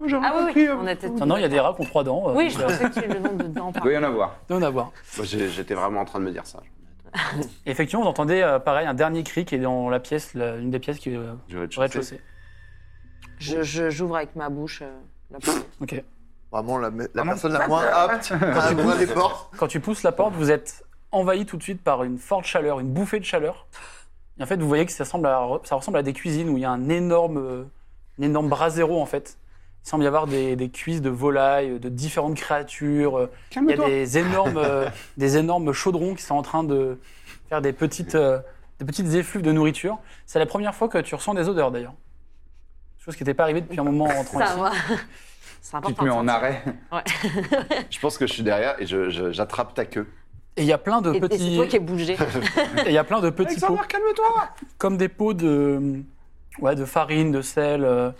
Speaker 2: Moi, J'avais
Speaker 5: Ah oui,
Speaker 2: compris.
Speaker 5: oui,
Speaker 6: hein.
Speaker 2: euh,
Speaker 5: on était-
Speaker 2: vous-
Speaker 1: Non, non, il y a des rats qui ont 3 dents. euh,
Speaker 5: Oui,
Speaker 1: donc,
Speaker 5: je
Speaker 1: euh,
Speaker 5: pensais que c'est le nombre de dents.
Speaker 6: Il
Speaker 5: pardon.
Speaker 6: doit y en avoir.
Speaker 1: donne à voir.
Speaker 8: Moi, j'ai- J'étais vraiment en train de me dire ça.
Speaker 1: Et Effectivement, vous entendez euh, pareil un dernier cri qui est dans la pièce, la- une des pièces qui est euh,
Speaker 8: Je vais être
Speaker 1: au rez-de-chaussée.
Speaker 5: Je- je- J'ouvre avec ma bouche. euh, la porte.
Speaker 1: Ok.
Speaker 4: Vraiment, la, me- la
Speaker 6: Ah non.
Speaker 4: personne la moins apte à ouvrir les portes.
Speaker 1: Quand tu pousses la porte, vous êtes envahi tout de suite par une forte chaleur, une bouffée de chaleur. Et en fait, vous voyez que ça, ressemble à, ça ressemble à des cuisines où il y a un énorme, euh, un énorme brasero, en fait. Il semble y avoir des, des cuisses de volailles, de différentes créatures. euh, Il y a
Speaker 2: Calme-toi.
Speaker 1: des énormes, euh, des énormes chaudrons qui sont en train de faire des petites, euh, des petites effluves de nourriture. C'est la première fois que tu ressens des odeurs, d'ailleurs. Chose qui n'était pas arrivée depuis un moment en rentrant
Speaker 5: Ça
Speaker 1: ici.
Speaker 5: va. C'est important.
Speaker 6: Tu te mets
Speaker 5: de
Speaker 6: en
Speaker 5: sentir.
Speaker 6: arrêt.
Speaker 8: Je pense que je suis derrière et je- je- j'attrape ta queue.
Speaker 1: Et il y a plein de
Speaker 5: Et, et c'est
Speaker 1: petits,
Speaker 5: toi qui es bougé.
Speaker 1: et il y a plein de petits pots.
Speaker 2: Alexander, calme-toi
Speaker 1: comme des pots de, ouais, de farine, de sel. euh,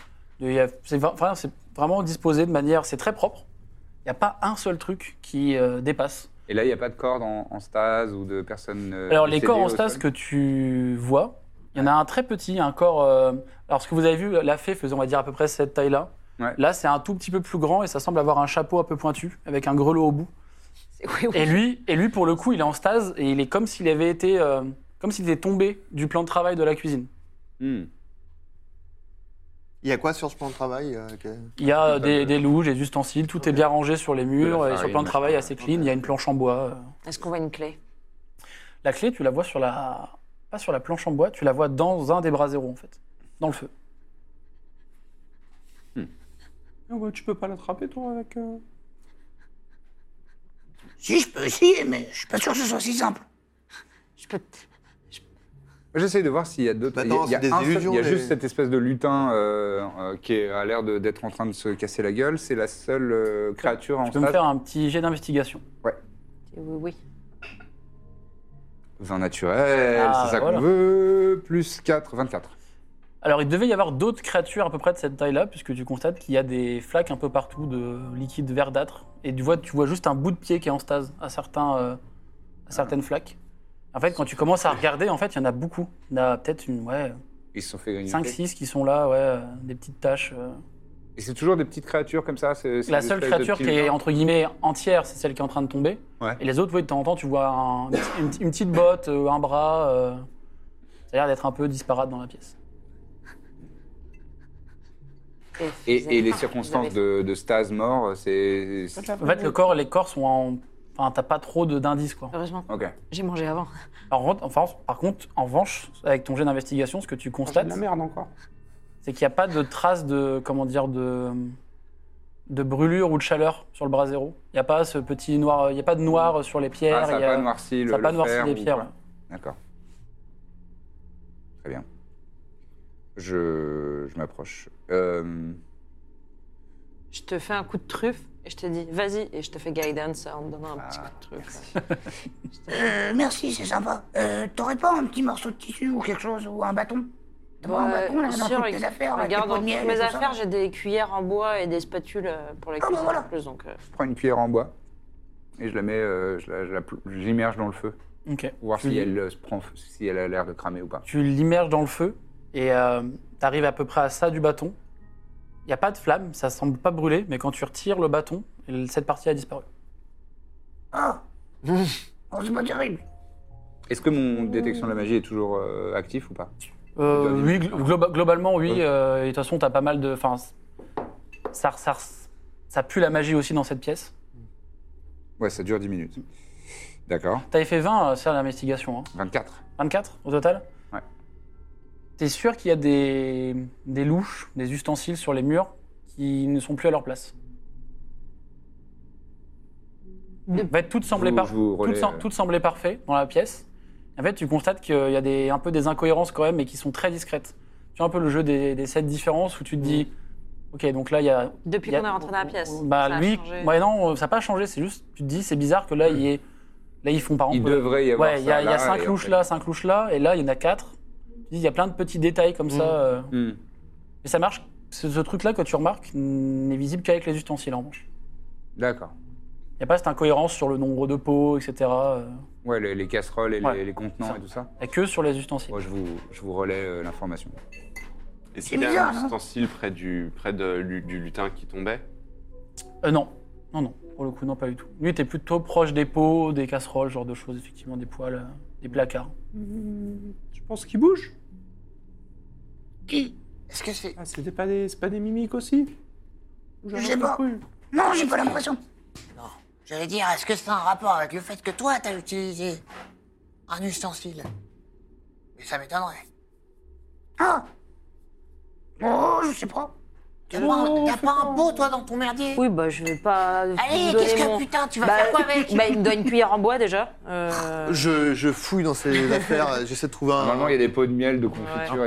Speaker 1: de- il y a- c'est vra- enfin, c'est vraiment disposé de manière. C'est très propre. Il n'y a pas un seul truc qui euh, dépasse.
Speaker 6: Et là, il n'y a pas de corps en, en stase ou de personnes. euh,
Speaker 1: Alors, les
Speaker 6: décédées
Speaker 1: corps en
Speaker 6: au
Speaker 1: stase
Speaker 6: sol
Speaker 1: que tu vois, Il y en a un très petit, un corps. euh, alors, ce que vous avez vu, la fée faisait, on va dire, à peu près cette taille-là.
Speaker 6: Ouais.
Speaker 1: Là, c'est un tout petit peu plus grand et ça semble avoir un chapeau un peu pointu, avec un grelot au bout.
Speaker 5: Oui, oui.
Speaker 1: Et lui, et lui, pour le coup, il est en stase et il est comme s'il avait été. euh, comme s'il était tombé du plan de travail de la cuisine.
Speaker 8: Hmm.
Speaker 4: Il y a quoi sur ce plan de travail euh, que-
Speaker 1: Il y a euh, des, des louges, des ustensiles, tout est bien rangé sur les murs, et sur le plan
Speaker 8: farine,
Speaker 1: de travail assez clean, il y a une planche en bois. euh.
Speaker 5: Est-ce qu'on voit une clé
Speaker 1: La clé, tu la vois sur la. Pas sur la planche en bois, tu la vois dans un des braseros, en fait. Dans le feu.
Speaker 2: Ah ouais, tu peux pas l'attraper, toi, avec. euh,
Speaker 3: Si, je peux essayer, mais je suis pas sûr que ce soit si simple.
Speaker 5: Je peux.
Speaker 6: J'essaye de voir s'il y a d'autres.
Speaker 4: Bah
Speaker 6: il y a-
Speaker 4: non,
Speaker 6: il y a,
Speaker 4: c'est des
Speaker 6: un seul-
Speaker 4: illusions,
Speaker 6: il y a
Speaker 4: les-
Speaker 6: juste cette espèce de lutin euh, euh, qui est- a l'air de- d'être en train de se casser la gueule. C'est la seule euh, créature en
Speaker 1: Tu peux me
Speaker 6: face.
Speaker 1: faire un petit jet d'investigation.
Speaker 5: Oui, oui.
Speaker 6: 20 naturel,
Speaker 1: Ah,
Speaker 6: c'est ça
Speaker 1: voilà.
Speaker 6: qu'on veut. Plus 4, 24.
Speaker 1: Alors, il devait y avoir d'autres créatures à peu près de cette taille-là, puisque tu constates qu'il y a des flaques un peu partout de liquide verdâtre. Et tu vois, tu vois juste un bout de pied qui est en stase à, certains, euh, à certaines flaques. En fait, quand tu commences à regarder, en fait, il y en a beaucoup. Il y en a peut-être une, ouais,
Speaker 6: Ils se sont fait grignoter.
Speaker 1: 5-6 qui sont là, ouais, euh, des petites taches. euh.
Speaker 6: Et c'est toujours des petites créatures comme ça. c'est- c'est
Speaker 1: La
Speaker 6: des
Speaker 1: seule
Speaker 6: espèces de
Speaker 1: créature
Speaker 6: petits
Speaker 1: qui est
Speaker 6: lutins.
Speaker 1: entre guillemets entière, c'est celle qui est en train de tomber.
Speaker 6: Ouais.
Speaker 1: Et les autres, oui, de temps en temps, tu vois un- une, petite- une petite botte, euh, un bras. euh, Ça a l'air d'être un peu disparate dans la pièce.
Speaker 6: Et, et les circonstances de, de Stas mort, c'est. c'est-
Speaker 1: En fait, le corps, les corps sont en. Enfin, t'as pas trop de- d'indices, quoi.
Speaker 5: Heureusement,
Speaker 6: Ok.
Speaker 5: j'ai mangé avant.
Speaker 1: Par contre, enfin, par contre, en revanche, avec ton jet d'investigation, ce que tu
Speaker 2: j'ai de
Speaker 1: constates,
Speaker 2: la merde encore.
Speaker 1: c'est qu'il n'y a pas de traces de. Comment dire De, de brûlure ou de chaleur sur le bras zéro. Il n'y a pas ce petit noir. Il n'y a pas de noir sur les pierres.
Speaker 6: Ah, ça
Speaker 1: il y
Speaker 6: n'a
Speaker 1: a-
Speaker 6: pas noirci le.
Speaker 1: ça a
Speaker 6: le
Speaker 1: pas noirci
Speaker 6: fer
Speaker 1: les
Speaker 6: ou
Speaker 1: pierres.
Speaker 6: quoi. D'accord. Très bien. Je, je m'approche. Euh,
Speaker 5: Je te fais un coup de truffe et je te dis vas-y et je te fais guidance en te donnant un petit coup de
Speaker 7: Ah,
Speaker 5: truffe.
Speaker 3: Euh, merci, c'est sympa. Euh, t'aurais pas un petit morceau de tissu ou quelque chose, ou un bâton T'as pas un
Speaker 7: bah,
Speaker 5: Euh,
Speaker 3: bâton, là, dans
Speaker 5: sûr,
Speaker 3: toutes tes affaires, là, tes
Speaker 5: regarde,
Speaker 3: pots
Speaker 5: dans
Speaker 3: de
Speaker 5: toutes
Speaker 3: miel et
Speaker 5: mes
Speaker 3: tout ça
Speaker 5: affaires, j'ai des cuillères en bois et des spatules euh, pour la
Speaker 3: bah
Speaker 7: Ah,
Speaker 5: cuisine en
Speaker 3: voilà.
Speaker 5: plus. Donc, euh,
Speaker 6: je prends une cuillère en bois et je la mets, euh, je la- je la pl- je l'immerge dans le feu
Speaker 1: Ok.
Speaker 6: pour voir
Speaker 1: Tu-
Speaker 6: si elle, euh, se prend, si elle a l'air de cramer ou pas.
Speaker 1: Tu l'immerges dans le feu et euh, t'arrives à peu près à ça du bâton. Il n'y a pas de flamme, ça semble pas brûler, mais quand tu retires le bâton, elle- cette partie a disparu.
Speaker 3: Ah Oh, c'est pas terrible.
Speaker 6: Est-ce que mon détection de la magie est toujours euh, actif ou pas
Speaker 1: Euh,
Speaker 6: Dernier
Speaker 1: oui,
Speaker 6: bouton.
Speaker 1: glo- globa- globalement, oui.
Speaker 6: Ouais.
Speaker 1: euh, et de toute façon, t'as pas mal de. Enfin, c- ça, ça, ça pue la magie aussi dans cette pièce.
Speaker 6: Ouais, ça dure 10 minutes. D'accord.
Speaker 1: T'avais fait 20, euh, c'est l'investigation. hein.
Speaker 6: 24.
Speaker 1: 24 au total
Speaker 6: Ouais.
Speaker 1: T'es sûr qu'il y a des, des louches, des ustensiles sur les murs qui ne sont plus à leur place En fait, tout semblait,
Speaker 6: Vous-
Speaker 1: par...
Speaker 6: je vous
Speaker 1: tout
Speaker 6: relais,
Speaker 1: sem-
Speaker 6: euh.
Speaker 1: tout semblait parfait dans la pièce. En fait, tu constates qu'il y a des, un peu des incohérences quand même, mais qui sont très discrètes. Tu vois un peu le jeu des, des sept différences où tu te dis,
Speaker 6: Mm.
Speaker 1: ok, donc là, il y a
Speaker 5: depuis
Speaker 1: Il y a-
Speaker 5: qu'on est rentré dans la pièce,
Speaker 1: Bah
Speaker 5: ça a
Speaker 1: lui,
Speaker 5: changé.
Speaker 1: ouais, non, ça n'a pas changé. C'est juste, tu te dis, c'est bizarre que là, il y ait- là ils font par
Speaker 6: Mm. Il
Speaker 1: exemple.
Speaker 6: devrait y avoir.
Speaker 1: ouais, il y
Speaker 6: ça
Speaker 1: a, il y a
Speaker 6: là,
Speaker 1: cinq
Speaker 6: et
Speaker 1: louches
Speaker 6: après-
Speaker 1: là, cinq louches là, et là, il y en a quatre. Tu dis, Il y a plein de petits détails comme ça. euh,
Speaker 6: Hmm.
Speaker 1: mais ça marche. Ce, ce truc-là que tu remarques n'est visible qu'avec les ustensiles en revanche.
Speaker 6: D'accord.
Speaker 1: Il n'y a pas cette incohérence sur le nombre de pots, etc. euh,
Speaker 6: Ouais, les, les casseroles et
Speaker 1: Ouais,
Speaker 6: les, les contenants
Speaker 1: ça.
Speaker 6: et tout ça.
Speaker 1: Il n'y a que sur les ustensiles.
Speaker 6: Moi, je vous, je vous relais euh, l'information.
Speaker 8: Est-ce
Speaker 3: C'est
Speaker 8: qu'il y a
Speaker 3: bizarre,
Speaker 8: un
Speaker 3: hein
Speaker 8: ustensile près, du, près de, lu- du lutin qui tombait
Speaker 1: Euh, non. Non, non. Pour le coup, non, pas du tout. Lui était plutôt proche des pots, des casseroles, ce genre de choses, effectivement, des poils, euh, des placards.
Speaker 2: Tu penses qu'il bouge
Speaker 3: Qui
Speaker 7: Est-ce que c'est.
Speaker 2: ah, C'était pas des, c'est pas des mimiques aussi J'ai
Speaker 3: Je
Speaker 2: rien
Speaker 3: sais pas.
Speaker 2: compris.
Speaker 3: Non, j'ai pas l'impression.
Speaker 7: J'allais dire, est-ce que c'est un rapport avec le fait que toi, t'as utilisé un ustensile Mais ça m'étonnerait.
Speaker 3: Ah Oh, je sais pas.
Speaker 7: T'as pas,
Speaker 5: Euh,
Speaker 7: un-
Speaker 2: Oh,
Speaker 7: t'as
Speaker 2: fais
Speaker 7: pas
Speaker 2: pas.
Speaker 7: un pot, toi, dans ton merdier
Speaker 5: Oui, bah je vais pas.
Speaker 7: Allez,
Speaker 5: vous donner
Speaker 7: qu'est-ce que
Speaker 5: mon-
Speaker 7: putain, tu vas
Speaker 5: bah,
Speaker 7: faire quoi avec
Speaker 5: bah, il me donne une cuillère en bois déjà. Euh,
Speaker 4: je, je fouille dans ces affaires, euh, j'essaie de trouver un.
Speaker 6: Normalement, il y a des pots de miel, de confiture.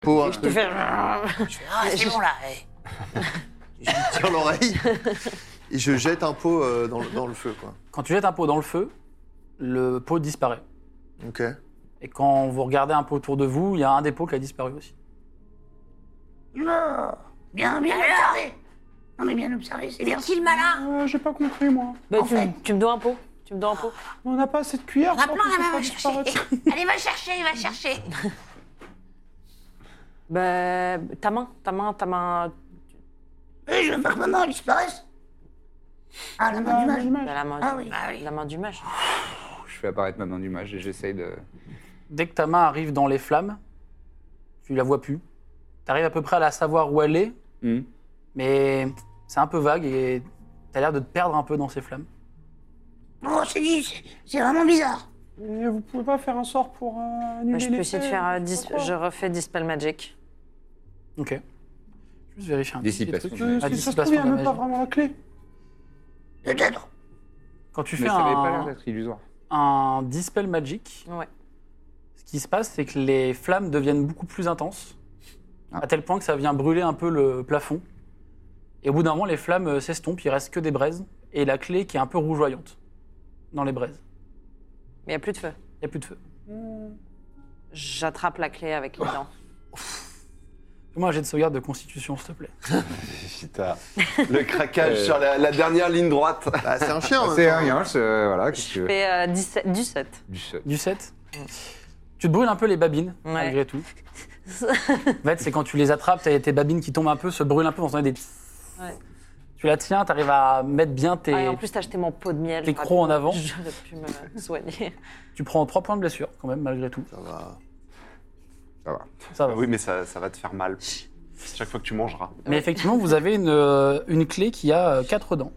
Speaker 4: Pour...
Speaker 5: Je te fais.
Speaker 7: Ah, c'est bon là. eh.
Speaker 4: sur l'oreille. Et je jette un pot euh, dans, le, dans le feu, quoi.
Speaker 1: Quand tu jettes un pot dans le feu, le pot disparaît.
Speaker 4: Ok.
Speaker 1: Et quand vous regardez un peu autour de vous, il y a un des pots qui a disparu aussi.
Speaker 3: Ah, Bien, bien observé. Non, mais bien observé, c'est bien.
Speaker 7: C'est qui le malin
Speaker 2: Euh, J'ai pas compris, moi.
Speaker 5: Bah, tu, me- tu me dois un pot. Tu me dois un pot.
Speaker 2: On n'a pas assez de cuillères.
Speaker 7: On a
Speaker 2: pour
Speaker 7: plein
Speaker 2: que
Speaker 7: là,
Speaker 2: ça
Speaker 7: va
Speaker 2: fasse disparaître.
Speaker 7: chercher. Allez, va chercher, va chercher.
Speaker 5: Bah, ta main, ta main, ta main.
Speaker 3: Eh, je veux pas que maman elle disparaisse. Ah, la main du mage.
Speaker 5: bah, la main.
Speaker 3: Ah oui.
Speaker 5: La main du mage.
Speaker 6: Je fais apparaître ma main du mage et j'essaye de.
Speaker 1: Dès que ta main arrive dans les flammes, tu la vois plus. Tu arrives à peu près à la savoir où elle est,
Speaker 6: Hmm.
Speaker 1: mais c'est un peu vague et t'as l'air de te perdre un peu dans ces flammes.
Speaker 3: Oh, c'est dit, c'est- c'est vraiment bizarre.
Speaker 2: Et vous pouvez pas faire un sort pour euh, annuler
Speaker 5: Bah, je peux
Speaker 2: l'effet,
Speaker 5: essayer de faire. euh,
Speaker 2: je sais
Speaker 5: dis-
Speaker 2: pas quoi.
Speaker 5: je refais Dispel Magic.
Speaker 1: Ok. Je vais Juste vérifier un petit
Speaker 6: Dissipation.
Speaker 1: truc.
Speaker 2: Euh,
Speaker 1: Ah,
Speaker 2: Si ça se
Speaker 1: dissipation
Speaker 2: trouve, il y a
Speaker 1: de
Speaker 2: même pas
Speaker 1: magie.
Speaker 2: vraiment la clé.
Speaker 3: Peut-être.
Speaker 1: Quand tu
Speaker 6: Mais
Speaker 1: fais
Speaker 6: ça avait pas l'air
Speaker 1: un,
Speaker 6: d'être illusoire.
Speaker 1: un dispel magic,
Speaker 5: Ouais.
Speaker 1: ce qui se passe, c'est que les flammes deviennent beaucoup plus intenses,
Speaker 6: Ah.
Speaker 1: à tel point que ça vient brûler un peu le plafond. Et au bout d'un moment, les flammes euh, s'estompent, il reste que des braises, et la clé qui est un peu rougeoyante dans les braises.
Speaker 5: Mais il n'y a plus de feu.
Speaker 1: Il n'y a plus de feu.
Speaker 5: Hmm. J'attrape la clé avec les dents.
Speaker 1: Fais-moi un jet de sauvegarde de constitution, s'il te plaît.
Speaker 8: Putain. Le
Speaker 6: Euh.
Speaker 8: craquage sur la, la dernière ligne droite. Ah,
Speaker 4: Bah, c'est un chien, en même
Speaker 6: C'est
Speaker 4: temps.
Speaker 6: un Yance, euh, voilà, qu'est-ce que tu
Speaker 5: Je
Speaker 6: veux
Speaker 5: fais euh, 17 du 7.
Speaker 6: Du seul.
Speaker 1: Du 7. Tu te brûles un peu les babines,
Speaker 5: Ouais.
Speaker 1: malgré tout. en fait, c'est quand tu les attrapes, t'as tes babines qui tombent un peu, se brûlent un peu, on entend des...
Speaker 5: Ouais.
Speaker 1: Tu la tiens, t'arrives à mettre bien tes...
Speaker 5: Ah, et en plus, t'as acheté mon pot de miel.
Speaker 1: Tes crocs en avant.
Speaker 5: J'aurais pu me soigner.
Speaker 1: Tu prends 3 points de blessure, quand même, malgré tout.
Speaker 4: Ça va.
Speaker 6: Ça va.
Speaker 1: Ça va.
Speaker 8: Ah oui, mais ça, ça va te faire mal. Chaque fois que tu mangeras.
Speaker 1: Mais effectivement, vous avez une, euh, une clé qui a 4 dents.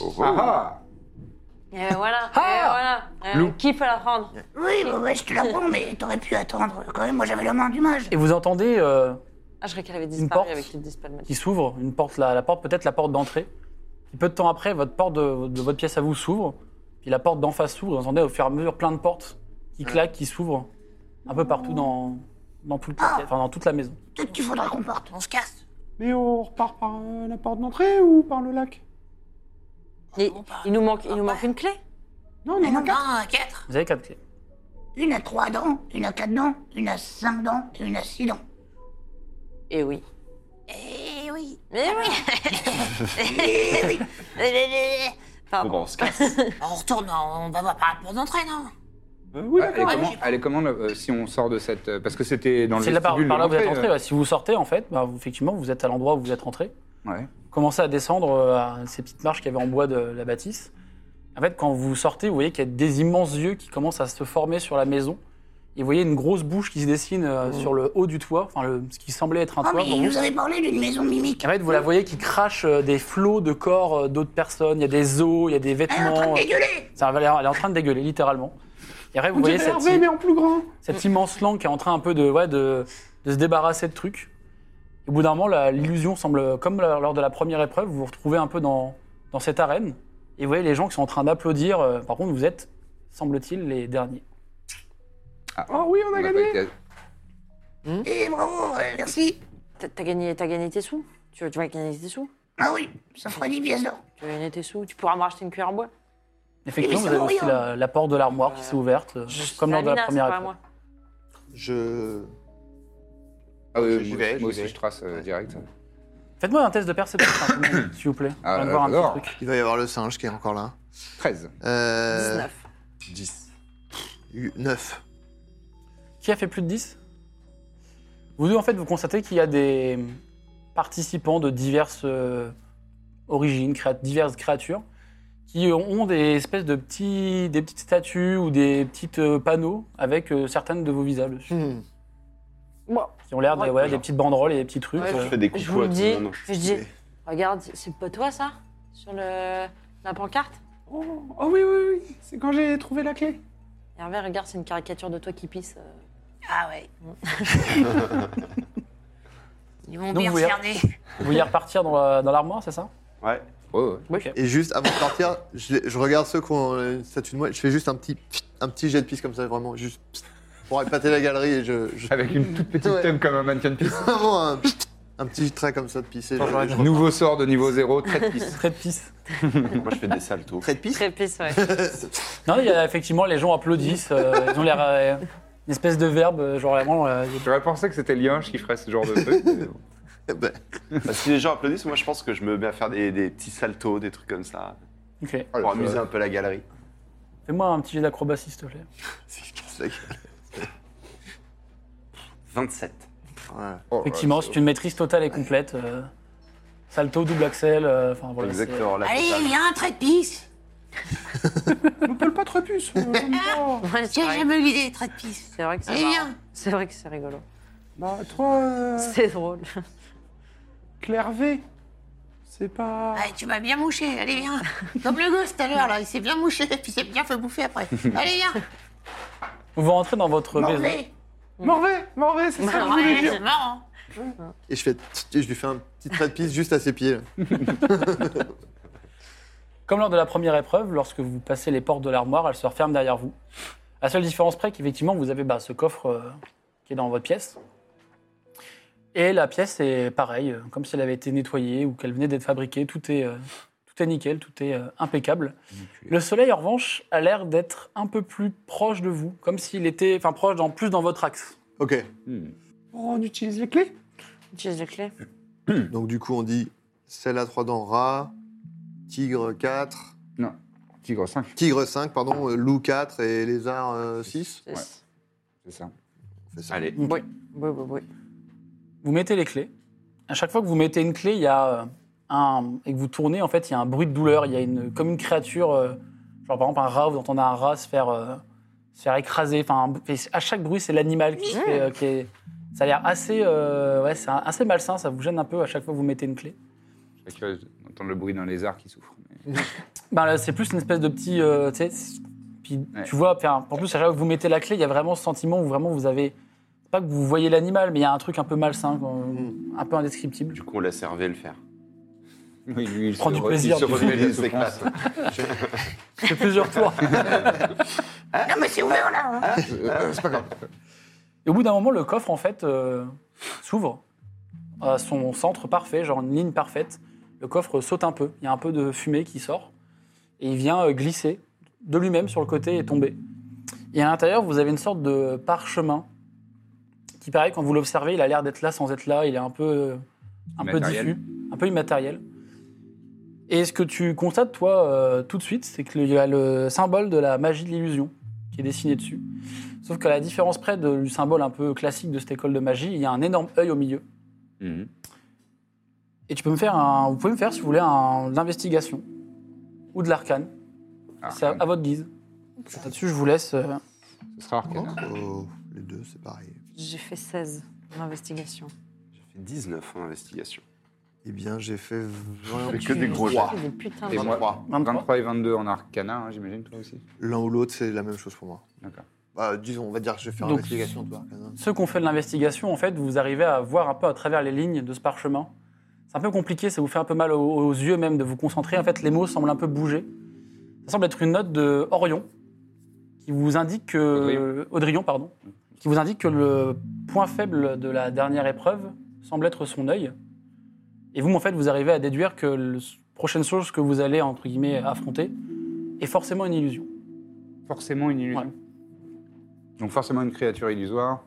Speaker 8: Oh, oh.
Speaker 6: Ah
Speaker 5: Et voilà.
Speaker 1: Ah
Speaker 5: et voilà. Euh, qui peut la prendre
Speaker 3: Oui, bah, ouais, je te la prends, mais t'aurais pu attendre. ah. Quand même, moi j'avais la main du mage.
Speaker 1: Et vous entendez euh,
Speaker 5: Ah, je croyais qu'elle avait
Speaker 1: porte.
Speaker 5: disparu avec le Dispel Magic.
Speaker 1: qui s'ouvre, une porte, la, la porte peut-être la porte d'entrée. Puis peu de temps après, votre porte de, de votre pièce à vous s'ouvre, puis la porte d'en face s'ouvre. Vous entendez au fur et à mesure plein de portes qui claquent, qui s'ouvrent un peu partout dans, dans tout le quartier, enfin dans toute la maison.
Speaker 3: Ah. Peut-être qu'il faudra qu'on parte.
Speaker 7: On se casse.
Speaker 2: Mais on repart par euh, la porte d'entrée ou par le lac
Speaker 5: Il, il nous manque, il nous manque une clé.
Speaker 2: Non,
Speaker 7: Mais
Speaker 2: non,
Speaker 7: non,
Speaker 2: non.
Speaker 7: non, 4.
Speaker 1: Vous avez quatre clés.
Speaker 3: Ah, Une à trois dents, une à quatre dents, une à cinq dents et une à six dents.
Speaker 5: Et oui.
Speaker 7: Eh oui. Eh
Speaker 5: Mais oui.
Speaker 8: Bon,
Speaker 5: Pardon.
Speaker 8: bah, on se casse.
Speaker 7: On retourne, on va voir par la porte d'entrée, non
Speaker 2: Euh, oui,
Speaker 6: Ah, Elle est
Speaker 2: d'accord.
Speaker 6: comment, elle est comment, là, euh, si on sort de cette. euh, parce que c'était dans le
Speaker 1: C'est là par,
Speaker 6: vestibule euh,
Speaker 1: par là où
Speaker 6: de
Speaker 1: vous êtes
Speaker 6: l'entrée,
Speaker 1: entré. ouais. Si vous sortez, en fait, bah, vous- effectivement, vous êtes à l'endroit où vous êtes rentré.
Speaker 6: euh, Ouais.
Speaker 1: Vous Commencez à descendre euh, à ces petites marches qu'il y avait en bois de la bâtisse. En fait, quand vous sortez, vous voyez qu'il y a des immenses yeux qui commencent à se former sur la maison. Et vous voyez une grosse bouche qui se dessine euh,
Speaker 6: Oh.
Speaker 1: sur le haut du toit, enfin le- ce qui semblait être un
Speaker 3: Oh,
Speaker 1: toit.
Speaker 3: mais
Speaker 1: pour
Speaker 3: il
Speaker 1: vous.
Speaker 3: nous avait parlé d'une maison mimique.
Speaker 1: En fait, vous la voyez qui crache euh, des flots de corps euh, d'autres personnes. Il y a des os, il y a des
Speaker 3: Elle est en train
Speaker 1: vêtements.
Speaker 3: de dégueuler.
Speaker 1: Ça va- Elle est en train de dégueuler, littéralement. Et après, vous
Speaker 2: On
Speaker 1: voyez
Speaker 2: dirait
Speaker 1: cette,
Speaker 2: Hervé, mais en plus grand.
Speaker 1: cette immense langue qui est en train un peu de, ouais, de, de se débarrasser de trucs. Au bout d'un moment, la- l'illusion semble, comme la- lors de la première épreuve, vous vous retrouvez un peu dans, dans cette arène. Et vous voyez les gens qui sont en train d'applaudir. Euh, Par contre, vous êtes, semble-t-il, les derniers.
Speaker 6: Ah,
Speaker 2: Oh oui, on a
Speaker 6: n'a pas
Speaker 2: gagné.
Speaker 6: été-
Speaker 5: Hmm.
Speaker 3: Eh, bravo, euh, merci.
Speaker 5: T'as- T'as gagné, t'as gagné tes sous. Tu, veux- tu vas gagner tes sous.
Speaker 3: Ah oui, ça fera 10 pièces d'or.
Speaker 5: Tu vas gagner tes sous. Tu pourras me racheter une cuillère en bois.
Speaker 3: Mais
Speaker 1: Effectivement, vous
Speaker 3: ça
Speaker 1: avez
Speaker 3: vaut
Speaker 1: aussi
Speaker 3: rien.
Speaker 1: la, la porte de l'armoire qui s'est ouverte, euh, comme lors de la
Speaker 5: Amina,
Speaker 1: première
Speaker 5: c'est pas à
Speaker 1: épreuve.
Speaker 5: moi.
Speaker 4: Je.
Speaker 6: Ah oui,
Speaker 4: J'y
Speaker 6: moi
Speaker 4: vais,
Speaker 6: aussi- moi
Speaker 4: j'y vais.
Speaker 6: aussi, je trace euh, direct.
Speaker 1: Faites-moi un test de perception, hein, tout le monde, s'il vous plaît.
Speaker 6: Ah,
Speaker 1: Je viens de voir un
Speaker 6: j'adore.
Speaker 1: petit truc.
Speaker 4: Il va y avoir le singe qui est encore là.
Speaker 6: 13.
Speaker 4: Euh.
Speaker 5: 19.
Speaker 4: 10. 9.
Speaker 1: Qui a fait plus de 10 Vous deux, en fait, vous constatez qu'il y a des participants de diverses euh, origines, créa- diverses créatures, qui ont des espèces de petits, des petites statues ou des petites euh, panneaux avec euh, certaines de vos visages dessus,
Speaker 5: Hmm. Bon,
Speaker 1: qui ont l'air des,
Speaker 5: Ouais,
Speaker 1: ouais,
Speaker 5: genre.
Speaker 1: des petites banderoles et des petits trucs.
Speaker 5: Ouais,
Speaker 1: euh.
Speaker 8: Je fais des coups
Speaker 5: je vous
Speaker 8: à
Speaker 5: le
Speaker 8: tout
Speaker 5: dis.
Speaker 8: le monde.
Speaker 5: Je dis, regarde, c'est pas toi ça Sur le, la pancarte
Speaker 2: Oh, oh oui, oui, oui. C'est quand j'ai trouvé la clé.
Speaker 5: Hervé, regarde, c'est une caricature de toi qui pisse. euh.
Speaker 7: Ah ouais. Ils m'ont
Speaker 1: Donc,
Speaker 7: bien
Speaker 1: vous voyez-
Speaker 7: cerné.
Speaker 1: Vous voulez repartir dans la- dans l'armoire, c'est ça
Speaker 8: Ouais.
Speaker 4: Et juste avant de partir, je, je regarde ceux qui ont euh, une statue de moi, je fais juste un petit, un petit jet de piste comme ça, vraiment, juste pour épater la galerie. Et je,
Speaker 6: Avec une toute petite tome comme un mannequin de piste.
Speaker 4: Vraiment un, un petit trait comme ça de pisse. et je- je-
Speaker 6: Nouveau sort de niveau 0, trait de piste.
Speaker 1: Très de pisse.
Speaker 8: Moi, je fais des saltos.
Speaker 4: Trait de pisse
Speaker 5: Crépisse, ouais.
Speaker 1: Non, il y a effectivement, les gens applaudissent. euh, ils ont l'air. euh, une espèce de verbe, euh, genre vraiment. euh,
Speaker 6: J'aurais pensé que c'était Lionche qui ferait ce genre de truc. mais bon.
Speaker 4: Ben,
Speaker 8: Bah, si les gens applaudissent, moi, je pense que je me mets à faire des, des petits saltos, des trucs comme ça,
Speaker 4: Ah,
Speaker 1: Ok.
Speaker 8: pour amuser un peu la galerie.
Speaker 1: Fais-moi un petit jet d'acrobatie, s'il te plaît.
Speaker 4: c'est- c'est la gueule.
Speaker 8: 27.
Speaker 4: Ouais.
Speaker 6: Oh,
Speaker 1: Effectivement, c'est une maîtrise totale et complète. euh, salto, double axel, euh, enfin voilà. c'est-
Speaker 8: Exactement, la
Speaker 7: Allez,
Speaker 8: totale.
Speaker 7: il y a un trait de pisse.
Speaker 2: Ne peut pas de puce. euh, non.
Speaker 5: Ouais, c'est
Speaker 7: Tiens,
Speaker 5: vrai.
Speaker 7: j'aime l'idée, trait de pisse.
Speaker 5: C'est vrai que c'est
Speaker 7: Allez,
Speaker 5: marrant.
Speaker 7: viens.
Speaker 5: C'est vrai que c'est rigolo.
Speaker 2: Bah, toi, euh,
Speaker 5: C'est drôle.
Speaker 2: Claire V, c'est pas.
Speaker 7: Ouais, tu m'as bien mouché, allez, viens. Comme le gosse tout à l'heure, là, il s'est bien mouché, puis il s'est bien fait bouffer après. Allez, viens.
Speaker 1: Vous rentrez dans votre maison.
Speaker 7: Morvais.
Speaker 2: Morvais, Morvais, c'est ça que je voulais
Speaker 7: Ouais,
Speaker 2: dire.
Speaker 7: c'est marrant.
Speaker 4: Et je, fais, et je lui fais un petit trait de piste juste à ses pieds. là.
Speaker 1: Comme lors de la première épreuve, lorsque vous passez les portes de l'armoire, elle se referme derrière vous. La seule différence près qu'effectivement, vous avez bah, ce coffre euh, qui est dans votre pièce. Et la pièce est pareille, euh, comme si elle avait été nettoyée ou qu'elle venait d'être fabriquée. Tout est, euh, tout est nickel, tout est euh, impeccable. Le soleil, en revanche, a l'air d'être un peu plus proche de vous, comme s'il était, enfin proche, dans, plus dans votre axe.
Speaker 4: Ok,
Speaker 6: Hmm.
Speaker 2: Oh, On utilise les clés
Speaker 5: Utilise les clés.
Speaker 4: donc du coup, on dit celle à trois dents, rat, tigre 4,
Speaker 6: Tigre 5,
Speaker 4: tigre 5, pardon, euh, loup 4 et lézard euh, 6.
Speaker 6: Ouais. c'est ça.
Speaker 4: On fait ça.
Speaker 8: Allez,
Speaker 5: Oui. Oui, oui, oui.
Speaker 1: Vous mettez les clés. À chaque fois que vous mettez une clé, il y a euh, un et que vous tournez, en fait, il y a un bruit de douleur. Il y a une comme une créature, euh, genre par exemple un rat. Vous entendez un rat se faire euh, se faire écraser. Enfin, un- et à chaque bruit, c'est l'animal qui se fait, euh, qui est. Ça a l'air assez euh, ouais, c'est un- assez malsain. Ça vous gêne un peu à chaque fois que vous mettez une clé.
Speaker 6: Je suis curieux d'entendre le bruit d'un lézard qui souffre. mais-
Speaker 1: Ben là, c'est plus une espèce de petit. euh, tu sais, c'est- puis
Speaker 6: Ouais.
Speaker 1: tu vois, enfin, en plus, à chaque fois que vous mettez la clé, il y a vraiment ce sentiment où vraiment vous avez. c'est Pas que vous voyez l'animal, mais il y a un truc un peu malsain, quoi, un peu indescriptible.
Speaker 8: du coup, on laisse Hervé le faire.
Speaker 6: Oui, lui, il
Speaker 1: Prends
Speaker 6: se
Speaker 1: du
Speaker 6: re-
Speaker 1: plaisir,
Speaker 6: Il se
Speaker 1: tu
Speaker 6: remet
Speaker 8: fais
Speaker 6: de la
Speaker 8: des
Speaker 6: souffrance.
Speaker 1: C'est plusieurs tours.
Speaker 3: Non, mais c'est ouvert là.
Speaker 1: Ah,
Speaker 3: hein.
Speaker 6: Ah,
Speaker 1: Euh,
Speaker 6: C'est pas grave.
Speaker 1: Et au bout d'un moment, le coffre, en fait, euh, s'ouvre à son centre parfait, genre une ligne parfaite. Le coffre saute un peu. Il y a un peu de fumée qui sort. Et il vient euh, glisser de lui-même sur le côté et tomber. Et à l'intérieur, vous avez une sorte de parchemin qui, pareil, quand vous l'observez, il a l'air d'être là sans être là. Il est un peu, euh, un peu
Speaker 6: Immatériel.
Speaker 1: diffus, un peu immatériel. Et ce que tu constates, toi, euh, tout de suite, c'est qu'il y a le symbole de la magie de l'illusion qui est dessiné dessus. Sauf qu'à la différence près de- du symbole un peu classique de cette école de magie, il y a un énorme œil au milieu.
Speaker 8: Mhm.
Speaker 1: Et tu peux me faire un, vous pouvez me faire, si vous voulez, un, de l'investigation ou de l'arcane.
Speaker 6: Ah,
Speaker 1: C'est à, à votre guise. Là-dessus, je vous laisse. euh,
Speaker 6: Ce sera arcane. hein.
Speaker 4: Oh, les deux, c'est pareil.
Speaker 5: J'ai fait 16 en investigation.
Speaker 8: J'ai fait 19 en investigation.
Speaker 4: Eh bien, j'ai fait 20.
Speaker 8: Fais que des gros jets.
Speaker 5: Des putains
Speaker 6: Et
Speaker 5: de...
Speaker 6: moi,
Speaker 8: 23.
Speaker 6: 23 et 22 en arcana, hein, j'imagine, toi aussi.
Speaker 4: L'un ou l'autre, c'est la même chose pour moi.
Speaker 6: D'accord.
Speaker 4: Bah, disons, on va dire que je vais faire
Speaker 1: Donc-
Speaker 4: l'investigation, toi. Arcana.
Speaker 1: Ceux qui ont fait de l'investigation, en fait, vous arrivez à voir un peu à travers les lignes de ce parchemin. C'est un peu compliqué, ça vous fait un peu mal aux, aux yeux même de vous concentrer. En fait, les mots semblent un peu bouger. Ça semble être une note de Orion qui vous indique que
Speaker 6: Odrion.
Speaker 1: Odrion, pardon, qui vous indique que le point faible de la dernière épreuve semble être son œil. Et vous, en fait, vous arrivez à déduire que la prochaine chose que vous allez entre guillemets affronter est forcément une illusion.
Speaker 6: Forcément une illusion.
Speaker 1: Ouais.
Speaker 6: Donc forcément une créature illusoire.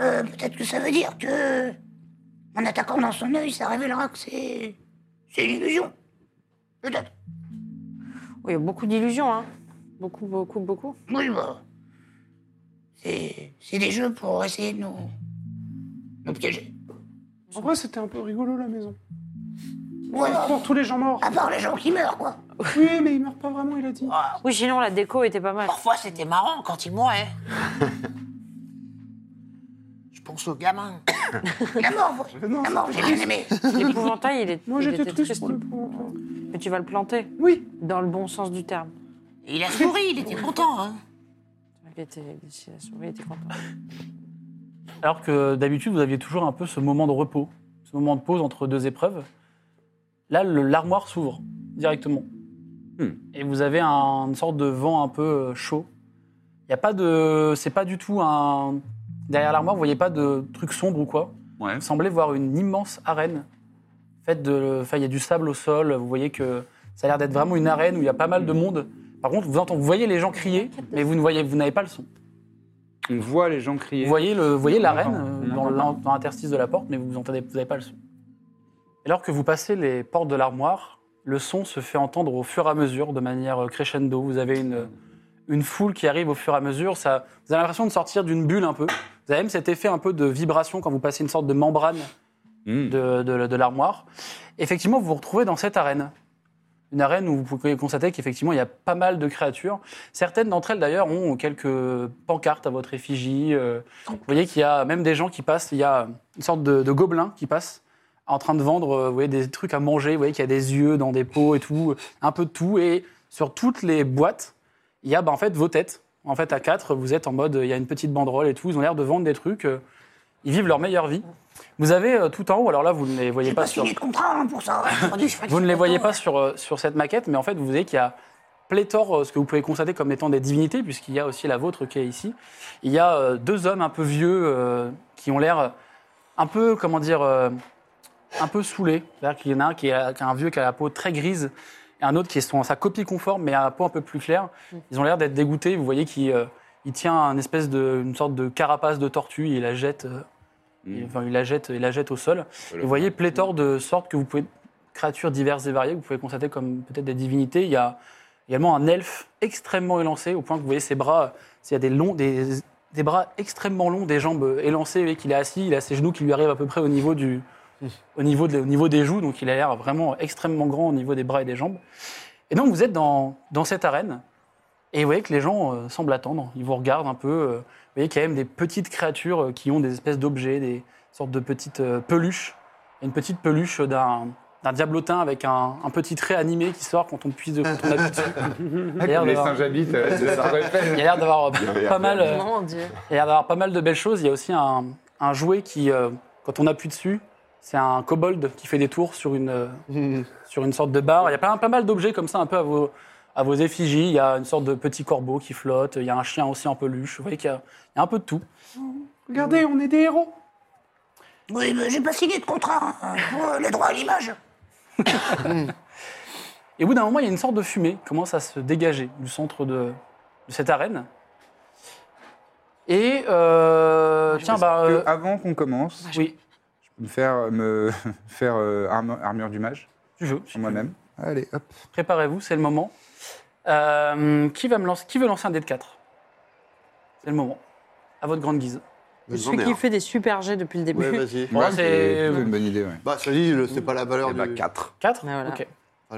Speaker 3: Euh, Peut-être que ça veut dire que. En attaquant dans son œil, ça révélera que c'est. C'est une illusion. Peut-être.
Speaker 5: Oui, il y a beaucoup d'illusions, hein. Beaucoup, beaucoup, beaucoup.
Speaker 3: Oui, bah. C'est. C'est des jeux pour essayer de nous. nous piéger.
Speaker 2: En vrai, c'était un peu rigolo la maison.
Speaker 3: Ouais,
Speaker 2: Pour tous les gens morts.
Speaker 3: à part les gens qui meurent, quoi.
Speaker 2: Oui, mais il meurt pas vraiment, il a dit.
Speaker 5: Oui, sinon la déco était pas mal.
Speaker 7: Parfois, c'était marrant quand il mourait. Je pense aux gamins.
Speaker 3: La mort, ouais.
Speaker 2: Ah Non,
Speaker 3: La mort, j'ai bien aimé.
Speaker 5: L'épouvantail, il, est,
Speaker 2: moi
Speaker 5: il
Speaker 2: j'étais
Speaker 5: était
Speaker 2: triste pour le pauvre.
Speaker 5: Mais tu vas le planter,
Speaker 2: Oui,
Speaker 5: dans le bon sens du terme.
Speaker 7: Et il a souri, il était content. Hein.
Speaker 5: Il était, il a souri, il était content.
Speaker 1: Alors que d'habitude, vous aviez toujours un peu ce moment de repos, ce moment de pause entre deux épreuves. Là, le- l'armoire s'ouvre directement. Et vous avez un- une sorte de vent un peu euh, chaud. Il y a pas de, c'est pas du tout un. Derrière l'armoire, vous voyez pas de truc sombre ou quoi.
Speaker 8: Ouais.
Speaker 1: Vous semblez voir une immense arène. Faite de, enfin, il y a du sable au sol. Vous voyez que ça a l'air d'être vraiment une arène où il y a pas mal de monde. Par contre, vous entendez, vous voyez les gens crier, mais vous ne voyez, vous n'avez pas le son.
Speaker 6: On voit les gens crier.
Speaker 1: Vous voyez, le, vous voyez
Speaker 6: On
Speaker 1: l'arène
Speaker 6: entend,
Speaker 1: euh,
Speaker 6: on
Speaker 1: dans
Speaker 6: entend
Speaker 1: l'in- dans l'interstice de la porte, mais vous n'avez pas le son. Et alors que vous passez les portes de l'armoire, le son se fait entendre au fur et à mesure, de manière euh, crescendo. Vous avez une, une foule qui arrive au fur et à mesure. Ça, vous avez l'impression de sortir d'une bulle un peu. Vous avez même cet effet un peu de vibration quand vous passez une sorte de membrane
Speaker 6: Hmm.
Speaker 1: de, de- de l'armoire. Effectivement, vous vous retrouvez dans cette arène. Une arène où vous pouvez constater qu'effectivement, il y a pas mal de créatures. Certaines d'entre elles, d'ailleurs, ont quelques pancartes à votre effigie. euh, Vous voyez qu'il y a même des gens qui passent. Il y a une sorte de, de gobelin qui passe en train de vendre euh, vous voyez, des trucs à manger. Vous voyez qu'il y a des yeux dans des pots et tout, euh, un peu de tout. Et sur toutes les boîtes, il y a bah, en fait vos têtes. En fait, à quatre, vous êtes en mode, il y a une petite banderole et tout. Ils ont l'air de vendre des trucs. euh, Ils vivent leur meilleure vie. Vous avez euh, tout en haut, alors là, vous ne les voyez
Speaker 3: J'ai
Speaker 1: pas,
Speaker 3: pas
Speaker 1: sur.
Speaker 3: signé de contrat hein, pour ça. Aujourd'hui, je fais
Speaker 1: Vous ne les voyez pas sur, euh, sur cette maquette, mais en fait, vous voyez qu'il y a pléthore, euh, ce que vous pouvez constater comme étant des divinités, puisqu'il y a aussi la vôtre qui est ici. Il y a euh, deux hommes un peu vieux euh, qui ont l'air euh, un peu, comment dire, euh, un peu saoulés. C'est-à-dire qu'il y en a un qui, a, qui a un vieux qui a la peau très grise et un autre qui est son- sa copie conforme, mais à la peau un peu plus claire. Ils ont l'air d'être dégoûtés. Vous voyez qu'il euh, il tient un espèce de, une sorte de carapace de tortue et il la jette. euh, il- enfin, il la jette, il la jette au sol. Et vous voyez pléthore de sortes que vous pouvez créatures diverses et variées. que Vous pouvez constater comme peut-être des divinités. Il y a également un elfe extrêmement élancé, au point que vous voyez ses bras, il y a des longs, des, des bras extrêmement longs, des jambes élancées, et qu'il est assis, il a ses genoux qui lui arrivent à peu près au niveau du, au niveau, de- au niveau des joues, donc il a l'air vraiment extrêmement grand au niveau des bras et des jambes. Et donc vous êtes dans, dans cette arène, et vous voyez que les gens euh, semblent attendre, ils vous regardent un peu, euh, vous voyez qu'il y a même des petites créatures euh, qui ont des espèces d'objets, des sortes de petites euh, peluches, Il y a une petite peluche d'un d'un diablotin avec un, un petit trait animé qui sort quand on puisse quand on appuie dessus. Il a l'air
Speaker 6: Comme les
Speaker 1: d'avoir-
Speaker 6: singes habitent, euh, c'est ça.
Speaker 1: Il a l'air d'avoir
Speaker 6: Bien,
Speaker 1: pas
Speaker 6: bien.
Speaker 1: mal. euh,
Speaker 5: Mon Dieu.
Speaker 1: il y a d'avoir pas mal de belles choses. Il y a aussi un, un jouet qui, euh, quand on appuie dessus, c'est un kobold qui fait des tours sur une, euh, sur une sorte de barre. Il y a pas, pas mal d'objets comme ça, un peu à vos, à vos effigies. Il y a une sorte de petit corbeau qui flotte. Il y a un chien aussi en peluche. Vous voyez qu'il y, a- il y a un peu de tout.
Speaker 2: Oh, Regardez, on est des héros.
Speaker 3: Oui, mais j'ai pas signé de contrat hein, pour euh, les droits à l'image.
Speaker 1: Et au bout d'un moment, il y a une sorte de fumée qui commence à se dégager du centre de, de cette arène. Et euh, tiens, bah,
Speaker 6: Que
Speaker 1: euh,
Speaker 6: Avant qu'on commence,
Speaker 1: oui,
Speaker 6: me faire, me faire euh, arme- armure du mage,
Speaker 1: tu veux. si tu veux.
Speaker 6: moi-même. Allez, hop.
Speaker 1: Préparez-vous, c'est le moment. Euh, qui, va me lancer, qui veut lancer un dé de 4 C'est le moment. À votre grande guise.
Speaker 5: Celui qui fait des super jets depuis le début.
Speaker 4: Ouais, vas-y.
Speaker 1: Bon, là,
Speaker 6: Ouais,
Speaker 1: c'est
Speaker 6: plutôt une bonne idée, ouais.
Speaker 4: Bah, ça dit, le- c'est pas la valeur
Speaker 8: Eh ben,
Speaker 4: du...
Speaker 8: 4.
Speaker 1: 4
Speaker 5: Ouais, Ah, voilà.
Speaker 1: Ok.
Speaker 4: Ah,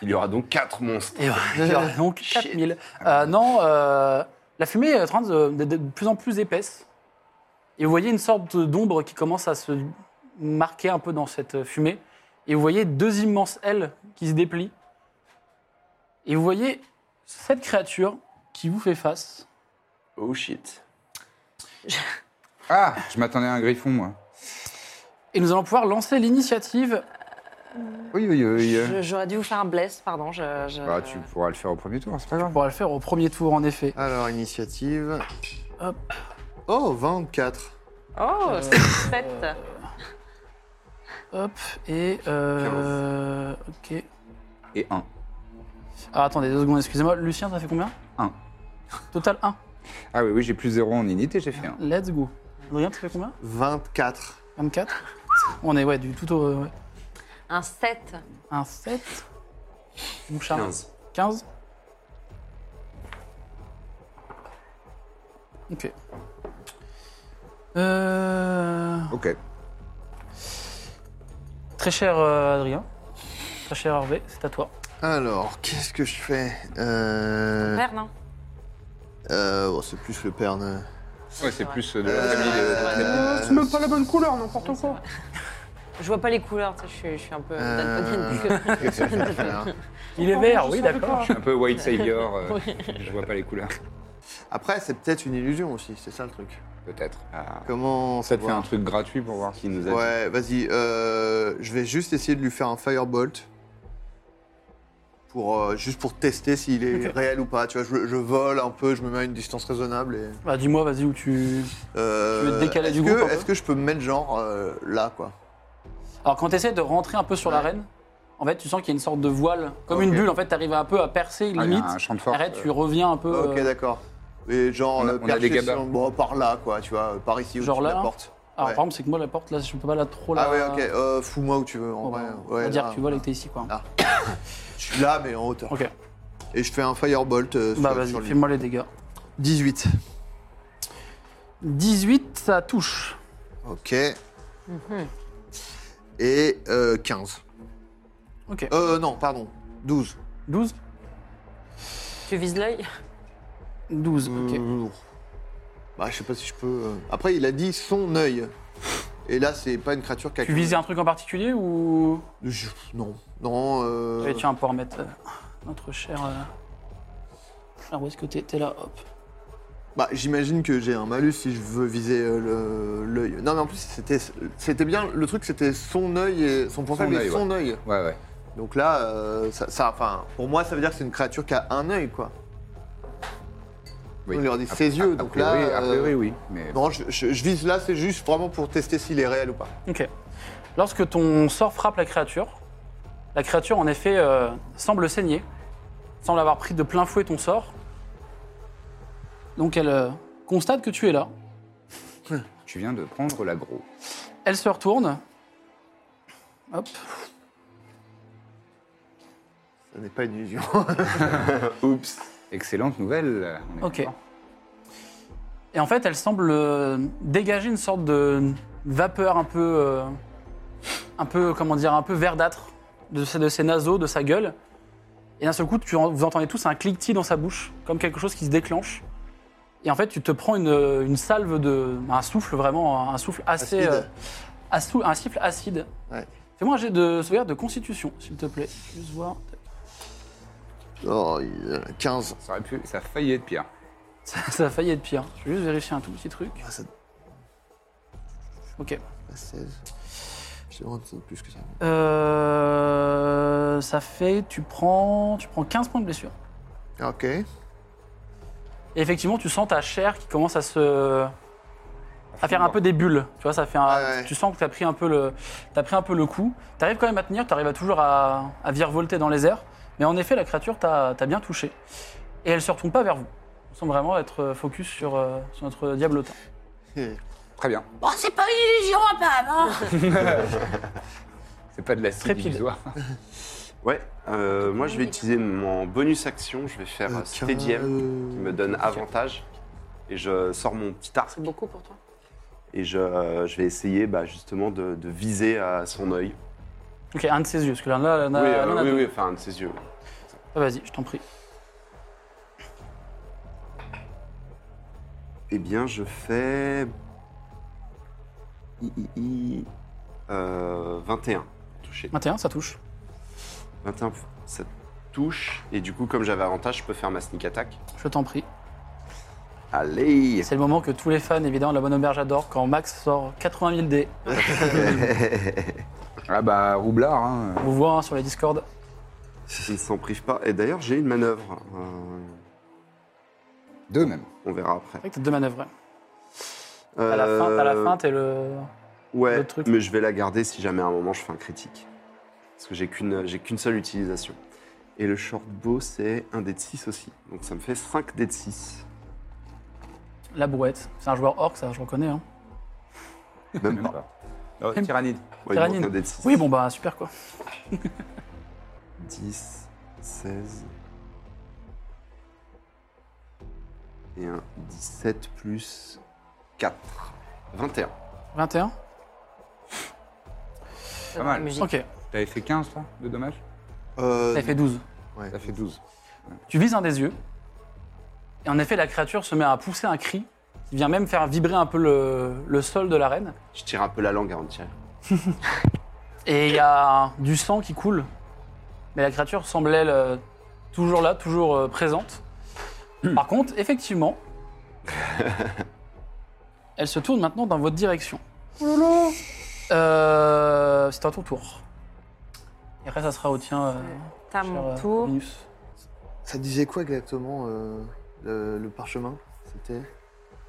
Speaker 8: Il y aura donc 4 monstres.
Speaker 4: Eh ben,
Speaker 1: Et voilà, Ah, donc 4000. Euh, non, euh, la fumée est en train de, de- de- de plus en plus épaisse. Et vous voyez une sorte d'ombre qui commence à se marquer un peu dans cette euh, fumée. Et vous voyez deux immenses ailes qui se déplient. Et vous voyez cette créature qui vous fait face.
Speaker 8: Oh shit.
Speaker 6: Ah, je m'attendais à un griffon, moi.
Speaker 1: Et nous allons pouvoir lancer l'initiative.
Speaker 6: Oui, oui, oui. euh.
Speaker 5: Je- J'aurais dû vous faire un bless, pardon. Je, je-
Speaker 6: Bah, tu pourras le faire au premier tour, c'est pas
Speaker 1: On
Speaker 6: grave.
Speaker 1: pourra le faire au premier tour, en effet.
Speaker 4: Alors, initiative...
Speaker 1: Hop.
Speaker 4: Oh, 24. Euh,
Speaker 5: Oh, c'est sept.
Speaker 1: Hop, et... euh, ok.
Speaker 6: Et un.
Speaker 1: Ah, attendez, deux secondes, excusez-moi. Lucien, ça fait combien
Speaker 6: Un.
Speaker 1: Total 1.
Speaker 6: Ah oui, oui, j'ai plus zéro en init et j'ai fait un.
Speaker 1: Let's go. Adrien, tu fais combien
Speaker 4: 24.
Speaker 1: 24 On est ouais, du tout au. ouais.
Speaker 5: Un 7.
Speaker 1: Un 7. Mon chat.
Speaker 8: 15.
Speaker 1: 15. Ok. Euh,
Speaker 6: Ok.
Speaker 1: Très cher euh, Adrien. Très cher Hervé, c'est à toi.
Speaker 4: Alors, qu'est-ce que je fais euh...
Speaker 5: Vert, non
Speaker 4: euh, bon, c'est plus le père. Euh, de-
Speaker 6: Ouais, c'est plus de la famille.
Speaker 4: Euh,
Speaker 2: C'est même pas la bonne couleur, n'importe quoi.
Speaker 5: Je vois pas les couleurs, tu sais, je suis, je suis un peu
Speaker 4: Euh.
Speaker 5: daltonienne,
Speaker 4: qu'est-ce que je vais faire
Speaker 1: Il est vert, oui, d'accord.
Speaker 6: Un peu White Savior, euh, je vois pas les couleurs.
Speaker 4: Après, c'est peut-être une illusion aussi, c'est ça le truc.
Speaker 6: Peut-être.
Speaker 4: Comment
Speaker 6: Ça te fait
Speaker 4: savoir
Speaker 6: un truc gratuit pour voir si
Speaker 8: Qui nous a
Speaker 4: Ouais, vas-y, euh, je vais juste essayer de lui faire un firebolt. pour, euh, juste pour tester s'il est réel ou pas. Tu vois, je, je vole un peu, je me mets à une distance raisonnable. Et...
Speaker 1: Bah, dis-moi, vas-y, où tu.
Speaker 4: Euh,
Speaker 1: Tu veux te décaler
Speaker 4: est-ce
Speaker 1: du
Speaker 4: que-
Speaker 1: groupe un peu
Speaker 4: Est-ce que je peux me mettre genre euh, là, quoi
Speaker 1: Alors, quand tu essaies de rentrer un peu sur l'arène, en fait, tu sens qu'il y a une sorte de voile, comme une
Speaker 4: Ok.
Speaker 1: bulle. En fait, tu arrives un peu à percer,
Speaker 6: Ah, il y a
Speaker 1: limite.
Speaker 6: un champ de force,
Speaker 1: Arrête,
Speaker 6: euh.
Speaker 1: tu reviens un peu.
Speaker 4: Ok,
Speaker 1: euh,
Speaker 4: d'accord. Et genre,
Speaker 6: On a-
Speaker 4: euh,
Speaker 6: on a des
Speaker 4: perché
Speaker 6: gabas.
Speaker 4: sur- bon, par là, quoi, tu vois, par ici, au-dessus
Speaker 1: Genre
Speaker 4: de
Speaker 1: là,
Speaker 4: la porte.
Speaker 1: Alors,
Speaker 4: Ouais.
Speaker 1: par exemple, c'est que moi, la porte, là, je peux pas la trop la.
Speaker 4: Ah ouais, ok, euh, fous-moi où tu veux. En
Speaker 1: Bon,
Speaker 4: vrai.
Speaker 1: bah, on
Speaker 4: Ouais,
Speaker 1: va dire
Speaker 4: là.
Speaker 1: que tu vois, là, que t'es ici, quoi.
Speaker 4: Ah. Je suis là, mais en hauteur.
Speaker 1: Ok.
Speaker 4: Et je fais un firebolt euh,
Speaker 1: Bah,
Speaker 4: sur,
Speaker 1: vas-y,
Speaker 4: sur lui.
Speaker 1: fais-moi les dégâts.
Speaker 4: 18.
Speaker 1: 18, ça touche.
Speaker 4: Ok. Et euh, 15.
Speaker 1: Ok.
Speaker 4: Euh, non, pardon. 12.
Speaker 1: 12
Speaker 5: Tu vises l'œil
Speaker 1: 12, ok.
Speaker 4: Euh, Bah, je sais pas si je peux. euh. Après, il a dit son œil. Et là, c'est pas une créature qui a.
Speaker 1: Tu visais un truc en particulier ou.
Speaker 4: Je- Non. Non. euh,
Speaker 1: Allez, tiens, on peut remettre euh, notre cher. euh, Alors, où est-ce que t'es T'es là, hop.
Speaker 4: Bah, j'imagine que j'ai un malus si je veux viser euh, le- l'œil. Non, mais en plus, c'était c'était bien. Le truc, c'était son œil et son point
Speaker 6: Son
Speaker 4: faible et
Speaker 6: œil,
Speaker 4: son œil.
Speaker 6: Ouais, ouais.
Speaker 4: Donc là, euh, ça, ça- enfin, pour moi, ça veut dire que c'est une créature qui a un œil, quoi.
Speaker 6: Oui.
Speaker 4: On lui a dit
Speaker 6: A-
Speaker 4: ses yeux,
Speaker 6: a- a
Speaker 4: donc là,
Speaker 6: priori- A
Speaker 4: euh,
Speaker 6: priori, oui. Mais
Speaker 4: Non, je, je- je vise là, c'est juste vraiment pour tester s'il est réel ou pas.
Speaker 1: Ok. Lorsque ton sort frappe la créature, la créature en effet euh, semble saigner, semble avoir pris de plein fouet ton sort. Donc elle euh, constate que tu es là.
Speaker 6: tu viens de prendre l'agro.
Speaker 1: Elle se retourne. Hop.
Speaker 4: Ça n'est pas une illusion.
Speaker 6: Oups. Excellente nouvelle. on est
Speaker 1: Ok.
Speaker 6: d'accord.
Speaker 1: Et en fait, elle semble euh, dégager une sorte de vapeur un peu, euh, un peu, comment dire, un peu verdâtre de ses, de ses naseaux, de sa gueule. Et d'un seul coup, tu en- vous entendez tous un cliquetis dans sa bouche, comme quelque chose qui se déclenche. Et en fait, tu te prends une, une salve de, un souffle vraiment, un souffle assez,
Speaker 4: Acide.
Speaker 1: euh, assou- un souffle acide.
Speaker 4: Ouais.
Speaker 1: Fais-moi un jet de sauvegarde de constitution, s'il te plaît. Juste voir.
Speaker 4: Oh, il a 15.
Speaker 6: Ça, aurait pu... ça a failli être pire.
Speaker 1: Ça, ça a failli être pire. Je vais juste vérifier un tout petit truc.
Speaker 4: Ah, ça-
Speaker 1: Ok.
Speaker 4: 16. Je sais vraiment que c'est plus que ça.
Speaker 1: Euh, ça fait, tu prends, tu prends 15 points de blessure.
Speaker 4: Ok.
Speaker 1: Et effectivement, tu sens ta chair qui commence à se, à faire un peu des bulles. Tu vois, ça fait, un-
Speaker 4: Ouais, ouais.
Speaker 1: tu sens que t'as pris un peu le, t'as pris un peu le coup. T'arrives quand même à tenir, t'arrives à toujours à, à virevolter dans les airs. Mais en effet, la créature t'a t'a bien touché. Et elle se retourne pas vers vous. On semble vraiment être focus sur, euh, sur notre diablotin.
Speaker 6: Très bien.
Speaker 7: Bon, c'est pas une illusion, hein, apparemment.
Speaker 6: C'est pas de la
Speaker 1: Trépide.
Speaker 6: illusoire.
Speaker 8: Ouais, euh, moi je vais utiliser mon bonus action, je vais faire euh, Steady Aim, qui me donne avantage. Et je sors mon petit arc
Speaker 5: C'est beaucoup pour toi.
Speaker 8: et je, euh, je vais essayer bah, justement de, de viser à son œil.
Speaker 1: Ok, un de ses yeux, parce que là, là, là,
Speaker 8: oui,
Speaker 1: là,
Speaker 8: euh,
Speaker 1: là, là,
Speaker 8: oui,
Speaker 1: deux.
Speaker 8: oui, enfin un de ses yeux.
Speaker 1: Ah, Vas-y, je t'en prie.
Speaker 8: Eh bien, je fais. I, I, I. Euh, 21. Touché.
Speaker 1: 21, ça touche.
Speaker 8: 21, ça touche. Et du coup, comme j'avais avantage, je peux faire ma sneak attack.
Speaker 1: Je t'en prie.
Speaker 8: Allez
Speaker 1: C'est le moment que tous les fans, évidemment, de la bonne auberge adorent quand Max sort 80 000 dés.
Speaker 6: Ah bah, roublard, hein.
Speaker 1: On vous voit hein, sur les Discord.
Speaker 8: Il ne s'en prive pas. Et d'ailleurs, j'ai une manœuvre. Euh,
Speaker 6: Deux même.
Speaker 8: on verra après.
Speaker 1: C'est vrai que t'as deux manœuvres. ouais. À la fin, à la
Speaker 8: Euh,
Speaker 1: fin, t'es le.
Speaker 8: Ouais,
Speaker 1: le truc.
Speaker 8: mais je vais la garder si jamais à un moment je fais un critique. Parce que j'ai qu'une j'ai qu'une seule utilisation. Et le shortbow, c'est un dé de 6 aussi. Donc ça me fait 5 dés de 6.
Speaker 1: La brouette. C'est un joueur orc, ça, je reconnais. Hein.
Speaker 8: Même
Speaker 6: Même
Speaker 8: pas.
Speaker 6: pas. Oh, Tyrannide.
Speaker 8: Ouais, il manque
Speaker 1: Tyranine.
Speaker 8: un dé de 6.
Speaker 1: Oui, bon, bah, super quoi.
Speaker 8: 10, 16. Et un 17 plus 4. 21.
Speaker 1: 21
Speaker 6: Pas mal.
Speaker 5: Musique.
Speaker 1: Ok,
Speaker 6: T'avais fait 15, toi, de dommages
Speaker 4: Euh,
Speaker 1: ça fait 12.
Speaker 6: T'as fait 12.
Speaker 1: Tu vises un des yeux. Et en effet, la créature se met à pousser un cri qui vient même faire vibrer un peu le, le sol de l'arène.
Speaker 8: Je tire un peu la langue avant de tirer.
Speaker 1: Et il y a du sang qui coule. Mais la créature semble, elle, euh, toujours là, toujours euh, présente.
Speaker 6: Hmm.
Speaker 1: Par contre, effectivement, elle se tourne maintenant dans votre direction. Euh, C'est à ton tour. Et après, ça sera au tien. euh,
Speaker 5: T'as
Speaker 1: cher,
Speaker 5: mon
Speaker 1: euh,
Speaker 5: tour.
Speaker 1: Linus.
Speaker 4: Ça disait quoi exactement euh, le, le parchemin C'était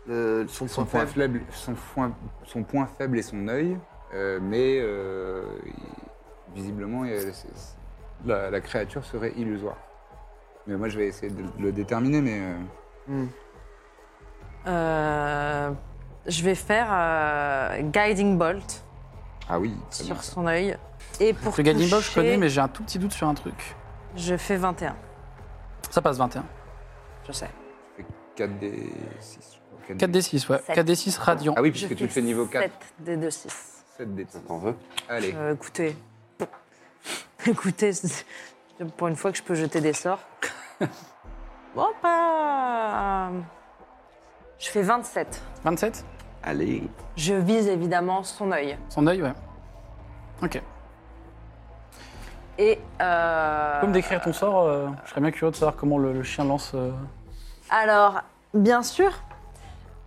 Speaker 4: le- son,
Speaker 6: Son point faible, son, foin- son point faible est son œil, euh, mais euh, il- visiblement il- c'est- c'est- la, la créature serait illusoire. Mais moi je vais essayer de le déterminer, mais euh,
Speaker 4: Hmm.
Speaker 5: Euh, je vais faire euh, Guiding Bolt
Speaker 6: ah oui, très bien.
Speaker 5: sur son œil. Et pour
Speaker 1: Le Guiding Bolt, je
Speaker 5: toucher,
Speaker 1: connais, mais j'ai un tout petit doute sur un truc.
Speaker 5: Je fais 21,
Speaker 1: Ça passe 21.
Speaker 5: je sais.
Speaker 6: 4D6. je crois,
Speaker 1: 4d6, ouais.
Speaker 5: Sept.
Speaker 1: 4d6 radion.
Speaker 6: Ah oui,
Speaker 5: Je
Speaker 6: puisque tu le fais niveau 4.
Speaker 5: 7 des 2, 6.
Speaker 6: 7 d 6
Speaker 8: T'en veux
Speaker 6: Allez,
Speaker 5: Euh, écoutez, écoutez, c'est- pour une fois que je peux jeter des sorts. bon, pas. ah. Je fais 27.
Speaker 1: 27
Speaker 8: Allez.
Speaker 5: Je vise évidemment son œil.
Speaker 1: Son œil, ouais. Ok.
Speaker 5: Et. euh,
Speaker 1: Comme décrire ton sort, euh, je serais bien curieux de savoir comment le, le chien lance. euh,
Speaker 5: Alors, bien sûr,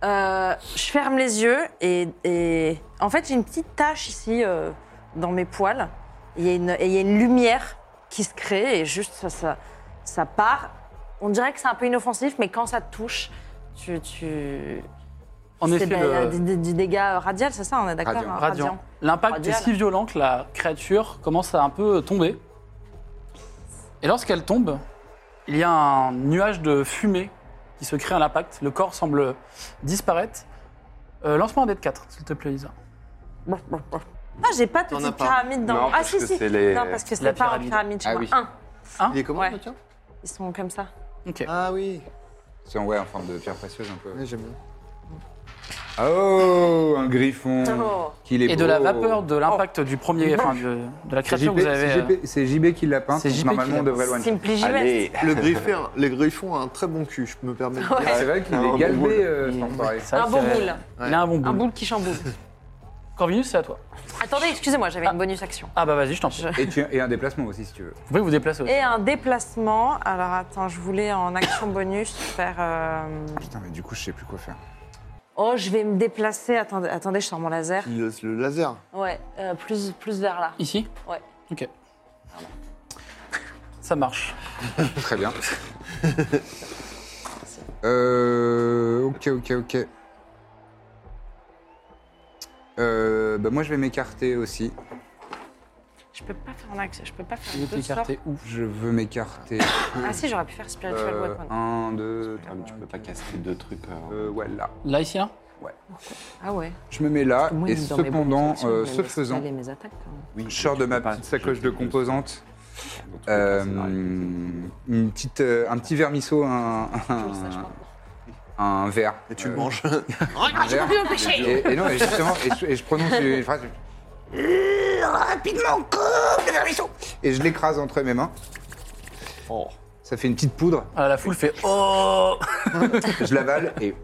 Speaker 5: euh, je ferme les yeux et, et- en fait j'ai une petite tache ici euh, dans mes poils. Il y, a une, et il y a une lumière qui se crée et juste ça, ça, ça part. On dirait que c'est un peu inoffensif, mais quand ça te touche, tu. tu...
Speaker 1: En
Speaker 5: c'est ben,
Speaker 1: effet,
Speaker 5: de la-
Speaker 1: le-
Speaker 5: du, du- du dégât radial, c'est ça, on est d'accord
Speaker 6: Radiant.
Speaker 5: hein,
Speaker 1: Radiant. L'impact est
Speaker 5: Radial.
Speaker 1: si violent que la créature commence à un peu tomber. Et lorsqu'elle tombe, il y a un nuage de fumée qui se crée à l'impact. Le corps semble disparaître. Euh, Lance-moi un dé de 4, s'il te plaît, Isa.
Speaker 5: Ah, j'ai pas de
Speaker 4: T'en as
Speaker 5: petite
Speaker 4: pas.
Speaker 5: pyramide dans.
Speaker 8: Non,
Speaker 5: ah,
Speaker 8: parce
Speaker 5: si,
Speaker 8: que
Speaker 5: si.
Speaker 8: c'est les-
Speaker 5: Non, parce que c'est
Speaker 1: La
Speaker 5: pas en
Speaker 1: pyramide.
Speaker 5: pyramide, je
Speaker 6: Ah
Speaker 5: vois
Speaker 6: oui.
Speaker 5: un.
Speaker 4: Il est comment
Speaker 5: Ouais.
Speaker 4: le tien
Speaker 5: Ils sont comme ça.
Speaker 1: Ok.
Speaker 4: Ah oui,
Speaker 6: c'est ouais, en forme de pierre précieuse un peu.
Speaker 4: Ouais, j'aime bien.
Speaker 6: Oh, un griffon
Speaker 5: Oh.
Speaker 6: Qu'il est
Speaker 1: Et de la
Speaker 6: beau.
Speaker 1: vapeur de l'impact du premier, enfin de, de la
Speaker 6: C'est
Speaker 1: créature
Speaker 6: JP,
Speaker 1: que vous avez. euh.
Speaker 6: c'est JP c'est JB qui l'a peint,
Speaker 1: c'est
Speaker 6: donc
Speaker 1: JP qui
Speaker 6: normalement
Speaker 1: l'a
Speaker 6: on devrait loin.
Speaker 5: Simply Givest.
Speaker 8: Allez.
Speaker 4: Le griffon, les griffons ont un très bon cul, je me permets de dire.
Speaker 6: C'est vrai qu'il
Speaker 8: Ah,
Speaker 6: est
Speaker 8: bon
Speaker 6: galbé,
Speaker 8: boule.
Speaker 6: euh, cet enfoiré.
Speaker 4: Ah
Speaker 1: C'est vrai
Speaker 5: Un
Speaker 1: que
Speaker 5: bon
Speaker 1: c'est-
Speaker 5: boule.
Speaker 1: Il a un bon
Speaker 5: Un
Speaker 1: boule.
Speaker 5: boule qui chamboule.
Speaker 1: Corvinus, c'est à toi.
Speaker 5: Attendez, excusez-moi, j'avais
Speaker 1: Ah.
Speaker 5: une bonus action.
Speaker 1: Ah bah vas-y, je t'en prie.
Speaker 6: Et, tu- et un déplacement aussi, si tu veux.
Speaker 1: Vous pouvez vous déplacer aussi.
Speaker 5: Et un déplacement. Alors attends, je voulais en action bonus faire. euh,
Speaker 6: Putain, mais du coup, je sais plus quoi faire.
Speaker 5: Oh, je vais me déplacer. Attendez, attendez, je sors mon laser.
Speaker 4: Le, le laser.
Speaker 5: Ouais, euh, plus, plus vers là.
Speaker 1: Ici
Speaker 5: Ouais.
Speaker 1: Ok. Ça marche.
Speaker 6: Très bien. euh, ok, ok, ok. Euh, bah moi, je vais m'écarter aussi.
Speaker 5: Je peux pas faire en action. Je peux pas
Speaker 1: Je vais
Speaker 5: faire deux sorts.
Speaker 1: t'écarter où
Speaker 6: Je veux m'écarter.
Speaker 5: Ah si, j'aurais pu faire spiritual
Speaker 6: Euh,
Speaker 5: weapon.
Speaker 6: un, deux,
Speaker 8: Ah,
Speaker 6: trois.
Speaker 8: mais tu peux pas casser deux trucs. euh,
Speaker 6: Euh, ouais, là.
Speaker 1: Là, ici, là
Speaker 5: Ah ouais.
Speaker 6: Je me mets là,
Speaker 5: Moi,
Speaker 6: et
Speaker 5: dans mes bonus
Speaker 6: cependant,
Speaker 5: actions,
Speaker 6: euh,
Speaker 5: je
Speaker 6: ce
Speaker 5: laisse
Speaker 6: faisant,
Speaker 5: aller mes attaques. quand même.
Speaker 8: Oui,
Speaker 6: je sors de
Speaker 8: tu
Speaker 6: ma
Speaker 8: peux pas-
Speaker 6: petite sacoche de composantes,
Speaker 8: Dans tous les
Speaker 6: euh,
Speaker 8: cas, c'est pareil.
Speaker 6: une petite, euh, un petit vermisseau, un,
Speaker 5: Je le sache
Speaker 6: un,
Speaker 5: maintenant.
Speaker 6: un verre.
Speaker 4: Et tu
Speaker 6: Euh,
Speaker 4: le manges.
Speaker 6: un verre. Et, et non, et justement, et je, et je prononce une phrase,
Speaker 3: Euh, rapidement comme le ruisseau.
Speaker 6: et je l'écrase entre mes mains.
Speaker 4: Oh.
Speaker 6: Ça fait une petite poudre,
Speaker 1: Ah, La foule fait Oh
Speaker 6: je l'avale et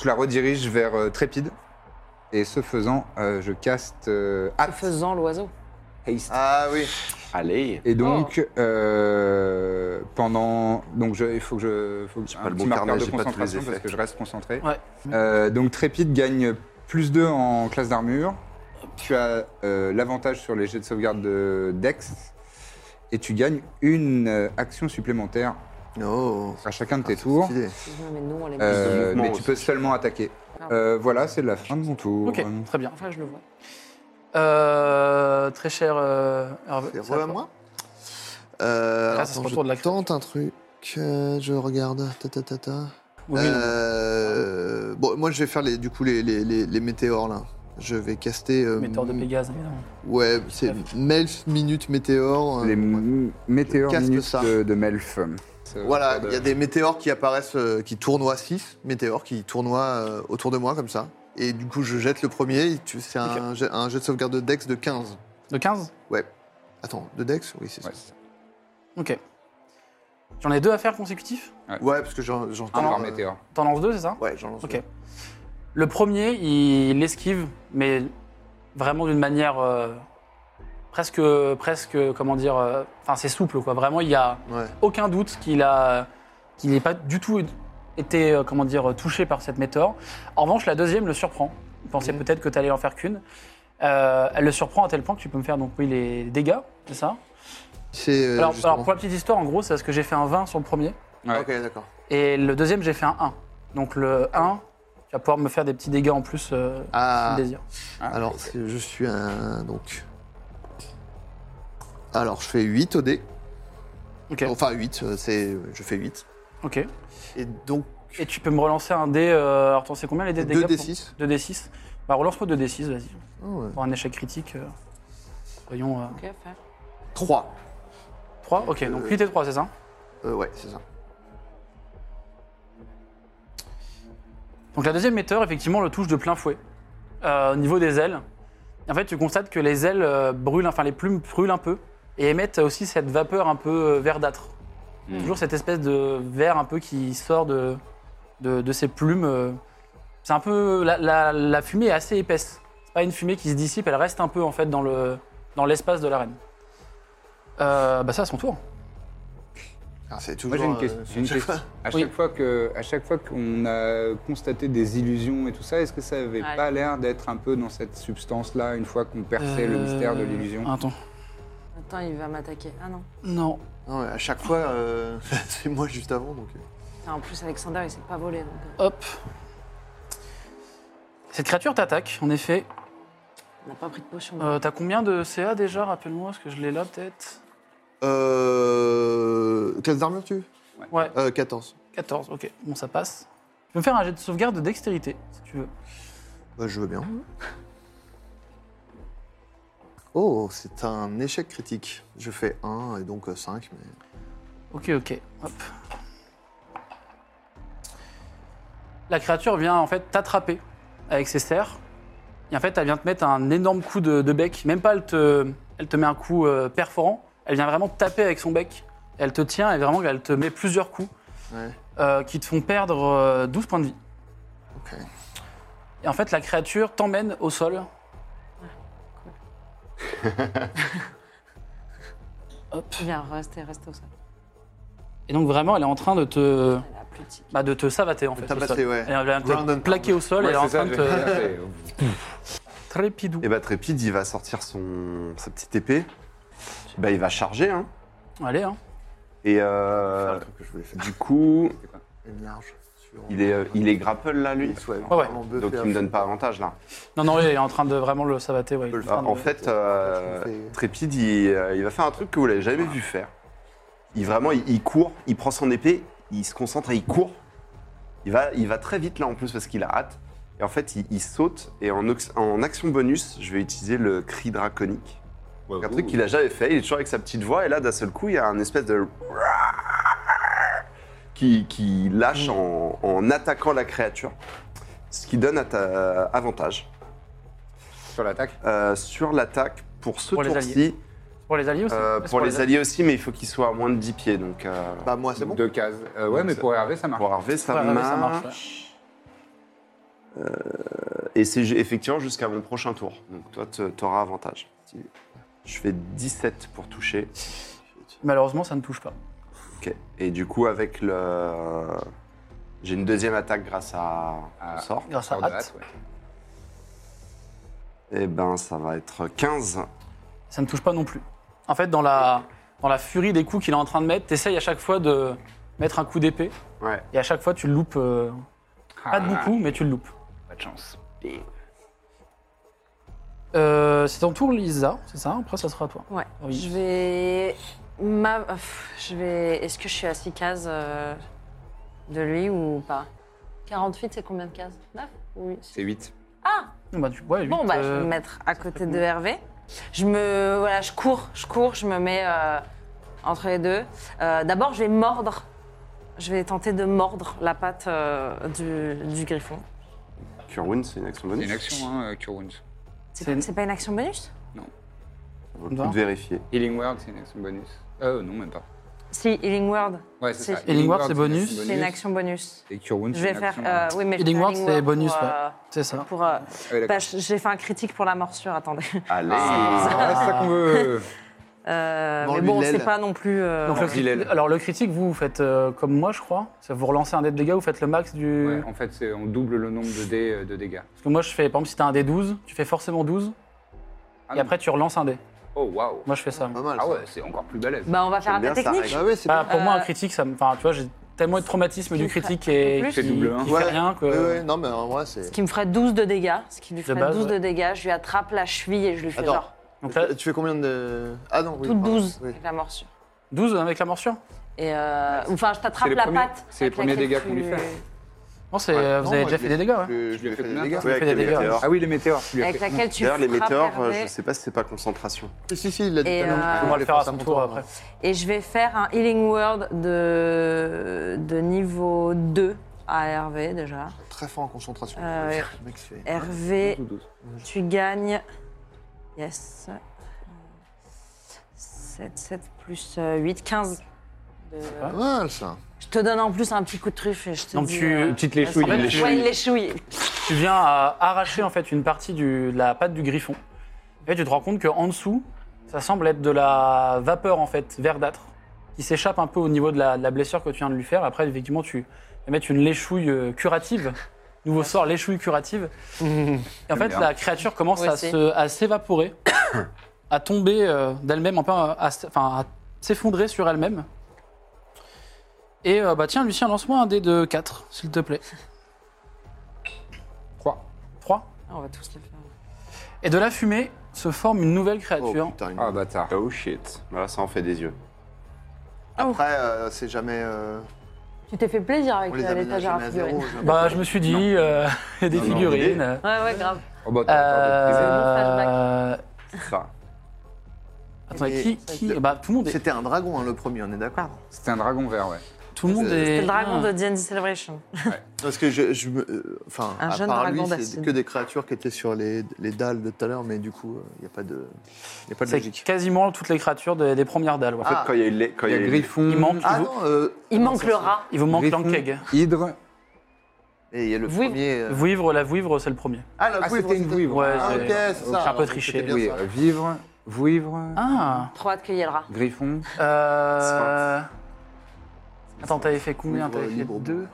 Speaker 6: je la redirige vers euh, Trépide. Et ce faisant, euh, je caste euh,
Speaker 5: En
Speaker 6: Haste.
Speaker 5: faisant l'oiseau.
Speaker 4: Ah oui.
Speaker 8: Allez.
Speaker 6: Et donc,
Speaker 5: Oh.
Speaker 6: euh, pendant. Donc, je- il faut que je. Faut que
Speaker 8: J'ai
Speaker 6: un
Speaker 8: pas le
Speaker 6: petit
Speaker 8: bon
Speaker 6: marqueur
Speaker 8: carnet,
Speaker 6: de
Speaker 8: j'ai pas tous les
Speaker 6: concentration
Speaker 8: effets.
Speaker 6: parce que je reste concentré.
Speaker 1: Ouais.
Speaker 6: Euh, donc, Trépide gagne plus 2 en classe d'armure. Tu as euh, l'avantage sur les jets de sauvegarde de Dex. Et tu gagnes une euh, action supplémentaire
Speaker 8: Oh.
Speaker 4: Non.
Speaker 6: à chacun de
Speaker 8: Ah,
Speaker 6: tes tours.
Speaker 4: Stylé.
Speaker 5: Excuse-moi, mais nous on les.
Speaker 6: Euh,
Speaker 8: mouvement
Speaker 6: mais tu
Speaker 8: aussi.
Speaker 6: peux seulement attaquer. Euh, voilà, c'est la fin de mon tour.
Speaker 1: Ah. Ok, très bien.
Speaker 5: Enfin, je le vois.
Speaker 1: Euh, très cher euh, Hervé,
Speaker 4: C'est
Speaker 1: c'est à
Speaker 4: re à
Speaker 1: toi.
Speaker 4: moi euh,
Speaker 1: Là,
Speaker 4: alors,
Speaker 1: ça se
Speaker 4: attends,
Speaker 1: retourne de la
Speaker 4: je tente un truc. euh, je regarde. Ta, ta, ta, ta.
Speaker 1: Oui,
Speaker 4: Euh, bon, moi je vais faire les, du coup les, les, les, les météores là. Je vais caster. euh,
Speaker 1: non, Metteur de Pégase, évidemment.
Speaker 4: Ouais, c'est Melf Minute Météore. euh,
Speaker 6: Les
Speaker 4: ouais. Ah,
Speaker 6: m- météores euh,
Speaker 4: Casse
Speaker 6: minutes
Speaker 4: ça.
Speaker 6: de, de Melf.
Speaker 4: Voilà, il y a des météores qui apparaissent, euh, qui tournoient, 6 météores qui tournoient euh, autour de moi comme ça. Et du coup, je jette le premier. tu- C'est un, jet- un jet de sauvegarde de Dex de 15.
Speaker 1: De 15
Speaker 4: Ouais. Attends, de Dex Oui, c'est
Speaker 6: Ouais.
Speaker 4: ça.
Speaker 1: Ok. J'en ai deux à faire consécutifs
Speaker 4: Ouais, parce que j'en j'en
Speaker 6: Un
Speaker 4: tente,
Speaker 6: par
Speaker 4: euh,
Speaker 6: météore.
Speaker 1: T'en lances deux, c'est ça
Speaker 4: Ouais, j'en lance.
Speaker 1: Ok. Le premier, il l'esquive, mais vraiment d'une manière euh, presque, presque, comment dire, euh, enfin c'est souple quoi. Vraiment, il y a
Speaker 4: deux. Ouais.
Speaker 1: aucun doute qu'il a, qu'il n'est pas du tout été, euh, comment dire, touché par cette météore. En revanche, la deuxième le surprend. Il pensait
Speaker 4: Mhm.
Speaker 1: peut-être que tu allais en faire qu'une. Euh, elle le surprend à tel point que tu peux me faire donc oui les dégâts, c'est ça
Speaker 4: C'est. euh,
Speaker 1: alors,
Speaker 4: justement-
Speaker 1: alors, pour la petite histoire, en gros, c'est parce que j'ai fait un 20 sur le premier.
Speaker 6: Ouais.
Speaker 4: Ok, d'accord.
Speaker 1: Et le deuxième, j'ai fait un 1. Donc le 1, tu vas pouvoir me faire des petits dégâts en plus, euh, si
Speaker 4: Ah,
Speaker 1: tu le désires.
Speaker 4: alors c'est- je suis un. Donc. Alors je fais 8 au dé.
Speaker 1: Ok.
Speaker 4: Enfin 8, euh, c'est. Je fais 8.
Speaker 1: Ok.
Speaker 4: Et donc.
Speaker 1: Et tu peux me relancer un dé. euh, alors, t'en sais combien les dés de
Speaker 4: 2
Speaker 1: dégâts
Speaker 4: d 6.
Speaker 1: 2d6. Bah, relance-moi 2d6, vas-y.
Speaker 4: Ah ouais.
Speaker 1: Pour un échec critique, euh, soyons.
Speaker 5: Ok, faire.
Speaker 4: 3.
Speaker 1: 3 Ok, donc 8 et 3, c'est ça
Speaker 4: Euh, ouais, c'est ça.
Speaker 1: Donc la deuxième météore, effectivement, le touche de plein fouet. Euh, au niveau des ailes, en fait, tu constates que les ailes euh, brûlent, enfin les plumes brûlent un peu et émettent aussi cette vapeur un peu euh, verdâtre. Toujours cette espèce de vert un peu qui sort de, de, de ces plumes. euh. C'est un peu. La, la- la fumée est assez épaisse. C'est pas une fumée qui se dissipe, elle reste un peu en fait dans le dans l'espace de l'arène. Euh, bah, ça, à son tour.
Speaker 4: Ah, c'est toujours.
Speaker 6: Moi, j'ai une
Speaker 4: euh,
Speaker 6: question. j'ai une
Speaker 4: chaque
Speaker 6: question.
Speaker 4: fois.
Speaker 6: À
Speaker 1: Oui.
Speaker 6: chaque fois que, à chaque fois qu'on a constaté des illusions et tout ça, est-ce que ça avait
Speaker 5: Allez.
Speaker 6: pas l'air d'être un peu dans cette substance-là une fois qu'on perçait le mystère de
Speaker 1: Euh,
Speaker 6: l'illusion
Speaker 1: Attends.
Speaker 5: Attends, il va m'attaquer. Ah non.
Speaker 1: Non.
Speaker 4: Non, mais à chaque fois, euh, c'est moi juste avant, donc. euh.
Speaker 5: Ah, en plus, Alexander, il s'est pas volé. Donc... euh,
Speaker 1: Hop. Cette créature t'attaque, en effet.
Speaker 5: On n'a pas pris de potion.
Speaker 1: Euh, T'as combien de CA déjà Rappelle-moi, parce que je l'ai là peut-être.
Speaker 4: Euh. Quelles armures tu veux
Speaker 1: Ouais,
Speaker 4: euh, 14.
Speaker 1: 14, ok. Bon, ça passe. Tu peux me faire un jet de sauvegarde de dextérité, si tu veux.
Speaker 4: Bah, je veux bien. Oh, c'est un échec critique. Je fais 1 et donc 5, mais.
Speaker 1: Ok, ok. Hop. La créature vient en fait t'attraper avec ses serres. Et en fait, elle vient te mettre un énorme coup de, de bec. Même pas, elle te, elle te met un coup euh, perforant. Elle vient vraiment te taper avec son bec. Elle te tient et vraiment, elle te met plusieurs coups
Speaker 4: Ouais.
Speaker 1: euh, qui te font perdre euh, 12 points de vie.
Speaker 4: Ok.
Speaker 1: Et en fait, la créature t'emmène au sol.
Speaker 5: Viens, reste, reste au sol.
Speaker 1: Et donc, vraiment, elle est en train de te,
Speaker 5: Elle a plus de tic.
Speaker 1: bah, de te savater, en fait. au
Speaker 4: tabasser,
Speaker 1: sol.
Speaker 4: ouais.
Speaker 1: Elle vient
Speaker 4: Round
Speaker 1: te
Speaker 4: and
Speaker 1: plaquer au sol
Speaker 6: Ouais,
Speaker 1: et elle est
Speaker 6: c'est ça,
Speaker 1: en train de
Speaker 6: j'allais
Speaker 1: te...
Speaker 6: dire,
Speaker 1: Trépidou.
Speaker 8: Et bah, Trépide, il va sortir son, sa petite épée. Bah, il va charger, hein.
Speaker 1: Allez, hein.
Speaker 8: Et
Speaker 4: Faire
Speaker 8: euh,
Speaker 4: le truc que je voulais faire.
Speaker 8: du coup,
Speaker 4: Une large. Sur...
Speaker 8: il est, euh, il est grapple là, lui.
Speaker 4: Ouais,
Speaker 1: ouais.
Speaker 4: vraiment buffé
Speaker 8: Donc
Speaker 4: à
Speaker 8: il me donne
Speaker 4: fond.
Speaker 8: pas avantage là.
Speaker 1: Non, non, il est en train de vraiment le savater. Ouais,
Speaker 4: peux le
Speaker 1: il est
Speaker 8: Ah,
Speaker 1: train de-
Speaker 8: en fait, euh,
Speaker 4: Je me fais-
Speaker 8: Trépide, il, euh, il va faire un truc que vous l'avez jamais vu faire. Il vraiment, il, il court, il prend son épée, il se concentre et il court. Il va, il va très vite là en plus parce qu'il a hâte. Et en fait, il, il saute et en, ox- en action bonus, je vais utiliser le cri draconique.
Speaker 6: Waouh.
Speaker 8: un truc qu'il a jamais fait. Il est toujours avec sa petite voix et là, d'un seul coup, il y a un espèce de qui, qui lâche en, en attaquant la créature, ce qui donne à ta avantage.
Speaker 6: Sur l'attaque
Speaker 8: Euh, sur l'attaque pour ce
Speaker 1: Pour les
Speaker 8: tour-ci.
Speaker 1: alliés. Pour les alliés aussi
Speaker 8: euh,
Speaker 1: Est-ce
Speaker 8: pour les alliés aussi, mais il faut qu'ils soient à moins de 10 pieds. Donc, euh,
Speaker 4: Bah, moi, c'est bon.
Speaker 6: Deux cases. Euh, ouais, mais pour Hervé, ça marche.
Speaker 8: pour Harvey, ça,
Speaker 1: Ouais, ouais, ouais,
Speaker 8: marche. Euh,
Speaker 1: ça marche,
Speaker 8: Et c'est ju- effectivement jusqu'à mon prochain tour. Donc, toi, tu auras avantage. Je fais 17 pour toucher.
Speaker 1: Malheureusement, ça ne touche pas.
Speaker 8: Ok. Et du coup, avec le. J'ai une deuxième attaque grâce à
Speaker 6: Ah.
Speaker 8: mon sort.
Speaker 1: Grâce à
Speaker 6: Sur de
Speaker 1: hâte,
Speaker 6: hâte, ouais.
Speaker 8: Et ben, ça va être 15.
Speaker 1: ça ne touche pas non plus. En fait, dans la, dans la furie des coups qu'il est en train de mettre, t'essayes à chaque fois de mettre un coup d'épée.
Speaker 8: Ouais.
Speaker 1: Et à chaque fois, tu le loupes. euh, pas de
Speaker 6: Ah,
Speaker 1: beaucoup, mais tu le loupes.
Speaker 6: Pas de chance.
Speaker 1: Euh, c'est ton tour, Lisa, c'est ça Après, ça sera à toi. Ah
Speaker 5: Ouais.
Speaker 1: Oui.
Speaker 5: Je vais. Ma... pff, Je vais. Est-ce que je suis à 6 cases euh, de lui ou pas 48, c'est combien de cases 9 Oui.
Speaker 6: C'est 8.
Speaker 5: Ah
Speaker 1: Bon, Bah, tu, ouais,
Speaker 5: Bon,
Speaker 1: huit,
Speaker 5: bah, je
Speaker 1: euh,
Speaker 5: vais me mettre à côté
Speaker 1: cool.
Speaker 5: de Hervé. Je me. Voilà, je cours, je cours, je me mets euh, entre les deux. Euh, D'abord, je vais mordre. Je vais tenter de mordre la patte euh, du, du griffon.
Speaker 8: Curwin, c'est une action
Speaker 6: C'est
Speaker 8: bonus.
Speaker 6: une action, hein, euh, Cure Wounds.
Speaker 5: C'est
Speaker 1: C'est une-
Speaker 5: c'est pas une action bonus
Speaker 8: Ça vaut le coup de vérifier.
Speaker 6: Healing Word, c'est une action bonus. Euh, non, même pas.
Speaker 5: Si, Healing Word,
Speaker 6: Ouais, c'est
Speaker 5: C'est-
Speaker 6: ça.
Speaker 1: Healing Word, c'est
Speaker 6: une
Speaker 1: bonus.
Speaker 6: action
Speaker 5: c'est une action bonus.
Speaker 6: Et Cure Wounds,
Speaker 5: Je
Speaker 6: c'est
Speaker 5: vais
Speaker 6: une
Speaker 5: faire.
Speaker 6: action.
Speaker 5: euh, oui, mais je vais
Speaker 1: Healing
Speaker 5: faire
Speaker 1: Word, c'est bonus,
Speaker 5: pour,
Speaker 1: ouais.
Speaker 5: euh,
Speaker 1: C'est ça.
Speaker 5: pour, euh,
Speaker 6: Ah oui,
Speaker 5: bah,
Speaker 6: d'accord.
Speaker 5: je- j'ai fait un critique pour la morsure, attendez.
Speaker 8: Allez.
Speaker 6: Ah, c'est ça qu'on veut.
Speaker 5: Euh, mais
Speaker 4: Mord-lui
Speaker 5: bon,
Speaker 4: l'aile.
Speaker 5: c'est pas non plus. euh,
Speaker 1: Donc, le cri-
Speaker 6: Dylan.
Speaker 1: alors, le critique, vous, vous faites euh, comme moi, je crois. Ça, Vous relancez un dé de dégâts, vous faites le max du.
Speaker 6: Ouais, en fait, c'est- on double le nombre de dés euh, de dégâts.
Speaker 1: Parce que moi, je fais, par exemple, si t'as un dé 12, tu fais forcément 12,
Speaker 6: Ah
Speaker 1: et
Speaker 6: non.
Speaker 1: après, tu relances un dé.
Speaker 6: Oh waouh.
Speaker 1: Moi, je fais ça.
Speaker 4: Pas mal.
Speaker 6: Ah
Speaker 4: ça.
Speaker 6: ouais, c'est encore plus balèze.
Speaker 5: Bah, on va faire un
Speaker 8: J'aime
Speaker 5: tas
Speaker 8: bien ça,
Speaker 5: technique.
Speaker 4: Ah ouais, c'est
Speaker 1: Bah,
Speaker 4: pas-
Speaker 1: pour moi, un
Speaker 5: Euh,
Speaker 1: critique, ça me. Enfin, tu vois, j'ai tellement de traumatisme du
Speaker 5: Qui ferait-
Speaker 1: critique et
Speaker 5: en
Speaker 1: qui,
Speaker 5: plus-
Speaker 6: C'est double, hein.
Speaker 1: qui fait
Speaker 4: Ouais,
Speaker 1: rien que.
Speaker 4: ouais, ouais, non, mais en vrai, c'est.
Speaker 5: Ce qui me ferait 12 de dégâts. Ce qui lui ferait
Speaker 1: base,
Speaker 5: 12 de
Speaker 1: ouais.
Speaker 5: dégâts. Je lui attrape la cheville et je lui fais
Speaker 4: Attends.
Speaker 5: genre
Speaker 1: Donc là,
Speaker 4: Tu fais combien de. Ah non, oui.
Speaker 5: toute
Speaker 4: pardon,
Speaker 5: 12
Speaker 4: oui.
Speaker 5: avec la morsure.
Speaker 1: 12 avec la morsure
Speaker 5: Et euh, enfin, je t'attrape
Speaker 6: Ah, C'est les
Speaker 5: la
Speaker 6: premiers-
Speaker 5: patte.
Speaker 6: c'est les
Speaker 5: avec
Speaker 6: premiers
Speaker 5: laquelle
Speaker 6: dégâts
Speaker 5: tu-
Speaker 6: qu'on lui fait.
Speaker 1: Non, c'est,
Speaker 4: Ouais.
Speaker 1: vous
Speaker 4: Non,
Speaker 1: avez
Speaker 4: moi, je
Speaker 1: déjà fait
Speaker 4: l'ai
Speaker 1: des dégâts, ouais.
Speaker 6: Euh,
Speaker 4: Je, je lui ai fait des dégâts.
Speaker 8: Oui,
Speaker 1: fait des dégâts.
Speaker 6: Ah oui, les météores. tu lui as
Speaker 5: Avec
Speaker 6: fait.
Speaker 5: laquelle tu
Speaker 8: D'ailleurs, les
Speaker 5: frappes
Speaker 8: météores, euh,
Speaker 5: Hervé.
Speaker 8: je sais pas si c'est pas concentration.
Speaker 4: Si, si, si, il l'a dit
Speaker 5: Et,
Speaker 4: tout à l'heure.
Speaker 5: euh,
Speaker 1: On va le faire à son tour
Speaker 4: avant.
Speaker 1: après.
Speaker 8: hein.
Speaker 5: Et je vais faire un Healing Word de, de niveau 2 à Hervé déjà.
Speaker 4: Très fort en concentration.
Speaker 5: Ah ouais.
Speaker 4: Le mec se fait-
Speaker 5: Hervé,
Speaker 6: Douze ou douze.
Speaker 5: tu gagnes. Yes. 7, 7 plus 8, 15. de-
Speaker 4: Pas mal ça.
Speaker 5: Je te donne en plus un petit coup de truffe et je te
Speaker 1: Donc
Speaker 5: dis.
Speaker 1: tu-
Speaker 5: euh,
Speaker 1: une
Speaker 6: Petite léchouille.
Speaker 1: En fait,
Speaker 5: ouais,
Speaker 1: tu-
Speaker 5: il l'échouille.
Speaker 1: Tu viens à arracher en fait une partie du- de la patte du griffon. Et tu te rends compte qu'en dessous, ça semble être de la vapeur en fait verdâtre qui s'échappe un peu au niveau de la, de la blessure que tu viens de lui faire. Après, effectivement, tu vas mettre une léchouille euh, curative. Nouveau sort, léchouille curative. Et en fait,
Speaker 6: bien.
Speaker 1: la créature commence
Speaker 5: Moi
Speaker 1: à
Speaker 5: aussi.
Speaker 1: se- à s'évaporer, à tomber euh, d'elle-même, un peu à, à s- enfin, à s'effondrer sur elle-même. Et euh, bah tiens, Lucien, lance-moi un dé de 4, s'il te plaît.
Speaker 6: 3.
Speaker 1: 3
Speaker 5: On va tous le faire.
Speaker 1: Et de la fumée se forme une nouvelle
Speaker 4: Oh
Speaker 1: créature.
Speaker 4: putain, il-
Speaker 6: Ah bâtard.
Speaker 8: Oh shit. Voilà, ça en fait des yeux.
Speaker 5: Oh.
Speaker 4: Après, euh, c'est jamais. euh,
Speaker 5: Tu t'es fait plaisir avec
Speaker 4: on les
Speaker 5: euh,
Speaker 4: aménage
Speaker 5: l'étagère à
Speaker 4: jamais à zéro.
Speaker 5: figurines.
Speaker 4: jamais.
Speaker 1: bah, je me suis dit, euh, il y a des
Speaker 8: Non, non,
Speaker 1: figurines.
Speaker 8: mais-
Speaker 1: euh,
Speaker 5: Ouais, ouais, grave.
Speaker 6: Oh bah t'as encore
Speaker 5: mon
Speaker 1: euh,
Speaker 6: des prises. Enfin,
Speaker 1: Attendez,
Speaker 4: Et-
Speaker 1: qui, qui- bah, tout le monde est,
Speaker 4: C'était un dragon, hein, le premier, on est d'accord
Speaker 6: C'était un dragon vert, ouais.
Speaker 1: tout le monde
Speaker 4: c'est-
Speaker 1: est.
Speaker 5: C'est le dragon de
Speaker 1: Ah.
Speaker 5: D&D Celebration.
Speaker 4: Parce que je. je me- euh, Enfin,
Speaker 5: Un
Speaker 4: à
Speaker 5: jeune
Speaker 4: part
Speaker 5: dragon
Speaker 4: lui, c'est
Speaker 5: d'acide.
Speaker 4: que des créatures qui étaient sur les, les dalles de tout à l'heure, mais du coup, il n'y a pas de, y a pas de
Speaker 1: C'est
Speaker 4: logique.
Speaker 1: quasiment toutes les créatures des, des premières dalles. ouais.
Speaker 8: En fait, quand il y a eu les- quand
Speaker 6: Il y a
Speaker 8: eu-
Speaker 6: Griffon.
Speaker 1: Il manque,
Speaker 4: Ah
Speaker 1: il, vous,
Speaker 4: non, euh,
Speaker 5: Ah. Il manque le rat.
Speaker 1: il vous manque
Speaker 6: Griffon,
Speaker 1: l'enkeg.
Speaker 6: Hydre.
Speaker 4: et il y a le
Speaker 5: Oui.
Speaker 4: premier. euh,
Speaker 1: Vouivre, la vouivre, c'est le premier.
Speaker 4: Ah, la
Speaker 6: Ah,
Speaker 4: vouivre,
Speaker 6: c'était une vouivre.
Speaker 1: Ouais,
Speaker 4: Ah, ok,
Speaker 1: c'est-
Speaker 4: c'est
Speaker 1: j'ai
Speaker 4: ça.
Speaker 1: un peu
Speaker 4: alors,
Speaker 1: triché.
Speaker 4: c'était bien
Speaker 6: Oui,
Speaker 4: ça.
Speaker 6: euh, vivre, vouivre,
Speaker 1: Ah
Speaker 5: Trop hâte qu'il y ait le rat.
Speaker 6: griffon.
Speaker 1: euh... Attends, t'avais fait combien T'avais fait
Speaker 4: Libre,
Speaker 1: deux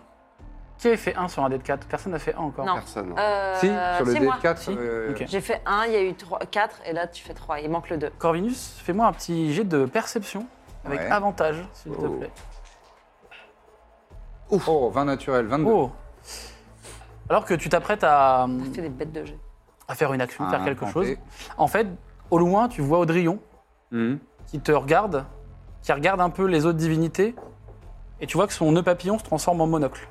Speaker 1: Qui avait fait 1 sur un dé de 4 Personne n'a fait 1 encore.
Speaker 5: Non.
Speaker 8: Personne.
Speaker 5: Euh,
Speaker 6: si, sur le
Speaker 5: c'est moi.
Speaker 6: D4.
Speaker 1: Si.
Speaker 6: euh,
Speaker 1: Ok.
Speaker 5: J'ai fait 1, il y a eu 4 et là tu fais 3. Il manque le 2.
Speaker 1: Corvinus, fais-moi un petit jet de perception avec
Speaker 6: Ouais.
Speaker 1: avantage, s'il te
Speaker 6: Oh.
Speaker 1: plaît.
Speaker 6: Oh, 20 naturel, 22.
Speaker 1: Oh Alors que tu t'apprêtes à,
Speaker 5: Tu fais des bêtes de jeu.
Speaker 1: à faire une action,
Speaker 6: Un
Speaker 1: faire quelque chose,
Speaker 6: implanté.
Speaker 1: en fait, au loin, tu vois Audrillon
Speaker 6: Mhm.
Speaker 1: qui te regarde, qui regarde un peu les autres divinités, et tu vois que son nœud papillon se transforme en monocle.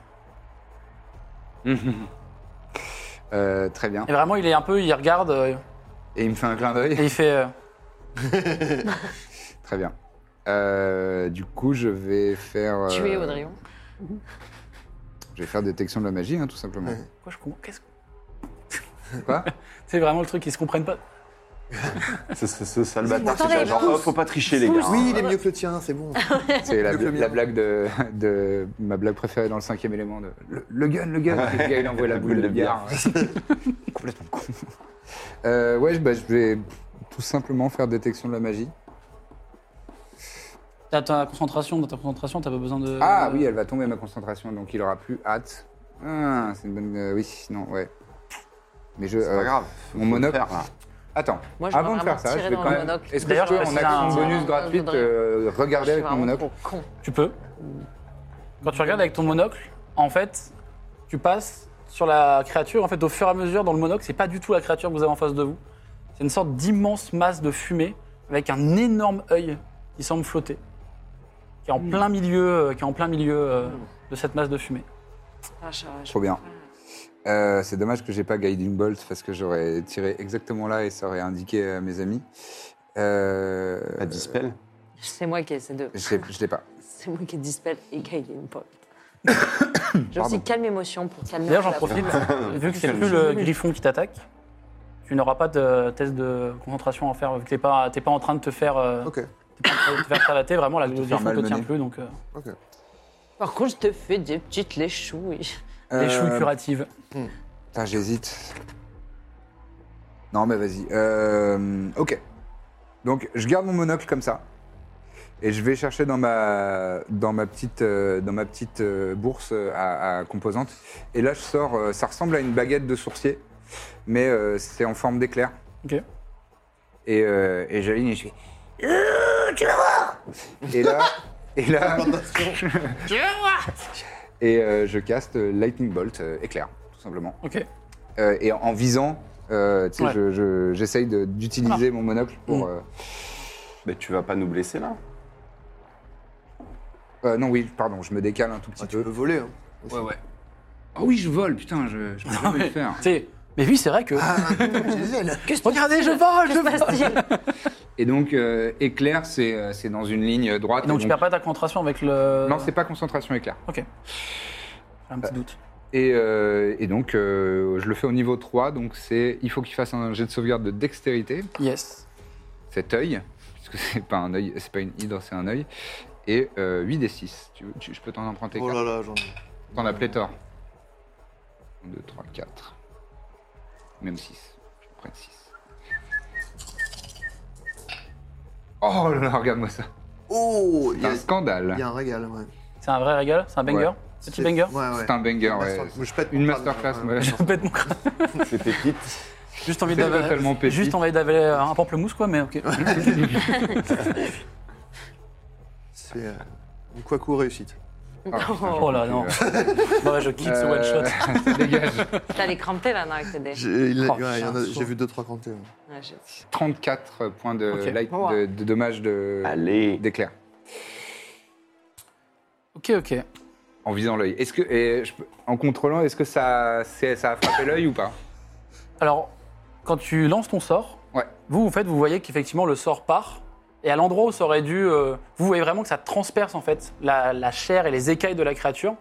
Speaker 6: Hum. Euh, très bien.
Speaker 1: Et vraiment, il est un peu, il regarde euh,
Speaker 6: Et il me fait un clin d'œil.
Speaker 1: et il fait. euh,
Speaker 6: Très bien. Euh, du coup, je vais faire. euh,
Speaker 5: Tuer Audrillon.
Speaker 6: Je vais faire détection de la magie, hein, tout simplement.
Speaker 1: Quoi, je comprends Qu'est-ce que
Speaker 6: Quoi
Speaker 1: c'est vraiment le truc Ils se comprennent pas.
Speaker 8: Ce, ce, ce sale
Speaker 5: Vous
Speaker 8: bâtard qui
Speaker 5: entendez,
Speaker 8: fait genre,
Speaker 5: tous.
Speaker 8: oh, faut pas tricher, les gars.
Speaker 4: Oui, il est mieux que le tien, c'est bon.
Speaker 6: C'est la,
Speaker 4: Mieux que le mien.
Speaker 6: la blague de, de ma blague préférée dans le cinquième élément de le, le gun, le gun. Et le gars, il envoie la boule de billard. Complètement con. Euh, ouais, bah, je vais tout simplement faire détection de la magie.
Speaker 1: T'as ta concentration, dans ta concentration, t'as pas besoin de.
Speaker 6: Ah oui, elle va tomber ma concentration, donc il aura plus hâte. Ah, c'est une bonne. euh, oui, non, ouais. Mais je.
Speaker 8: C'est pas
Speaker 6: euh,
Speaker 8: grave.
Speaker 6: Mon
Speaker 8: Faut le
Speaker 6: monocle.
Speaker 8: faire, là.
Speaker 6: Attends,
Speaker 5: Moi, je
Speaker 6: avant
Speaker 5: vais
Speaker 6: de faire
Speaker 5: vraiment
Speaker 6: ça,
Speaker 5: tirer
Speaker 6: je vais
Speaker 5: dans
Speaker 6: quand
Speaker 5: le
Speaker 6: même.
Speaker 5: monocle.
Speaker 6: Est-ce que je
Speaker 1: D'ailleurs,
Speaker 6: peux
Speaker 1: je
Speaker 6: en
Speaker 1: précise
Speaker 6: action
Speaker 1: un-
Speaker 6: bonus gratuite euh,
Speaker 5: Je
Speaker 6: regarder
Speaker 5: suis
Speaker 6: avec mon
Speaker 5: vraiment
Speaker 6: monocle
Speaker 5: trop con.
Speaker 1: Tu peux. Quand tu regardes avec ton monocle, en fait, tu passes sur la créature. En fait, au fur et à mesure, dans le monocle, c'est pas du tout la créature que vous avez en face de vous. C'est une sorte d'immense masse de fumée avec un énorme œil qui semble flotter, qui est en plein milieu, euh, qui est en plein milieu euh, de cette masse de fumée.
Speaker 5: Ah, je- je-
Speaker 6: Trop bien. Euh, c'est dommage que j'ai pas Guiding Bolt parce que j'aurais tiré exactement là et ça aurait indiqué à mes amis. Euh,
Speaker 8: Pas de dispel.
Speaker 5: C'est moi qui ai ces deux.
Speaker 6: je l'ai- je l'ai pas.
Speaker 5: C'est moi qui ai dispel et Gaiden Pop. J'ai aussi calme émotion pour calmer.
Speaker 1: D'ailleurs, j'en
Speaker 5: la-
Speaker 1: profite, vu que c'est plus le griffon qui t'attaque, tu n'auras pas de test de concentration à faire, vu que t'es pas, t'es pas en train de te faire, euh,
Speaker 4: Ok.
Speaker 1: t'es pas en train de te faire cravater, vraiment, la, le griffon te
Speaker 6: malmener.
Speaker 1: tient plus, donc euh,
Speaker 5: Par contre, je te fais des petites léchouilles.
Speaker 1: les chouilles
Speaker 6: Euh,
Speaker 1: curatives.
Speaker 6: Putain, j'hésite. Non, mais vas-y. Euh, ok. Donc, je garde mon monocle comme ça. Et je vais chercher dans ma, dans ma petite, euh, dans ma petite euh, bourse euh, à, à composantes. Et là, je sors. euh, ça ressemble à une baguette de sourcier, mais euh, c'est en forme d'éclair.
Speaker 1: Ok.
Speaker 6: Et Et, euh, et j'aligne et je fais.
Speaker 7: Euh, tu vas voir
Speaker 6: Et là, et là,
Speaker 7: Tu vas voir
Speaker 6: et euh, je caste euh, Lightning Bolt, euh, éclair, tout simplement.
Speaker 1: Ok.
Speaker 6: Euh, et en visant, euh, tu sais,
Speaker 1: Ouais.
Speaker 6: je- je- j'essaye de- d'utiliser mon monocle pour. euh,
Speaker 8: Mais tu vas pas nous blesser là.
Speaker 6: euh, non, oui, pardon, je me décale un tout petit
Speaker 4: Ah, tu
Speaker 6: peu.
Speaker 4: peux voler. Hein.
Speaker 6: Ouais, ouais. Oh oui, je vole, putain, je, je peux jamais le faire. Ah.
Speaker 1: Tu sais, Mais oui, c'est vrai que. Regardez, je vole, je vole.
Speaker 6: Et donc, euh, éclair, c'est euh, c'est dans une ligne droite.
Speaker 1: Et donc
Speaker 6: et
Speaker 1: tu
Speaker 6: donc-
Speaker 1: perds pas ta concentration avec le.
Speaker 6: Non, c'est pas concentration éclair.
Speaker 1: J'ai un petit doute.
Speaker 6: Et, euh, et donc, euh, je le fais au niveau 3, donc c'est il faut qu'il fasse un jet de sauvegarde de dextérité,
Speaker 1: Yes.
Speaker 6: cet œil, puisque c'est pas un œil, c'est pas une hydre, c'est un œil, et euh, 8 des 6. Tu, veux- tu- je peux t'en emprunter
Speaker 4: Oh
Speaker 6: quatre.
Speaker 4: là là, j'en ai.
Speaker 6: T'en as pléthore. 1, 2, 3, 4. Même 6. Je vais prendre 6. Oh là là, regarde-moi ça.
Speaker 4: Oh, il
Speaker 6: C'est
Speaker 4: y, a-
Speaker 6: un scandale.
Speaker 4: il y a un régal, ouais.
Speaker 1: C'est un vrai régal C'est un banger
Speaker 6: Ouais.
Speaker 1: Petit banger
Speaker 4: Ouais, ouais.
Speaker 6: C'est un banger, ouais.
Speaker 4: Master- je pète mon
Speaker 6: Une
Speaker 4: crâne,
Speaker 6: masterclass,
Speaker 4: ouais.
Speaker 6: ouais.
Speaker 1: Je pète mon crâne.
Speaker 8: C'est pépite.
Speaker 1: Juste envie
Speaker 6: C'est
Speaker 1: d'avaler-
Speaker 6: totalement pépi.
Speaker 1: Juste envie d'avaler un pamplemousse, quoi, mais ok.
Speaker 4: C'est euh, une Kwaku réussite.
Speaker 6: Ah, putain, j'en
Speaker 1: Oh là,
Speaker 6: peux
Speaker 1: non.
Speaker 6: plus, là.
Speaker 1: Bah, je quitte ce one shot.
Speaker 6: Euh, Dégage.
Speaker 5: T'as les crampés là, non, avec tes dés.
Speaker 4: J'ai il a-
Speaker 1: Oh,
Speaker 4: ouais, il y en a-
Speaker 1: putain,
Speaker 4: j'ai vu 2-3 crantés. ouais.
Speaker 5: Ouais, j'ai-
Speaker 6: 34 points de,
Speaker 1: Ok.
Speaker 6: light-
Speaker 5: Wow.
Speaker 6: de, de dommages de-
Speaker 8: Allez.
Speaker 6: d'éclair
Speaker 1: Ok, ok.
Speaker 6: en visant l'œil. Est-ce que, et je peux- en contrôlant, est-ce que ça, c'est- ça a frappé l'œil ou pas
Speaker 1: Alors, quand tu lances ton sort,
Speaker 6: Ouais.
Speaker 1: vous, vous faites, vous voyez qu'effectivement le sort part. Et à l'endroit où ça aurait dû. euh, vous voyez vraiment que ça transperce en fait la, la chair et les écailles de la créature.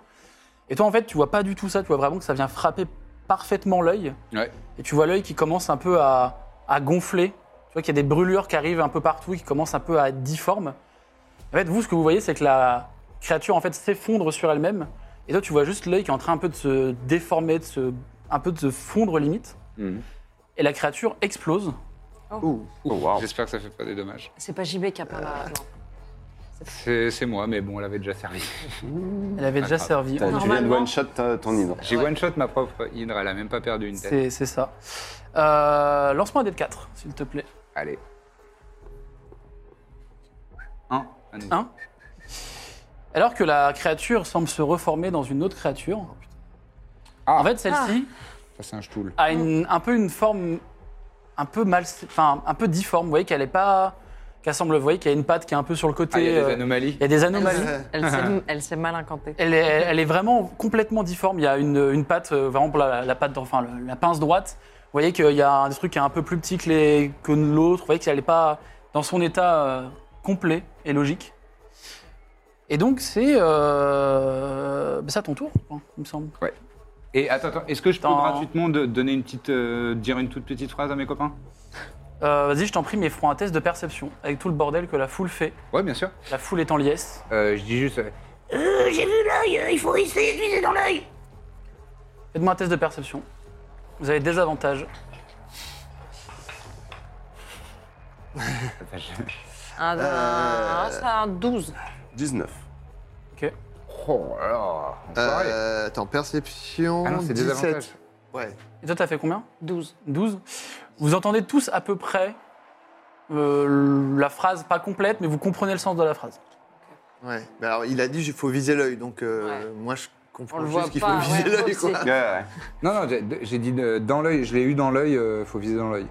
Speaker 1: Et toi en fait, tu vois pas du tout ça, tu vois vraiment que ça vient frapper parfaitement l'œil.
Speaker 6: Ouais.
Speaker 1: Et tu vois l'œil qui commence un peu à, à gonfler. Tu vois qu'il y a des brûlures qui arrivent un peu partout, qui commencent un peu à être difformes. En fait, vous, ce que vous voyez, c'est que la créature en fait s'effondre sur elle-même. Et toi, tu vois juste l'œil qui est en train un peu de se déformer, de se, un peu de se fondre limite et la créature explose.
Speaker 8: Hmm. Oh waouh.
Speaker 6: J'espère que ça fait pas des dommages.
Speaker 5: C'est pas JB qui a pas la.
Speaker 6: C'est c'est moi, mais bon, elle avait déjà servi.
Speaker 1: Elle avait déjà
Speaker 6: grave.
Speaker 1: servi. Oh,
Speaker 8: T'as- Tu viens de
Speaker 5: Normalement-
Speaker 8: one shot ta- ton hydre.
Speaker 6: J'ai one shot ma propre hydre, elle a même pas perdu une tête.
Speaker 1: C'est c'est ça. Euh, Lance-moi un dé de 4, s'il te plaît.
Speaker 6: Allez. 1 à nouveau.
Speaker 1: Un. Alors que la créature semble se reformer dans une autre créature.
Speaker 6: Ah.
Speaker 1: En fait, celle-ci Ah,
Speaker 6: Ça, c'est un stool.
Speaker 1: a une- un peu une forme un peu mal, enfin un peu difforme. Vous voyez qu'elle est pas, qu'elle semble, vous voyez qu'il y a une patte qui est un peu sur le côté.
Speaker 6: Ah, il y a
Speaker 1: euh,
Speaker 6: des anomalies.
Speaker 1: il y a des anomalies.
Speaker 5: Elle s'est- Elle s'est mal incantée.
Speaker 1: Elle est, elle est vraiment complètement difforme. Il y a une, une patte, euh, vraiment pour la, la patte, enfin le- la pince droite. Vous voyez qu'il y a un truc qui est un peu plus petit que, les- que l'autre. Vous voyez qu'elle n'est pas dans son état euh, complet et logique. Et donc c'est euh, ben, c'est à ton tour, hein, il me semble.
Speaker 6: Et attends, attends, est-ce que je peux
Speaker 1: Attends.
Speaker 6: gratuitement de- donner une petite, euh, dire une toute petite phrase à mes copains
Speaker 1: Euh, vas-y, je t'en prie, mais ils feront un test de perception avec tout le bordel que la foule fait.
Speaker 6: Ouais, bien sûr.
Speaker 1: La foule étant liesse.
Speaker 6: Euh, je dis juste. euh,
Speaker 3: Euh, j'ai vu l'œil, euh, il faut essayer de viser dans l'œil.
Speaker 1: Faites-moi un test de perception. Vous avez des avantages.
Speaker 5: Un, un, c'est Ah, un 12.
Speaker 8: 19.
Speaker 6: Oh là là, enfoiré.
Speaker 4: Euh, attends, perception.
Speaker 6: Ah non, c'est
Speaker 4: 17.
Speaker 6: des avantages.
Speaker 4: Ouais.
Speaker 1: Et toi, t'as fait combien
Speaker 5: 12.
Speaker 1: 12. Vous entendez tous à peu près euh, la phrase, pas complète, mais vous comprenez le sens de la phrase.
Speaker 4: ouais. Mais alors, il a dit qu'il faut viser l'œil, donc euh, moi je
Speaker 5: On
Speaker 4: comprends
Speaker 5: le voit
Speaker 4: juste qu'il faut
Speaker 5: pas,
Speaker 4: viser
Speaker 5: ouais,
Speaker 4: l'œil.
Speaker 5: faut
Speaker 4: quoi.
Speaker 8: Ouais, ouais.
Speaker 6: Non, non, j'ai- j'ai dit euh, dans l'œil, je l'ai eu dans l'œil, euh, faut viser dans l'œil.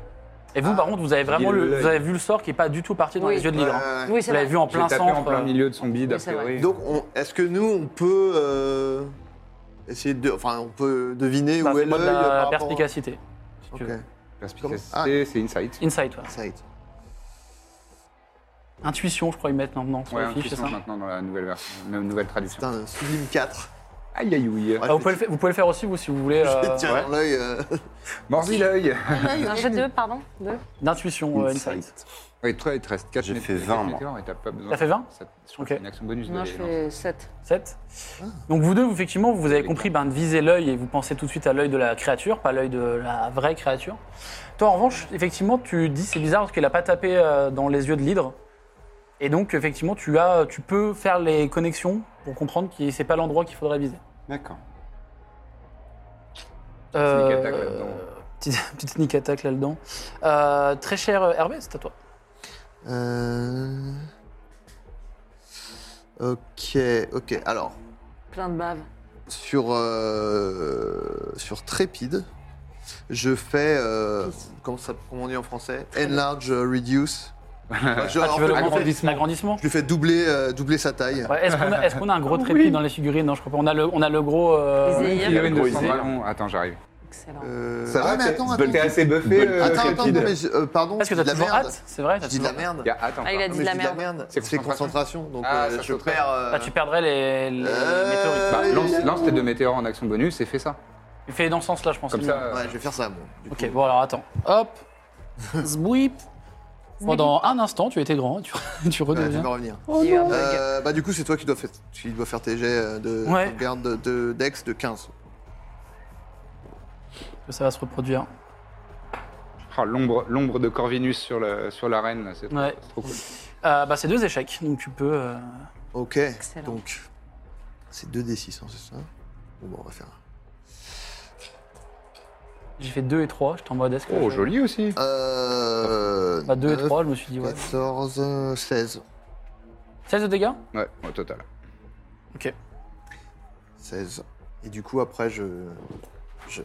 Speaker 1: Et
Speaker 4: Ah.
Speaker 1: vous, par contre, vous avez vraiment
Speaker 6: Il
Speaker 1: le,
Speaker 6: l'œil.
Speaker 1: vous avez vu le sort qui est pas du tout parti dans
Speaker 5: Oui.
Speaker 1: les yeux de l'hydre. hein.
Speaker 4: Ouais, ouais.
Speaker 5: Oui,
Speaker 1: Vous
Speaker 5: c'est
Speaker 1: l'avez
Speaker 5: vrai.
Speaker 1: vu en
Speaker 6: J'ai
Speaker 1: plein
Speaker 6: tapé
Speaker 1: centre. euh.
Speaker 6: en plein milieu de son bide, a
Speaker 5: Oui, c'est vrai.
Speaker 6: priori.
Speaker 4: Donc, on- est-ce que nous, on peut euh, essayer de. Enfin, on peut deviner
Speaker 1: Bah,
Speaker 4: où est
Speaker 1: fais-moi
Speaker 4: l'œil
Speaker 1: de
Speaker 4: euh,
Speaker 1: la
Speaker 4: par rapport à-
Speaker 1: perspicacité. si tu
Speaker 4: Ok,
Speaker 1: veux.
Speaker 6: Perspicacité,
Speaker 4: Ah.
Speaker 6: E, c'est insight.
Speaker 1: Insight, ouais.
Speaker 4: insight.
Speaker 1: Intuition, je crois, ils mettent maintenant sur
Speaker 6: Ouais,
Speaker 1: les fiches, c'est
Speaker 6: intuition
Speaker 1: ça
Speaker 6: maintenant dans la nouvelle version, la nouvelle traduction.
Speaker 4: Putain, Sublime 4.
Speaker 6: Aïe aïe aïe.
Speaker 4: Ouais,
Speaker 1: Ah, vous,
Speaker 4: je
Speaker 1: pouvez
Speaker 4: vais
Speaker 1: le faire, vous pouvez le faire aussi, vous, si vous voulez.
Speaker 4: je vais
Speaker 1: euh,
Speaker 4: tirer dans l'œil. euh,
Speaker 6: Mordi l'œil.
Speaker 5: Un jet de, pardon de...
Speaker 1: D'intuition, euh, insight.
Speaker 6: Oui, toi, il te reste 4
Speaker 8: J'ai fait 20, moi.
Speaker 6: Et t'as pas besoin.
Speaker 1: T'as fait 20
Speaker 6: Ça- Je crois
Speaker 1: Ok.
Speaker 6: que c'est une action bonus. de
Speaker 5: Non,
Speaker 6: les
Speaker 5: je
Speaker 6: lancer.
Speaker 5: fais 7.
Speaker 1: 7. Donc vous deux, vous, effectivement, vous avez
Speaker 6: Avec
Speaker 1: compris ben, de viser l'œil et vous pensez tout de suite à l'œil de la créature, pas l'œil de la vraie créature. Toi, en revanche, effectivement, tu dis c'est bizarre parce qu'elle a pas tapé euh, dans les yeux de l'hydre. Et donc, effectivement, tu, as, tu peux faire les connexions pour comprendre que c'est pas l'endroit qu'il faudrait viser.
Speaker 8: D'accord.
Speaker 6: Sneak attack là-dedans.
Speaker 1: Petite, Euh, petite sneak attack là-dedans. Euh, très cher euh, Hervé, c'est à toi.
Speaker 4: Euh... Ok, ok. Alors,
Speaker 5: Plein de bave.
Speaker 4: sur, euh, sur Trépide, je fais. euh, comment, ça, comment on dit en français Enlarge, euh, reduce. Enfin, je,
Speaker 1: Ah,
Speaker 4: en
Speaker 1: tu veux
Speaker 4: fait,
Speaker 1: l'agrandissement L'agrandissement
Speaker 4: je lui fais doubler, euh, doubler sa taille.
Speaker 1: Ouais, Est-ce qu'on a, est-ce qu'on a un gros trépied dans les figurines Non, je crois pas. On a le, on a le gros. euh,
Speaker 5: Les ailleurs.
Speaker 6: Figurine de
Speaker 8: Gros, il
Speaker 6: cent
Speaker 8: est-
Speaker 6: dragons. Attends, j'arrive.
Speaker 5: Excellent. Oh,
Speaker 4: Euh,
Speaker 8: Ça
Speaker 4: ah,
Speaker 8: va,
Speaker 4: mais
Speaker 8: t'es-
Speaker 4: attends,
Speaker 8: t'es
Speaker 4: attends.
Speaker 6: assez buffé,
Speaker 8: Bonne-
Speaker 6: euh,
Speaker 4: Attends,
Speaker 6: Cupid.
Speaker 4: attends, non, mais je- euh, pardon,
Speaker 1: Est-ce que
Speaker 4: je
Speaker 1: t'as
Speaker 4: dis de la
Speaker 1: toujours
Speaker 4: merde.
Speaker 1: hâte C'est vrai t'as
Speaker 4: Je dis de la
Speaker 1: toujours-
Speaker 4: merde.
Speaker 6: Il y a- Attends.
Speaker 5: Ah, il
Speaker 4: Non,
Speaker 5: a
Speaker 4: mais
Speaker 5: dit de
Speaker 4: je
Speaker 5: la
Speaker 4: dis de
Speaker 5: merde.
Speaker 4: la merde.
Speaker 6: C'est
Speaker 4: C'est concentration, donc
Speaker 6: Ah,
Speaker 4: euh,
Speaker 6: ça
Speaker 4: je
Speaker 6: saute pas.
Speaker 4: perds. euh,
Speaker 1: Bah, tu perdrais les, les
Speaker 4: Euh,
Speaker 1: météorites.
Speaker 6: Bah,
Speaker 4: Ouais,
Speaker 6: lance,
Speaker 4: il a-
Speaker 6: lance tes deux météores en action bonus et fais ça.
Speaker 1: Il fait dans ce sens-là, je pense.
Speaker 6: Comme
Speaker 1: c'est mieux.
Speaker 6: ça.
Speaker 4: Ouais, je vais faire ça, bon. du
Speaker 1: Ok,
Speaker 4: coup.
Speaker 1: bon alors attends. Hop Zbouip Pendant un instant, tu étais grand, tu, tu
Speaker 4: Ouais, euh, tu
Speaker 1: redeviens.
Speaker 4: peux revenir.
Speaker 5: Il y a eu Oh un bug.
Speaker 4: Euh, bah du coup c'est toi qui dois faire, qui dois faire tes jets euh, de
Speaker 1: Ouais.
Speaker 4: sauvegarde de, de- Dex de 15.
Speaker 1: Que ça va se reproduire.
Speaker 6: Oh, l'ombre, l'ombre de Corvinus sur, le, sur l'arène, là, c'est trop,
Speaker 1: Ouais.
Speaker 6: c'est trop cool.
Speaker 1: Euh, bah, c'est deux échecs, donc tu peux. euh,
Speaker 4: Ok.
Speaker 5: Excellent.
Speaker 4: Donc c'est 2d6, hein, c'est ça Bon bah, on va faire. un.
Speaker 1: J'ai fait deux et trois, j'étais en mode est-ce que.
Speaker 6: Oh,
Speaker 1: je-
Speaker 6: joli aussi.
Speaker 4: Euh,
Speaker 1: Bah, deux et
Speaker 4: neuf,
Speaker 1: trois, je me suis dit ouais.
Speaker 4: 14, euh, 16.
Speaker 1: 16 de dégâts
Speaker 6: Ouais, au total.
Speaker 4: 16. Et du coup après je, je-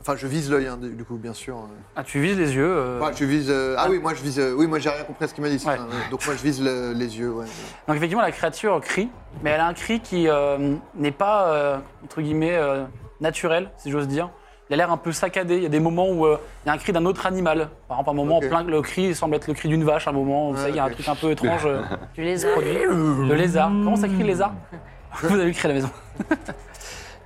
Speaker 4: enfin je vise l'œil hein, du coup bien sûr. euh.
Speaker 1: Ah, tu vises les yeux. euh,
Speaker 4: Ouais, tu vises euh, Ah oui, moi je vise euh, oui, moi j'ai rien compris à ce qu'il m'a dit. c'est
Speaker 1: Ouais.
Speaker 4: ça, euh, donc moi je vise le- les yeux, ouais.
Speaker 1: Donc effectivement, la créature crie, mais elle a un cri qui euh, n'est pas, euh, entre guillemets, euh, naturel, si j'ose dire. Il a l'air un peu saccadé. Il y a des moments où euh, il y a un cri d'un autre animal. Par exemple, un moment,
Speaker 4: Ok.
Speaker 1: plein, le cri semble être le cri d'une vache. Un moment, vous
Speaker 4: Ouais,
Speaker 1: savez, il y a un
Speaker 4: ok.
Speaker 1: truc un peu étrange. euh,
Speaker 5: Du lézard.
Speaker 1: Le lézard. Comment ça crie le lézard Vous avez créé la maison.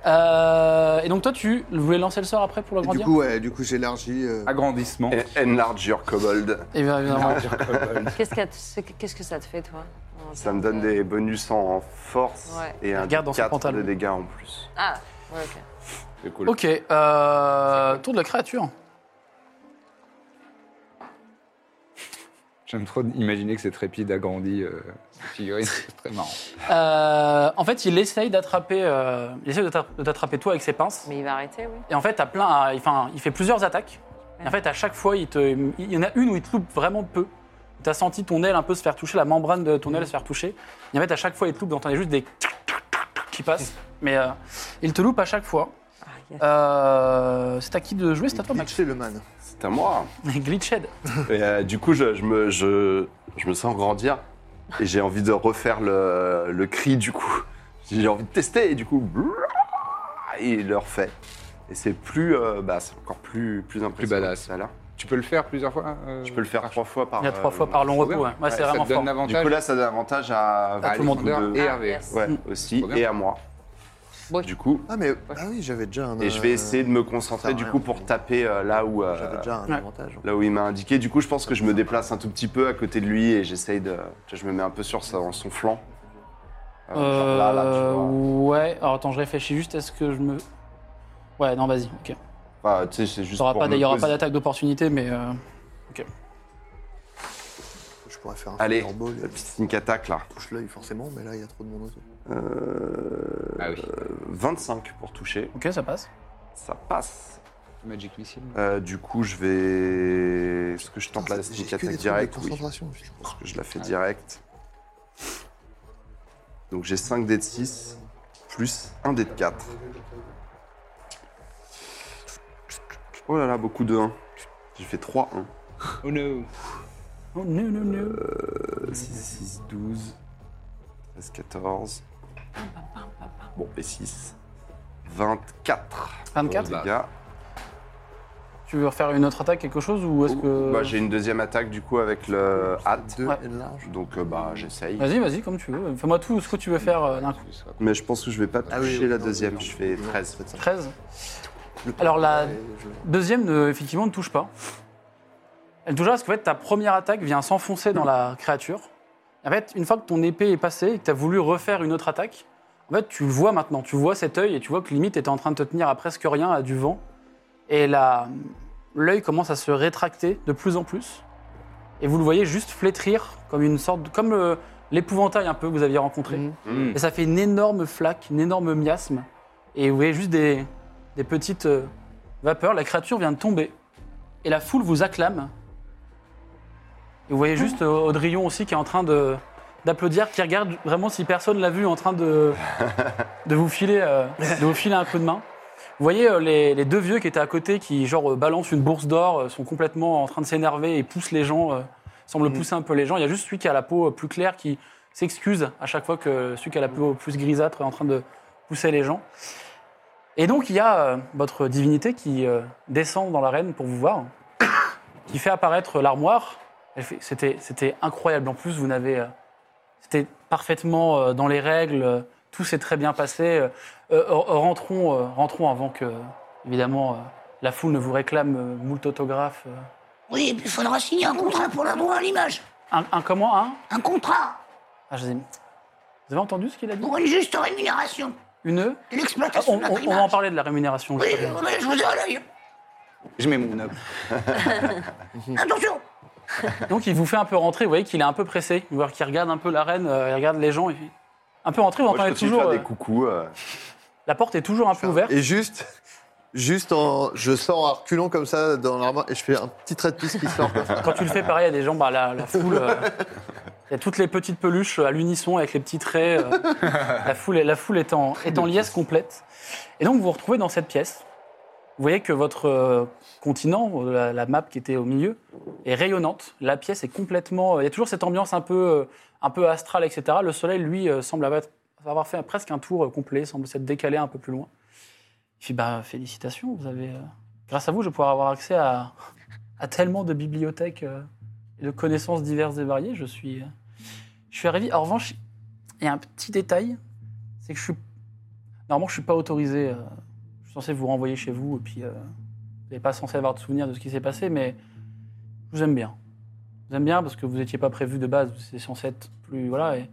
Speaker 1: Euh, et donc toi, tu voulais lancer le sort après pour
Speaker 4: Et du
Speaker 1: l'agrandir
Speaker 4: coup ouais, du coup j'élargis euh,
Speaker 6: Agrandissement.
Speaker 8: En- Enlarge your kobold.
Speaker 1: Eh bien, évidemment.
Speaker 5: Qu'est-ce qu'a- ce- qu'est-ce que ça te fait, toi
Speaker 8: Ça me donne des bonus en force
Speaker 5: Ouais.
Speaker 8: et un
Speaker 1: Regarde dans son
Speaker 8: 4
Speaker 1: pantalon.
Speaker 8: de dégâts en plus.
Speaker 5: Ah, ouais, ok.
Speaker 6: C'est cool.
Speaker 1: Ok, euh, tour de la créature.
Speaker 6: J'aime trop imaginer que c'est trépide agrandi, euh, cette figurine. C'est très marrant.
Speaker 1: Euh, en fait, il essaye d'attraper, euh, il essaye de t'attra- de t'attraper toi avec ses pinces.
Speaker 5: Mais il va arrêter, oui.
Speaker 1: Et en fait, t'as plein, à- enfin, il fait plusieurs attaques. Et en fait, à chaque fois, il, te, il y en a une où il te loupe vraiment peu. T'as senti ton aile un peu se faire toucher, la membrane de ton aile se faire toucher. Et en fait, à chaque fois, il te loupe, t'entends juste des qui passent. Mais euh, il te loupe à chaque fois.
Speaker 5: Ah, yes.
Speaker 1: Euh, c'est à qui de jouer C'est à toi, Max.
Speaker 4: glitcher le man.
Speaker 8: C'est à moi.
Speaker 1: Glitched.
Speaker 8: Et euh, du coup, je, je me, je, je me sens grandir et j'ai envie de refaire le, le cri du coup. J'ai envie de tester et du coup, et il le refait. Et c'est plus, euh, bah, c'est encore plus, plus impressionnant.
Speaker 6: badass.
Speaker 8: que ça, là.
Speaker 6: Tu peux le faire plusieurs fois euh,
Speaker 8: Je peux le faire trois fois par.
Speaker 1: Il y a trois
Speaker 8: euh,
Speaker 1: fois par long
Speaker 6: trop
Speaker 1: repos.
Speaker 6: bien.
Speaker 1: Ouais, Ouais, c'est
Speaker 6: ça
Speaker 1: vraiment
Speaker 6: te donne
Speaker 1: fort.
Speaker 8: Du
Speaker 6: l'avantage
Speaker 8: coup là, ça donne avantage à,
Speaker 6: à
Speaker 1: tout le monde.
Speaker 6: Alexander
Speaker 8: De-
Speaker 6: et
Speaker 5: Ah,
Speaker 6: Hervé.
Speaker 5: yes.
Speaker 8: Ouais,
Speaker 1: Mm.
Speaker 8: aussi
Speaker 6: Trop bien.
Speaker 8: et à moi.
Speaker 5: Bon.
Speaker 8: Du coup,
Speaker 4: Ah mais ah oui, j'avais déjà un
Speaker 8: et je vais
Speaker 4: euh,
Speaker 8: essayer de me
Speaker 4: ça
Speaker 8: concentrer
Speaker 4: sert à
Speaker 8: du
Speaker 4: rien,
Speaker 8: coup pour
Speaker 4: mais-
Speaker 8: taper euh, là où euh,
Speaker 4: j'avais déjà un
Speaker 1: Ouais.
Speaker 4: avantage. hein.
Speaker 8: là où il m'a indiqué. Du coup, je pense que je me déplace un tout petit peu à côté de lui et j'essaye de. tu vois, je me mets un peu sur son, son flanc. Euh, genre là, là, tu
Speaker 1: Euh,
Speaker 8: vois.
Speaker 1: ouais, alors attends, je réfléchis juste, est-ce que je me... Ouais, non, vas-y, ok.
Speaker 8: Enfin, tu sais, c'est
Speaker 1: Il
Speaker 8: juste.
Speaker 1: n'y aura
Speaker 8: pour
Speaker 1: pas,
Speaker 8: me
Speaker 1: d'ailleurs,
Speaker 8: posi-
Speaker 1: pas d'attaque d'opportunité, mais... euh,
Speaker 4: Je pourrais faire un
Speaker 8: Allez,
Speaker 4: fireball
Speaker 8: la
Speaker 4: et
Speaker 8: petite sneak attack là.
Speaker 4: touche l'œil forcément, mais là il y a trop de monde autour.
Speaker 8: Euh,
Speaker 6: Ah oui,
Speaker 8: 25 pour toucher,
Speaker 1: Ok, ça passe.
Speaker 8: ça passe.
Speaker 6: Magic Missile.
Speaker 8: Euh, du coup, je vais. Est-ce que je tente la
Speaker 4: Putain, j'ai
Speaker 8: sneak
Speaker 4: que des
Speaker 8: attack
Speaker 4: trucs
Speaker 8: direct
Speaker 4: de
Speaker 8: Oui.
Speaker 4: concentration, putain.
Speaker 8: Je pense que je la fais direct. Donc j'ai 5 dés de 6 plus 1 dé de 4. Oh là là, beaucoup de 1. J'ai fait 3 1.
Speaker 6: Oh no.
Speaker 1: Oh, non, non, non.
Speaker 8: 6, 6, 12, 13, 14. Bon, et 6. 24.
Speaker 1: 24
Speaker 8: Les gars.
Speaker 1: Tu veux refaire une autre attaque, quelque chose, ou est-ce que...
Speaker 8: Bah, j'ai une deuxième attaque du coup avec le hâte.
Speaker 4: Deux
Speaker 1: Ouais.
Speaker 4: enlarge.
Speaker 8: Donc euh, bah j'essaye.
Speaker 1: Vas-y, vas-y, comme tu veux. Fais-moi tout ce que tu veux faire euh, d'un coup.
Speaker 8: Mais je pense que je vais pas toucher
Speaker 4: Ah oui, oui,
Speaker 8: la
Speaker 4: non,
Speaker 8: deuxième.
Speaker 4: non,
Speaker 8: Je fais
Speaker 4: non,
Speaker 8: 13.
Speaker 4: faites ça.
Speaker 1: 13.
Speaker 4: Le
Speaker 1: Alors, la-
Speaker 4: premier, je-
Speaker 1: Deuxième, ne- effectivement, ne touche pas. Elle touche pas parce qu'en fait, ta première attaque vient s'enfoncer dans la créature. En fait, une fois que ton épée est passée et que tu as voulu refaire une autre attaque, en fait, tu le vois maintenant. Tu vois cet œil et tu vois que limite, était en train de te tenir à presque rien, à du vent. Et la- l'œil commence à se rétracter de plus en plus. Et vous le voyez juste flétrir comme une sorte. de- comme euh, l'épouvantail un peu que vous aviez rencontré.
Speaker 6: Mm.
Speaker 1: Et ça fait une énorme flaque, une énorme miasme. Et vous voyez juste des, des petites euh, vapeur, la créature vient de tomber. Et la foule vous acclame. Et vous voyez juste euh, Audrillon aussi qui est en train de d'applaudir, qui regarde vraiment si personne l'a vu en train de, de, vous filer, euh, de vous filer un coup de main. Vous voyez euh, les, les deux vieux qui étaient à côté, qui genre euh, balancent une bourse d'or, euh, sont complètement en train de s'énerver et poussent les gens, euh, semblent pousser un peu les gens. Il y a juste celui qui a la peau euh, plus claire qui s'excuse à chaque fois que celui qui a la peau plus grisâtre est en train de pousser les gens. Et donc il y a euh, votre divinité qui euh, descend dans l'arène pour vous voir, qui fait apparaître l'armoire. Elle fait- C'était c'était incroyable. En plus, vous n'avez euh, c'était parfaitement euh, dans les règles, euh, tout s'est très bien passé. Euh, euh, rentrons, euh, rentrons avant que, évidemment, euh, la foule ne vous réclame euh, moult autographes. euh.
Speaker 3: Oui, et puis il faudra signer un contrat pour leur droit à l'image.
Speaker 1: Un, un comment un
Speaker 3: Un contrat
Speaker 1: Ah, je les ai mis. Vous avez entendu ce qu'il a dit
Speaker 3: pour une juste rémunération.
Speaker 1: Une
Speaker 3: de
Speaker 1: Ah,
Speaker 3: L'exploitation
Speaker 1: on,
Speaker 3: de notre
Speaker 1: on- on va en
Speaker 3: image.
Speaker 1: parler de la rémunération.
Speaker 3: Oui,
Speaker 1: je crois bien.
Speaker 3: oui, je vous ai à l'œil.
Speaker 6: Je mets mon noble.
Speaker 3: Attention
Speaker 1: Donc il vous fait un peu rentrer, vous voyez qu'il est un peu pressé. Vous voyez qu'il regarde un peu l'arène, euh, il regarde les gens. et- Un peu rentrer, vous
Speaker 8: Moi, je
Speaker 1: entendez
Speaker 8: continue de
Speaker 1: toujours.
Speaker 8: faire
Speaker 1: euh,
Speaker 8: des coucous. euh.
Speaker 1: La porte est toujours un peu ouverte.
Speaker 4: Et juste, juste en, je sors à reculons comme ça dans l'armoire et je fais un petit trait de piste qui sort. comme ça.
Speaker 1: Quand tu le fais pareil à des gens, bah, la, la foule. euh, Il y a toutes les petites peluches à l'unisson avec les petits traits. euh, la, foule, est- la foule est en, est en liesse complète. Et donc vous vous retrouvez dans cette pièce. Vous voyez que votre euh, continent, euh, la, la map qui était au milieu, est rayonnante. La pièce est complètement. euh, Il y a toujours cette ambiance un peu, euh, un peu astrale, etc. Le soleil, lui, euh, semble avoir, avoir fait presque un tour euh, complet, semble s'être décalé un peu plus loin. Je dis bah, félicitations, vous avez. euh, grâce à vous, je vais pouvoir avoir accès à, à tellement de bibliothèques euh, et de connaissances diverses et variées. Je suis, euh, je suis ravi. En revanche, il y a un petit détail, c'est que je suis normalement je suis pas autorisé. euh, je suis censé vous renvoyer chez vous et puis euh, vous n'êtes pas censé avoir de souvenir de ce qui s'est passé, mais je vous aime bien. Je vous aime bien parce que vous n'étiez pas prévu de base. C'est censé être plus voilà et, et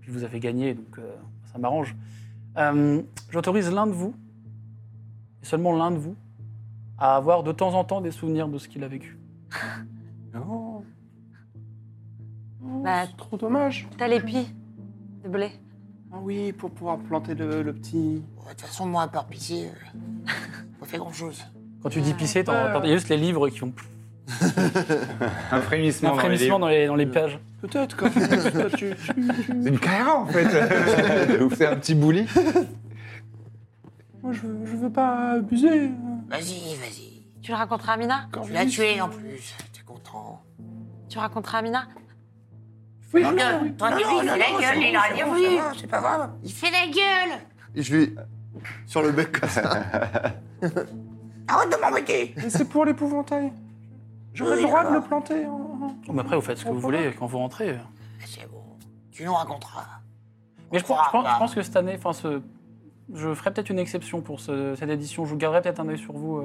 Speaker 1: puis vous avez gagné, donc euh, ça m'arrange. Euh, J'autorise l'un de vous et seulement l'un de vous à avoir de temps en temps des souvenirs de ce qu'il a vécu.
Speaker 2: Non. Non,
Speaker 5: Bah-
Speaker 2: Oh, C'est trop dommage.
Speaker 5: T'as l'épi de blé.
Speaker 2: Ah oui, pour pouvoir planter le, le petit.
Speaker 7: De toute façon, moi, à part pisser, euh, pas fait grand-chose.
Speaker 1: Quand tu dis pisser, t'en- t'en- il y a juste les livres qui font
Speaker 6: Un frémissement.
Speaker 1: un
Speaker 6: dans les
Speaker 1: frémissement
Speaker 6: livres.
Speaker 1: dans les, dans les pages.
Speaker 2: Peut-être quand tu- tu- tu- tu-
Speaker 6: C'est une carrière en fait. De ouf, C'est un petit bouli.
Speaker 2: Moi, je, veux- je veux pas abuser.
Speaker 7: Vas-y, vas-y.
Speaker 5: Tu le raconteras à Mina
Speaker 2: Quand
Speaker 7: Tu l'as tué en plus. T'es content.
Speaker 5: Tu raconteras à Mina
Speaker 2: Oui,
Speaker 7: Toi,
Speaker 2: non, oui.
Speaker 7: toi, il fait la gueule, il a rien vu.
Speaker 3: C'est pas grave.
Speaker 7: Il fait la gueule.
Speaker 4: Et je lui sur le bec comme ça.
Speaker 3: Arrête de m'embêter.
Speaker 2: Mais c'est pour l'épouvantail. J'aurais le
Speaker 3: Oui,
Speaker 2: droit de
Speaker 3: alors.
Speaker 2: le planter. hein, hein.
Speaker 1: Mais après, vous faites ce que vous voulez quand vous rentrez.
Speaker 3: Ah,
Speaker 7: Mais C'est bon. Tu nous raconteras.
Speaker 1: Mais je,
Speaker 7: On
Speaker 1: pense-
Speaker 7: croira
Speaker 1: je pense,
Speaker 7: pas.
Speaker 1: je pense que cette année, enfin, ce- je ferai peut-être une exception pour ce- cette édition. Je vous garderai peut-être un œil sur vous. euh.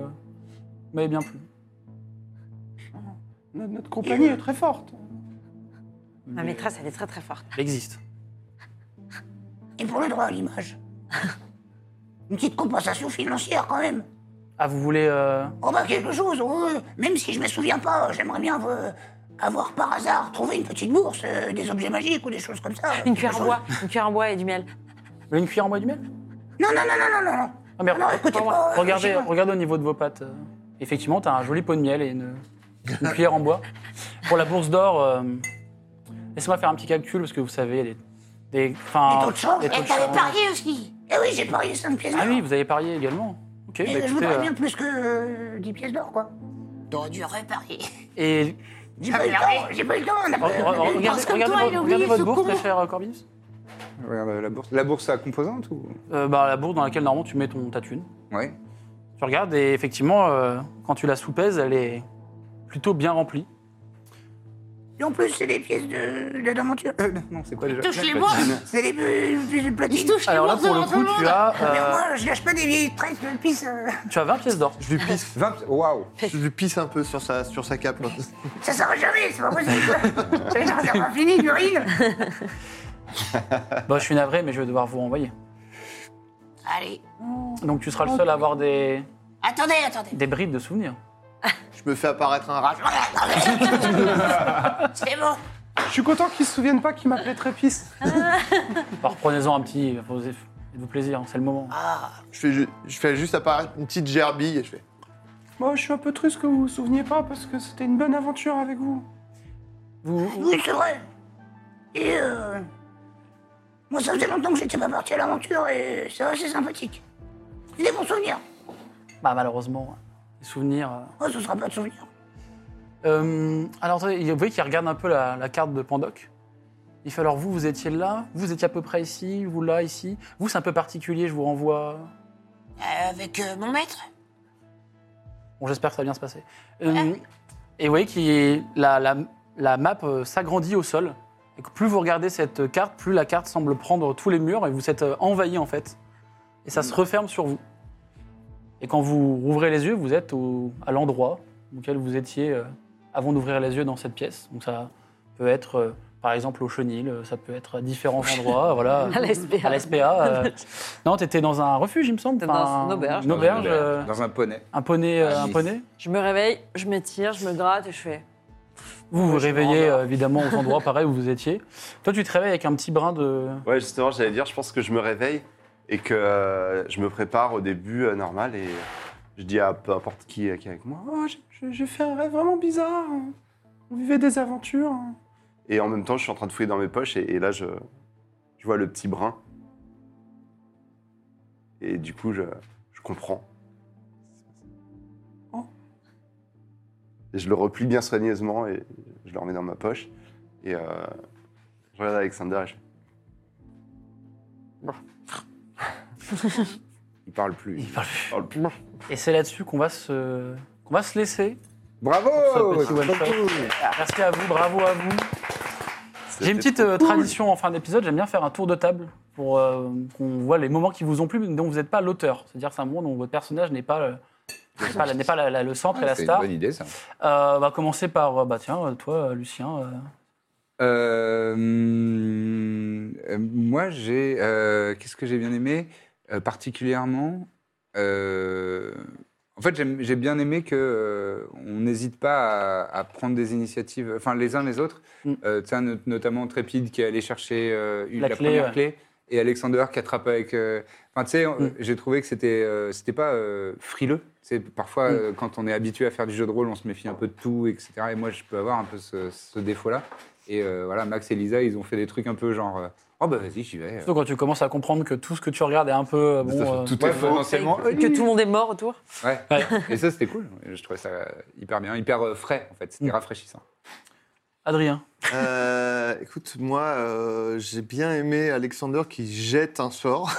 Speaker 1: Vous m'avez bien
Speaker 5: Ah,
Speaker 1: plu.
Speaker 2: Notre, notre compagnie
Speaker 7: euh,
Speaker 2: est très forte.
Speaker 5: Ma maîtresse, elle est très très forte.
Speaker 1: Elle existe.
Speaker 3: Et pour le droit à l'image. Une petite compensation financière quand même.
Speaker 1: Ah, vous voulez. euh,
Speaker 3: Oh bah quelque chose, ouais. même si je me souviens pas, j'aimerais bien euh, avoir par hasard trouvé une petite bourse, euh, des objets magiques ou des choses comme ça.
Speaker 5: Une cuillère en bois, une cuillère en bois et du miel.
Speaker 1: Vous voulez une cuillère en bois du miel
Speaker 3: Non, non, non, non, non, non, non.
Speaker 1: Ah, mais
Speaker 3: Non, écoutez,
Speaker 1: regardez-
Speaker 3: pas, euh,
Speaker 1: regardez,
Speaker 3: je sais pas.
Speaker 1: regardez au niveau de vos pattes. euh. Effectivement, tu as un joli pot de miel et une, une cuillère en bois. Pour la bourse d'or, euh, laissez-moi faire un petit calcul parce que vous savez, les, des, enfin,
Speaker 3: Des taux de change.
Speaker 1: des taux
Speaker 7: Et
Speaker 1: de
Speaker 7: t'avais
Speaker 1: change.
Speaker 7: parié aussi.
Speaker 3: Eh oui, j'ai parié 5 pièces d'or.
Speaker 1: Ah oui, vous avez parié également. Ok, bah
Speaker 3: Et je
Speaker 1: écoutez,
Speaker 3: voudrais
Speaker 1: euh,
Speaker 3: bien plus que euh, 10 pièces d'or, quoi.
Speaker 7: T'aurais dû reparier.
Speaker 1: et Ah,
Speaker 3: J'ai pas eu le temps, j'ai pas eu le temps. on a
Speaker 1: Re-
Speaker 3: pas-
Speaker 1: re-
Speaker 3: on a-
Speaker 1: Regardez,
Speaker 7: Parce que
Speaker 1: regardez
Speaker 7: toi,
Speaker 1: vo-
Speaker 7: il a oublié
Speaker 1: regardez votre
Speaker 7: ce
Speaker 1: bourse,
Speaker 7: con.
Speaker 1: très cher euh, Corbinus.
Speaker 6: Regarde euh, la bourse. La bourse à composante ou
Speaker 1: Euh, bah, la bourse dans laquelle normalement tu mets ton, ta thune.
Speaker 6: Ouais.
Speaker 1: Tu regardes et effectivement, euh, quand tu la soupèses, elle est plutôt bien remplie.
Speaker 3: Et en plus, c'est des pièces de, de d'aventure.
Speaker 1: Euh,
Speaker 6: Non, c'est pas déjà.
Speaker 7: Touche les bois.
Speaker 3: C'est des euh, pièces de platine.
Speaker 1: Alors là, pour le coup, tu as,
Speaker 3: Mais
Speaker 1: euh,
Speaker 3: moi, je lâche pas des vieilles tresses de pisse. euh.
Speaker 1: tu as 20 pièces d'or.
Speaker 4: Je lui pisse,
Speaker 6: 20... Waouh
Speaker 4: je lui pisse un peu sur sa sur sa cape.
Speaker 3: Ça s'arrête jamais, c'est pas possible. J'ai une réserve infinie d'urine.
Speaker 1: Bah, je suis navré, mais je vais devoir vous renvoyer.
Speaker 7: Allez.
Speaker 1: Donc tu seras le seul à avoir des,
Speaker 7: Attendez, attendez.
Speaker 1: des bribes de souvenirs.
Speaker 4: Je me fais apparaître un rat.
Speaker 7: C'est bon.
Speaker 2: Ah. Je suis content qu'ils se souviennent pas qu'ils m'appelaient Trépiste.
Speaker 1: Bah, Reprenez-en un petit,
Speaker 4: Ah,
Speaker 7: Ah.
Speaker 1: posez- faites-vous plaisir, c'est le moment.
Speaker 4: Je fais, ju- je fais juste apparaître une petite gerbille et je fais.
Speaker 2: Moi, je suis un peu triste que vous vous souveniez pas parce que c'était une bonne aventure avec vous.
Speaker 3: Oui, c'est vrai. Et euh, moi, ça faisait longtemps que j'étais pas parti à l'aventure et c'est assez sympathique. C'est des bons souvenirs.
Speaker 1: Bah, malheureusement, les souvenirs.
Speaker 3: Oh,
Speaker 1: euh,
Speaker 3: ce sera pas de souvenirs.
Speaker 1: Euh, alors, attendez, vous voyez qu'il regarde un peu la, la carte de Pandoc. Il fait alors, vous, vous étiez là, vous étiez à peu près ici, vous là, ici. Vous, c'est un peu particulier, je vous renvoie.
Speaker 7: Euh, avec euh, mon maître
Speaker 1: Bon, j'espère que ça va bien se passer. Euh, Et vous voyez que la, la- la map euh, s'agrandit au sol. Et que plus vous regardez cette carte, plus la carte semble prendre tous les murs et vous êtes euh, envahi en fait. Et ça se
Speaker 5: Hmm.
Speaker 1: referme sur vous. Et quand vous rouvrez les yeux, vous êtes au- à l'endroit auquel vous étiez euh, avant d'ouvrir les yeux dans cette pièce. Donc ça peut être euh, par exemple au chenil, euh, ça peut être à différents endroits. voilà.
Speaker 5: À la SPA.
Speaker 1: À la SPA, euh, Non, t'étais dans un refuge, il me semble.
Speaker 5: T'étais dans une auberge.
Speaker 1: Une auberge, euh,
Speaker 6: Dans un poney.
Speaker 1: un poney. euh,
Speaker 6: Ah,
Speaker 1: un
Speaker 6: oui.
Speaker 1: poney.
Speaker 5: Je me réveille, je m'étire, je me gratte et je fais.
Speaker 1: Vous vous
Speaker 5: Je me
Speaker 1: réveillez
Speaker 5: rendors.
Speaker 1: euh, évidemment aux endroits pareils où vous étiez. Toi, tu te réveilles avec un petit brin de.
Speaker 8: Ouais, justement, j'allais dire, je pense que je me réveille et que euh, je me prépare au début euh, normal et je dis à peu importe qui, euh, qui est avec moi.
Speaker 2: Oh, j'ai- j'ai j'ai fait un rêve vraiment bizarre. On vivait des aventures.
Speaker 8: Et en même temps, je suis en train de fouiller dans mes poches et, et là, je, je vois le petit brin. Et du coup, je, je comprends.
Speaker 2: Oh.
Speaker 8: Et je le replie bien soigneusement et je le remets dans ma poche. Et euh, je regarde Alexander et je fais, Bon. Il parle plus. Il parle plus.
Speaker 1: Et c'est là-dessus qu'on va se qu'on va se laisser.
Speaker 6: Bravo
Speaker 1: Pour ce petit
Speaker 6: c'est
Speaker 1: one
Speaker 6: trop
Speaker 1: shot.
Speaker 6: cool.
Speaker 1: Merci à vous, bravo à vous. J'ai une petite euh, tradition en fin d'épisode. J'aime bien faire un tour de table pour euh, qu'on voit les moments qui vous ont plu, mais dont vous n'êtes pas l'auteur. C'est-à-dire, c'est un moment dont votre personnage n'est pas euh, n'est pas, la- n'est pas la- la- le centre et la
Speaker 6: Ah, C'est une
Speaker 1: star.
Speaker 6: bonne idée, ça.
Speaker 1: Euh, on va commencer par euh, bah tiens, euh, toi, euh, Lucien. euh,
Speaker 6: Euh, hum, euh, moi, j'ai. euh, Qu'est-ce que j'ai bien aimé Euh, Particulièrement. euh, en fait, j'aime- j'ai bien aimé que euh, on n'hésite pas à, à prendre des initiatives, enfin les uns les autres.
Speaker 1: Mm.
Speaker 6: Euh, tu sais, not- notamment Trépide qui est allé chercher euh, une-
Speaker 1: La
Speaker 6: la,
Speaker 1: clé,
Speaker 6: première
Speaker 1: ouais.
Speaker 6: clé, et Alexander qui attrape avec. euh, Enfin, tu sais, on-
Speaker 1: Mm.
Speaker 6: j'ai trouvé que c'était, euh, c'était pas euh, frileux. C'est
Speaker 1: Mm.
Speaker 6: parfois euh, quand on est habitué à faire du jeu de rôle, on se méfie un peu de tout, etc. Et moi, je peux avoir un peu ce, ce défaut-là. Et euh, voilà, Max et Lisa, ils ont fait des trucs un peu genre, euh, oh bah vas-y, j'y vais.
Speaker 1: Surtout quand tu commences à comprendre que tout ce que tu regardes est un peu euh, bon. euh,
Speaker 6: tout est potentiellement.
Speaker 5: Et que tout le monde est mort autour.
Speaker 6: Ouais.
Speaker 1: Ouais.
Speaker 6: Et ça, c'était cool. Je trouvais ça euh, hyper bien, hyper euh, frais en fait. C'était
Speaker 1: Mm.
Speaker 6: rafraîchissant.
Speaker 1: Adrien.
Speaker 4: Euh, écoute, moi, euh, j'ai bien aimé Alexander qui jette un sort.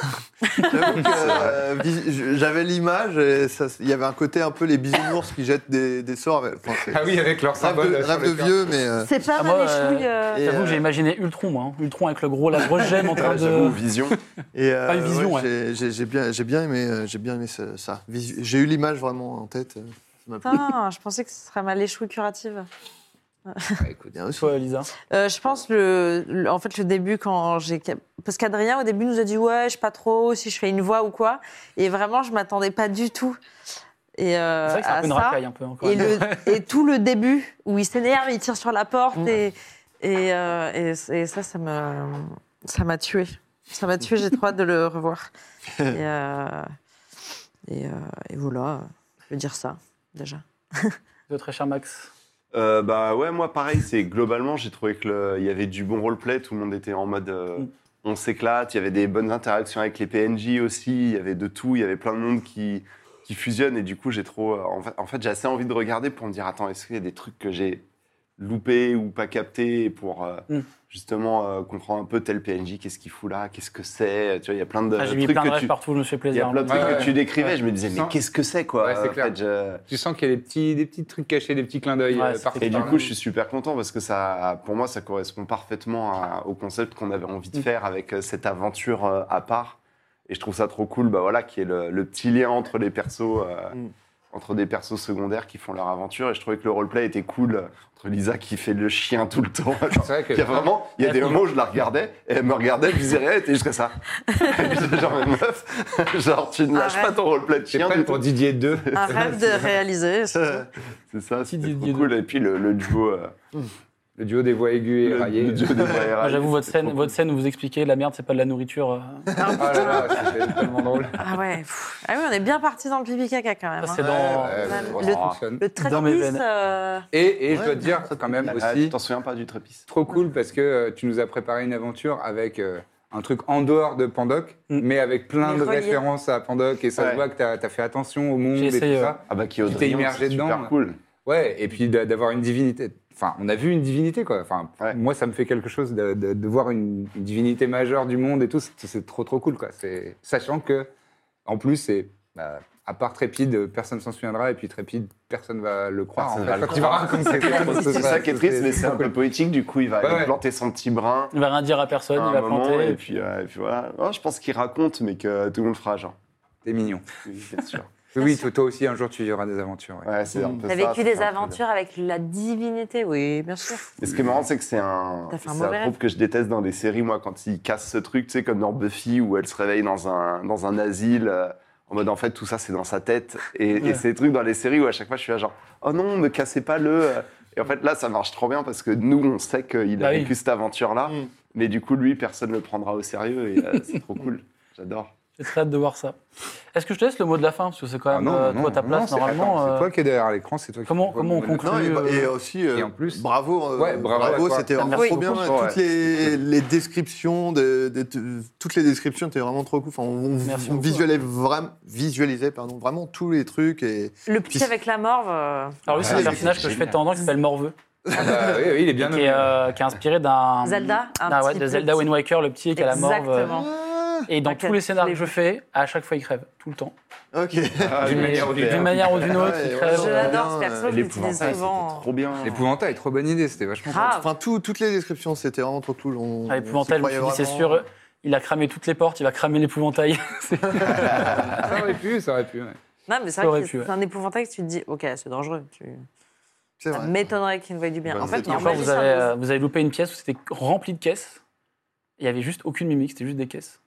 Speaker 4: J'avoue que, euh, vis- je- J'avais l'image, et ça- il y avait un côté un peu les bisounours qui jettent des, des sorts. mais- enfin, c'est-
Speaker 6: Ah oui, avec leur
Speaker 4: rêve
Speaker 6: symbole.
Speaker 4: de, rêve de vieux, mais. euh,
Speaker 10: C'est pas
Speaker 1: Ah,
Speaker 10: mal
Speaker 1: moi,
Speaker 10: les
Speaker 1: euh,
Speaker 10: chouilles. euh,
Speaker 4: et,
Speaker 1: J'avoue que j'ai
Speaker 4: euh,
Speaker 1: imaginé Ultron, moi. hein. Ultron avec le gros, la grosse gemme en
Speaker 6: Ah,
Speaker 1: train
Speaker 8: Ouais, j'avoue,
Speaker 1: de.
Speaker 8: vision.
Speaker 4: Et euh,
Speaker 1: Pas une vision,
Speaker 4: ouais,
Speaker 1: ouais.
Speaker 4: j'ai- j'ai j'ai bien, j'ai bien aimé, euh, j'ai bien aimé ça. ça. Visu- J'ai eu l'image vraiment en tête. euh, Ça m'a plu.
Speaker 5: Putain, je pensais que ce serait ma léchouille curative.
Speaker 6: Ouais, écoute.
Speaker 4: Bien aussi.
Speaker 1: Toi, Elisa.
Speaker 5: Euh, je pense le, le- en fait le début quand j'ai parce qu'Adrien au début nous a dit ouais je sais pas trop si je fais une voix ou quoi et vraiment je m'attendais pas du tout et euh,
Speaker 1: C'est vrai que c'est un
Speaker 5: à
Speaker 1: peu une
Speaker 5: ça.
Speaker 1: racaille, un peu. encore.
Speaker 5: et, le- et tout le début où il s'énerve il tire sur la porte
Speaker 1: Mm.
Speaker 5: et et, euh, et- et ça ça me ça m'a tué ça m'a tué j'ai trop hâte de le revoir et, euh, et, euh, et voilà je veux dire ça déjà
Speaker 1: De très cher Max.
Speaker 8: Euh, bah ouais, moi pareil, c'est globalement, j'ai trouvé que le- il y avait du bon roleplay, tout le monde était en mode euh,
Speaker 1: Mm.
Speaker 8: on s'éclate, il y avait des bonnes interactions avec les PNJ aussi, il y avait de tout, il y avait plein de monde qui, qui fusionne et du coup, j'ai trop euh, en fait, en fait, j'ai assez envie de regarder pour me dire attends, est-ce qu'il y a des trucs que j'ai loupé ou pas capté et pour euh,
Speaker 1: Mm.
Speaker 8: justement euh, comprendre un peu tel PNJ, qu'est-ce qu'il fout là, qu'est-ce que c'est, tu vois, il y a plein de
Speaker 1: Ah, j'ai mis
Speaker 8: trucs
Speaker 1: plein de
Speaker 8: que
Speaker 1: rêves
Speaker 8: tu
Speaker 1: partout, je me suis fait
Speaker 8: il y
Speaker 1: plaisir. hein.
Speaker 8: a plein de
Speaker 6: Ouais,
Speaker 8: trucs
Speaker 6: ouais.
Speaker 8: que tu décrivais,
Speaker 6: Ouais.
Speaker 8: je me disais mais
Speaker 6: Sans-
Speaker 8: qu'est-ce que c'est quoi
Speaker 6: Ouais, c'est
Speaker 8: En
Speaker 6: clair.
Speaker 8: fait, je-
Speaker 6: Tu sens qu'il y a des petits, des petits trucs cachés, des petits clins d'œil
Speaker 1: Ouais,
Speaker 6: euh,
Speaker 1: c'était
Speaker 6: par-ci,
Speaker 8: Et du
Speaker 6: par-là.
Speaker 8: coup, je suis super content parce que ça, pour moi, ça correspond parfaitement à- au concept qu'on avait envie de faire avec euh, cette aventure euh, à part. Et je trouve ça trop cool, bah voilà, qui est le, le petit lien entre les persos, euh,
Speaker 4: Mm.
Speaker 8: entre des persos secondaires qui font leur aventure. Et je trouvais que le roleplay était cool euh, entre Lisa qui fait le chien tout le temps.
Speaker 6: C'est vrai que.
Speaker 8: Il y a vraiment, il y a des moments où je la regardais, et elle me regardait, je disais rien, elle était juste comme ça. genre, mais meuf, genre, tu ne lâches
Speaker 5: Arrête.
Speaker 8: pas ton roleplay de
Speaker 6: T'es
Speaker 8: chien.
Speaker 6: prête
Speaker 8: du
Speaker 6: pour
Speaker 8: tout.
Speaker 6: Didier 2
Speaker 5: un rêve de réaliser. surtout.
Speaker 8: C'est ça,
Speaker 1: Petit
Speaker 8: c'était trop
Speaker 1: Didier
Speaker 8: cool. Et puis le, le duo, euh,
Speaker 6: Le duo des voix aiguës et raillées.
Speaker 8: le duo des voix et
Speaker 1: Moi,
Speaker 8: raillées,
Speaker 1: J'avoue, votre
Speaker 8: c'est
Speaker 1: scène,
Speaker 8: trop
Speaker 1: votre scène où vous expliquez la merde, c'est pas de la nourriture. euh,
Speaker 6: Ah là là, c'était tellement drôle.
Speaker 5: Ah ouais. pff. Ah oui, on est bien parti dans le pipi caca quand même.
Speaker 1: ça,
Speaker 5: hein.
Speaker 1: c'est dans.
Speaker 6: Ouais, bon,
Speaker 5: Le-
Speaker 6: ça fonctionne.
Speaker 5: Le très euh,
Speaker 1: dans mes veines.
Speaker 6: Et, et je dois te dire quand même
Speaker 8: cool. Ah,
Speaker 6: aussi,
Speaker 8: tu t'en souviens pas du trépied
Speaker 6: trop cool parce que euh, tu nous as préparé une aventure avec euh, un truc en dehors de Pandoc,
Speaker 1: Mm.
Speaker 6: mais avec plein
Speaker 5: Mais
Speaker 6: de
Speaker 5: relié.
Speaker 6: références à Pandoc et ça
Speaker 8: Ouais.
Speaker 6: se voit que t'as as fait attention au monde
Speaker 1: J'ai
Speaker 6: et
Speaker 1: essayé,
Speaker 6: tout
Speaker 1: ouais.
Speaker 6: ça.
Speaker 8: Ah bah qui
Speaker 6: Tu t'es immergé dedans,
Speaker 8: Super
Speaker 6: là.
Speaker 8: cool.
Speaker 6: Ouais, et puis d'a- d'avoir une divinité. Enfin, on a vu une divinité, quoi. Enfin,
Speaker 8: Ouais.
Speaker 6: moi, ça me fait quelque chose de, de- de voir une, une divinité majeure du monde et tout. C'est c'est trop, trop cool, quoi. C'est- Sachant que, en plus, c'est. bah, à part Trépide, personne s'en souviendra, et puis Trépide, personne va le croire.
Speaker 8: Personne
Speaker 6: en
Speaker 8: va
Speaker 6: fait,
Speaker 8: le
Speaker 6: quand il va raconter quelque chose,
Speaker 8: C'est ça qui est triste, mais c'est un
Speaker 6: trop
Speaker 8: peu
Speaker 6: cool.
Speaker 8: poétique. Du coup, il va
Speaker 6: Ouais,
Speaker 8: aller
Speaker 6: ouais.
Speaker 8: planter son petit brin
Speaker 1: Il va rien dire à personne,
Speaker 8: à
Speaker 1: il
Speaker 8: un
Speaker 1: va
Speaker 8: moment,
Speaker 1: planter.
Speaker 8: et puis, euh, et puis voilà. Oh, je pense qu'il raconte, mais que euh, tout le monde fera genre.
Speaker 6: T'es mignon.
Speaker 8: Oui, bien sûr.
Speaker 6: Oui, Oui, toi, toi aussi, un jour, tu vivras des aventures. ouais.
Speaker 8: Ouais, c'est un peu
Speaker 5: T'as
Speaker 8: ça,
Speaker 5: vécu
Speaker 8: c'est
Speaker 5: des
Speaker 8: un peu-
Speaker 5: aventures avec la divinité, oui, bien sûr.
Speaker 8: Et ce qui est marrant, c'est que c'est un,
Speaker 5: T'as fait un
Speaker 8: c'est
Speaker 5: mauvais
Speaker 8: un
Speaker 5: rêve.
Speaker 8: troupe que je déteste dans les séries, moi, quand ils cassent ce truc, tu sais, comme dans Buffy, où elle se réveille dans un, dans un asile, euh, en mode, en fait, tout ça, c'est dans sa tête. Et, et
Speaker 1: Ouais.
Speaker 8: ces trucs dans les séries où à chaque fois, je suis là, genre, oh non, me cassez pas le... euh. Et en fait, là, ça marche trop bien, parce que nous, on sait qu'il a
Speaker 1: Bah oui.
Speaker 8: vécu cette aventure-là,
Speaker 4: Mm.
Speaker 8: mais du coup, lui, personne ne le prendra au sérieux, et euh, c'est trop cool. J'adore.
Speaker 1: J'ai très hâte de voir ça. Est-ce que je te laisse le mot de la fin Parce que c'est quand
Speaker 6: Ah
Speaker 1: même
Speaker 6: non,
Speaker 1: euh,
Speaker 6: non,
Speaker 1: toi ta
Speaker 6: non,
Speaker 1: place
Speaker 6: c'est-
Speaker 1: normalement.
Speaker 6: attends,
Speaker 1: euh,
Speaker 6: C'est toi qui es derrière l'écran, c'est toi qui.
Speaker 1: comment-
Speaker 6: dois
Speaker 1: comment on
Speaker 6: nous mettre-
Speaker 1: conclut
Speaker 4: Non, et, bah-
Speaker 1: euh,
Speaker 4: et aussi, euh,
Speaker 6: et en plus-
Speaker 4: bravo, euh,
Speaker 6: Ouais, bravo à toi.
Speaker 4: c'était vraiment
Speaker 1: Merci
Speaker 4: trop bien.
Speaker 8: beaucoup.
Speaker 4: Toutes les, les descriptions, de, de- de- toutes les descriptions étaient vraiment trop cool. Enfin, on
Speaker 1: Merci
Speaker 4: on
Speaker 1: beaucoup.
Speaker 4: visualisait, vraiment, visualisait pardon, vraiment tous les trucs. Et...
Speaker 5: Le petit
Speaker 4: Puis-
Speaker 5: avec la morve. euh,
Speaker 1: Alors, lui, c'est
Speaker 4: Ah,
Speaker 1: un
Speaker 4: c'est
Speaker 1: personnage que je fais
Speaker 6: génial.
Speaker 1: de temps en temps qui s'appelle Morveux,
Speaker 6: Ah bah oui, oui, il est bien
Speaker 1: qui est,
Speaker 6: nommé.
Speaker 1: euh, qui est inspiré d'un.
Speaker 5: Zelda, un
Speaker 1: d'un- Ah ouais,
Speaker 5: petit
Speaker 1: de
Speaker 5: peu
Speaker 1: Zelda
Speaker 5: petit.
Speaker 1: Wind Waker, le petit qui a la morve. euh,
Speaker 5: Exactement.
Speaker 1: Et dans
Speaker 5: Ah,
Speaker 1: tous les
Speaker 5: les-
Speaker 1: scénarios que je fais, à chaque fois, il crève, tout le temps.
Speaker 4: Ok.
Speaker 6: Ah, D'une
Speaker 8: Ah,
Speaker 1: Et-
Speaker 6: manière ou d'une
Speaker 1: D'une
Speaker 6: autre.
Speaker 1: manière ou d'une autre,
Speaker 4: Ouais,
Speaker 1: il
Speaker 4: ouais,
Speaker 1: crève.
Speaker 5: Je
Speaker 4: ouais.
Speaker 1: euh,
Speaker 5: l'adore ce perso, je l'utilise
Speaker 8: L'épouvantail, c'était
Speaker 5: souvent.
Speaker 8: trop bien.
Speaker 6: L'épouvantail, trop bonne idée, c'était vachement cool.
Speaker 5: Grave.
Speaker 4: Enfin, tout- toutes les descriptions, c'était vraiment trop cool. On,
Speaker 6: Ah,
Speaker 1: à L'épouvantail, je me
Speaker 4: on s'y
Speaker 1: suis dit,
Speaker 4: croyait
Speaker 1: c'est
Speaker 4: vraiment.
Speaker 1: sûr, il a cramé toutes les portes, il va cramer l'épouvantail. C'est-
Speaker 6: Ça aurait pu, ça aurait pu. ouais.
Speaker 5: Non, mais c'est
Speaker 1: Ça
Speaker 5: vrai
Speaker 1: aurait
Speaker 5: que
Speaker 1: pu,
Speaker 5: c'est
Speaker 1: ouais.
Speaker 5: un épouvantail que tu te dis, ok, c'est dangereux. Tu...
Speaker 4: C'est
Speaker 5: Ça
Speaker 4: vrai.
Speaker 5: m'étonnerait qu'il ne veuille du bien.
Speaker 4: Bah,
Speaker 5: en fait,
Speaker 4: c'est
Speaker 1: Et
Speaker 5: non,
Speaker 1: encore,
Speaker 5: mais
Speaker 1: vous
Speaker 5: ça,
Speaker 1: avez,
Speaker 5: vous-
Speaker 1: euh, vous avez loupé une pièce où c'était rempli de caisses. Il n'y avait juste aucune mimique, c'était juste des caisses.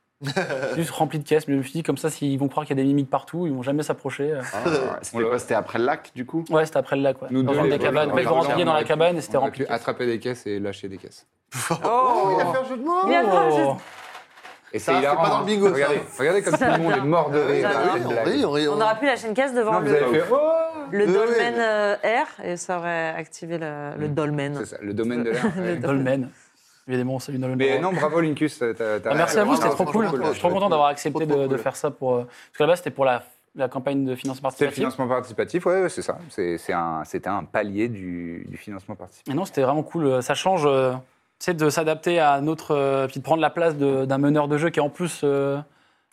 Speaker 1: juste rempli de caisses. Mais je me suis dit, comme ça, s'ils vont croire qu'il y a des mimiques partout, ils vont jamais s'approcher. euh.
Speaker 8: Ah, ouais. C'était quoi C'était après le lac, du coup
Speaker 1: Ouais, c'était après le lac. Ouais.
Speaker 6: Nous
Speaker 1: dans
Speaker 6: deux,
Speaker 1: une
Speaker 6: les
Speaker 1: des
Speaker 6: voleurs,
Speaker 1: cabanes.
Speaker 6: on
Speaker 1: En fait,
Speaker 6: a
Speaker 1: vous
Speaker 6: pu-
Speaker 1: rentriez dans
Speaker 6: on a
Speaker 1: la
Speaker 6: pu-
Speaker 1: cabane et c'était
Speaker 6: on a
Speaker 1: rempli.
Speaker 6: pu
Speaker 1: de caisses.
Speaker 6: attraper des caisses et lâcher des caisses.
Speaker 4: Oh,
Speaker 5: Oh,
Speaker 4: il a fait un jeu de mots
Speaker 5: Il a fait un jeu de-
Speaker 1: Oh.
Speaker 6: Et
Speaker 4: Ça, c'est
Speaker 6: hilarant,
Speaker 4: pas dans le
Speaker 6: hein.
Speaker 4: bingo, ça.
Speaker 6: Regardez, regardez comme tout le monde est mort de rire.
Speaker 4: Bah
Speaker 6: à
Speaker 4: oui,
Speaker 6: cette
Speaker 4: on
Speaker 6: blague.
Speaker 4: rit,
Speaker 1: euh,
Speaker 4: on rit, on-
Speaker 5: on aura pu lâcher une caisse devant
Speaker 6: Non, vous
Speaker 5: le,
Speaker 6: avez fait. Oh
Speaker 5: le
Speaker 4: Oui,
Speaker 5: dolmen
Speaker 4: oui.
Speaker 5: euh, R et ça aurait activé le, le
Speaker 6: Mm.
Speaker 5: dolmen.
Speaker 6: C'est ça, le domaine de l'air. ouais.
Speaker 1: Dolmen. Évidemment, on salue Dolmen.
Speaker 6: Mais non, bravo Linkus. t'as- t'as-
Speaker 1: Ah, merci à vous, c'était
Speaker 4: non,
Speaker 1: trop cool.
Speaker 4: franchement,
Speaker 1: Je suis trop
Speaker 4: cool.
Speaker 1: content d'avoir accepté
Speaker 4: Trop,
Speaker 1: de,
Speaker 4: trop
Speaker 1: de
Speaker 4: cool.
Speaker 1: faire ça pour. euh, Parce que là-bas, c'était pour la, la campagne de financement
Speaker 6: C'était le
Speaker 1: participatif.
Speaker 6: financement participatif, ouais, ouais, c'est ça. C'est- c'est un- C'était un, palier du, du financement participatif.
Speaker 1: Mais non, c'était vraiment cool. Ça change. euh, c'est de s'adapter à notre. euh, puis de prendre la place de- d'un meneur de jeu qui est en plus euh,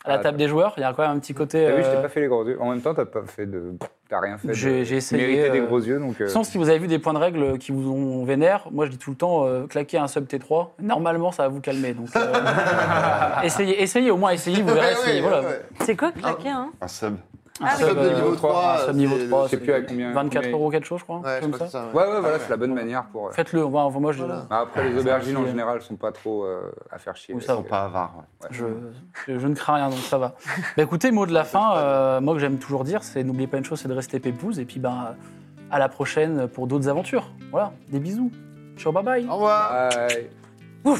Speaker 1: à la
Speaker 6: Ah,
Speaker 1: table des joueurs. Il y a quand même un petit côté.
Speaker 6: T'as vu, je
Speaker 1: euh,
Speaker 6: t'ai pas fait les gros yeux. En même temps, t'as pas fait de. T'as rien fait. de-
Speaker 1: J'ai- j'ai essayé,
Speaker 6: Mérité des
Speaker 1: euh,
Speaker 6: gros yeux, donc. euh,
Speaker 1: De toute façon, si vous avez vu des points de règle qui vous ont vénère, moi je dis tout le temps, euh, claquez un sub T3, normalement ça va vous calmer. Donc, euh, essayez, essayez, au moins essayez, vous verrez.
Speaker 4: Ouais,
Speaker 1: si-
Speaker 4: ouais,
Speaker 1: voilà.
Speaker 4: ouais.
Speaker 5: C'est quoi
Speaker 1: Ah,
Speaker 5: claquer, hein
Speaker 8: Un sub.
Speaker 1: Un
Speaker 5: Ah,
Speaker 4: Un sub
Speaker 1: sub, euh,
Speaker 4: niveau
Speaker 6: niveau
Speaker 4: 3.
Speaker 1: un sub niveau 3,
Speaker 6: je sais plus à combien-
Speaker 1: 24
Speaker 6: combien-
Speaker 1: euros quelque chose, je crois.
Speaker 4: Ouais, je
Speaker 1: comme
Speaker 4: crois que
Speaker 1: ça.
Speaker 4: ça. ouais.
Speaker 6: Ouais, ouais, voilà, c'est la bonne manière pour. euh,
Speaker 1: Faites-le, enfin, enfin, moi je,
Speaker 4: Voilà.
Speaker 6: Bah, après, les aubergines en
Speaker 1: aussi, euh.
Speaker 6: général sont pas trop euh, à faire chier.
Speaker 1: Oui, ça va.
Speaker 6: C'est-
Speaker 8: Pas avare, ouais.
Speaker 1: je,
Speaker 6: euh,
Speaker 1: je- je ne crains rien, donc ça va. Bah, écoutez, mot de la fin, euh, moi que j'aime toujours dire, c'est n'oubliez pas une chose, c'est de rester pépouse, et puis ben, euh, à la prochaine pour d'autres aventures. Voilà, des bisous. Ciao, bye bye.
Speaker 4: Au revoir.
Speaker 6: Bye.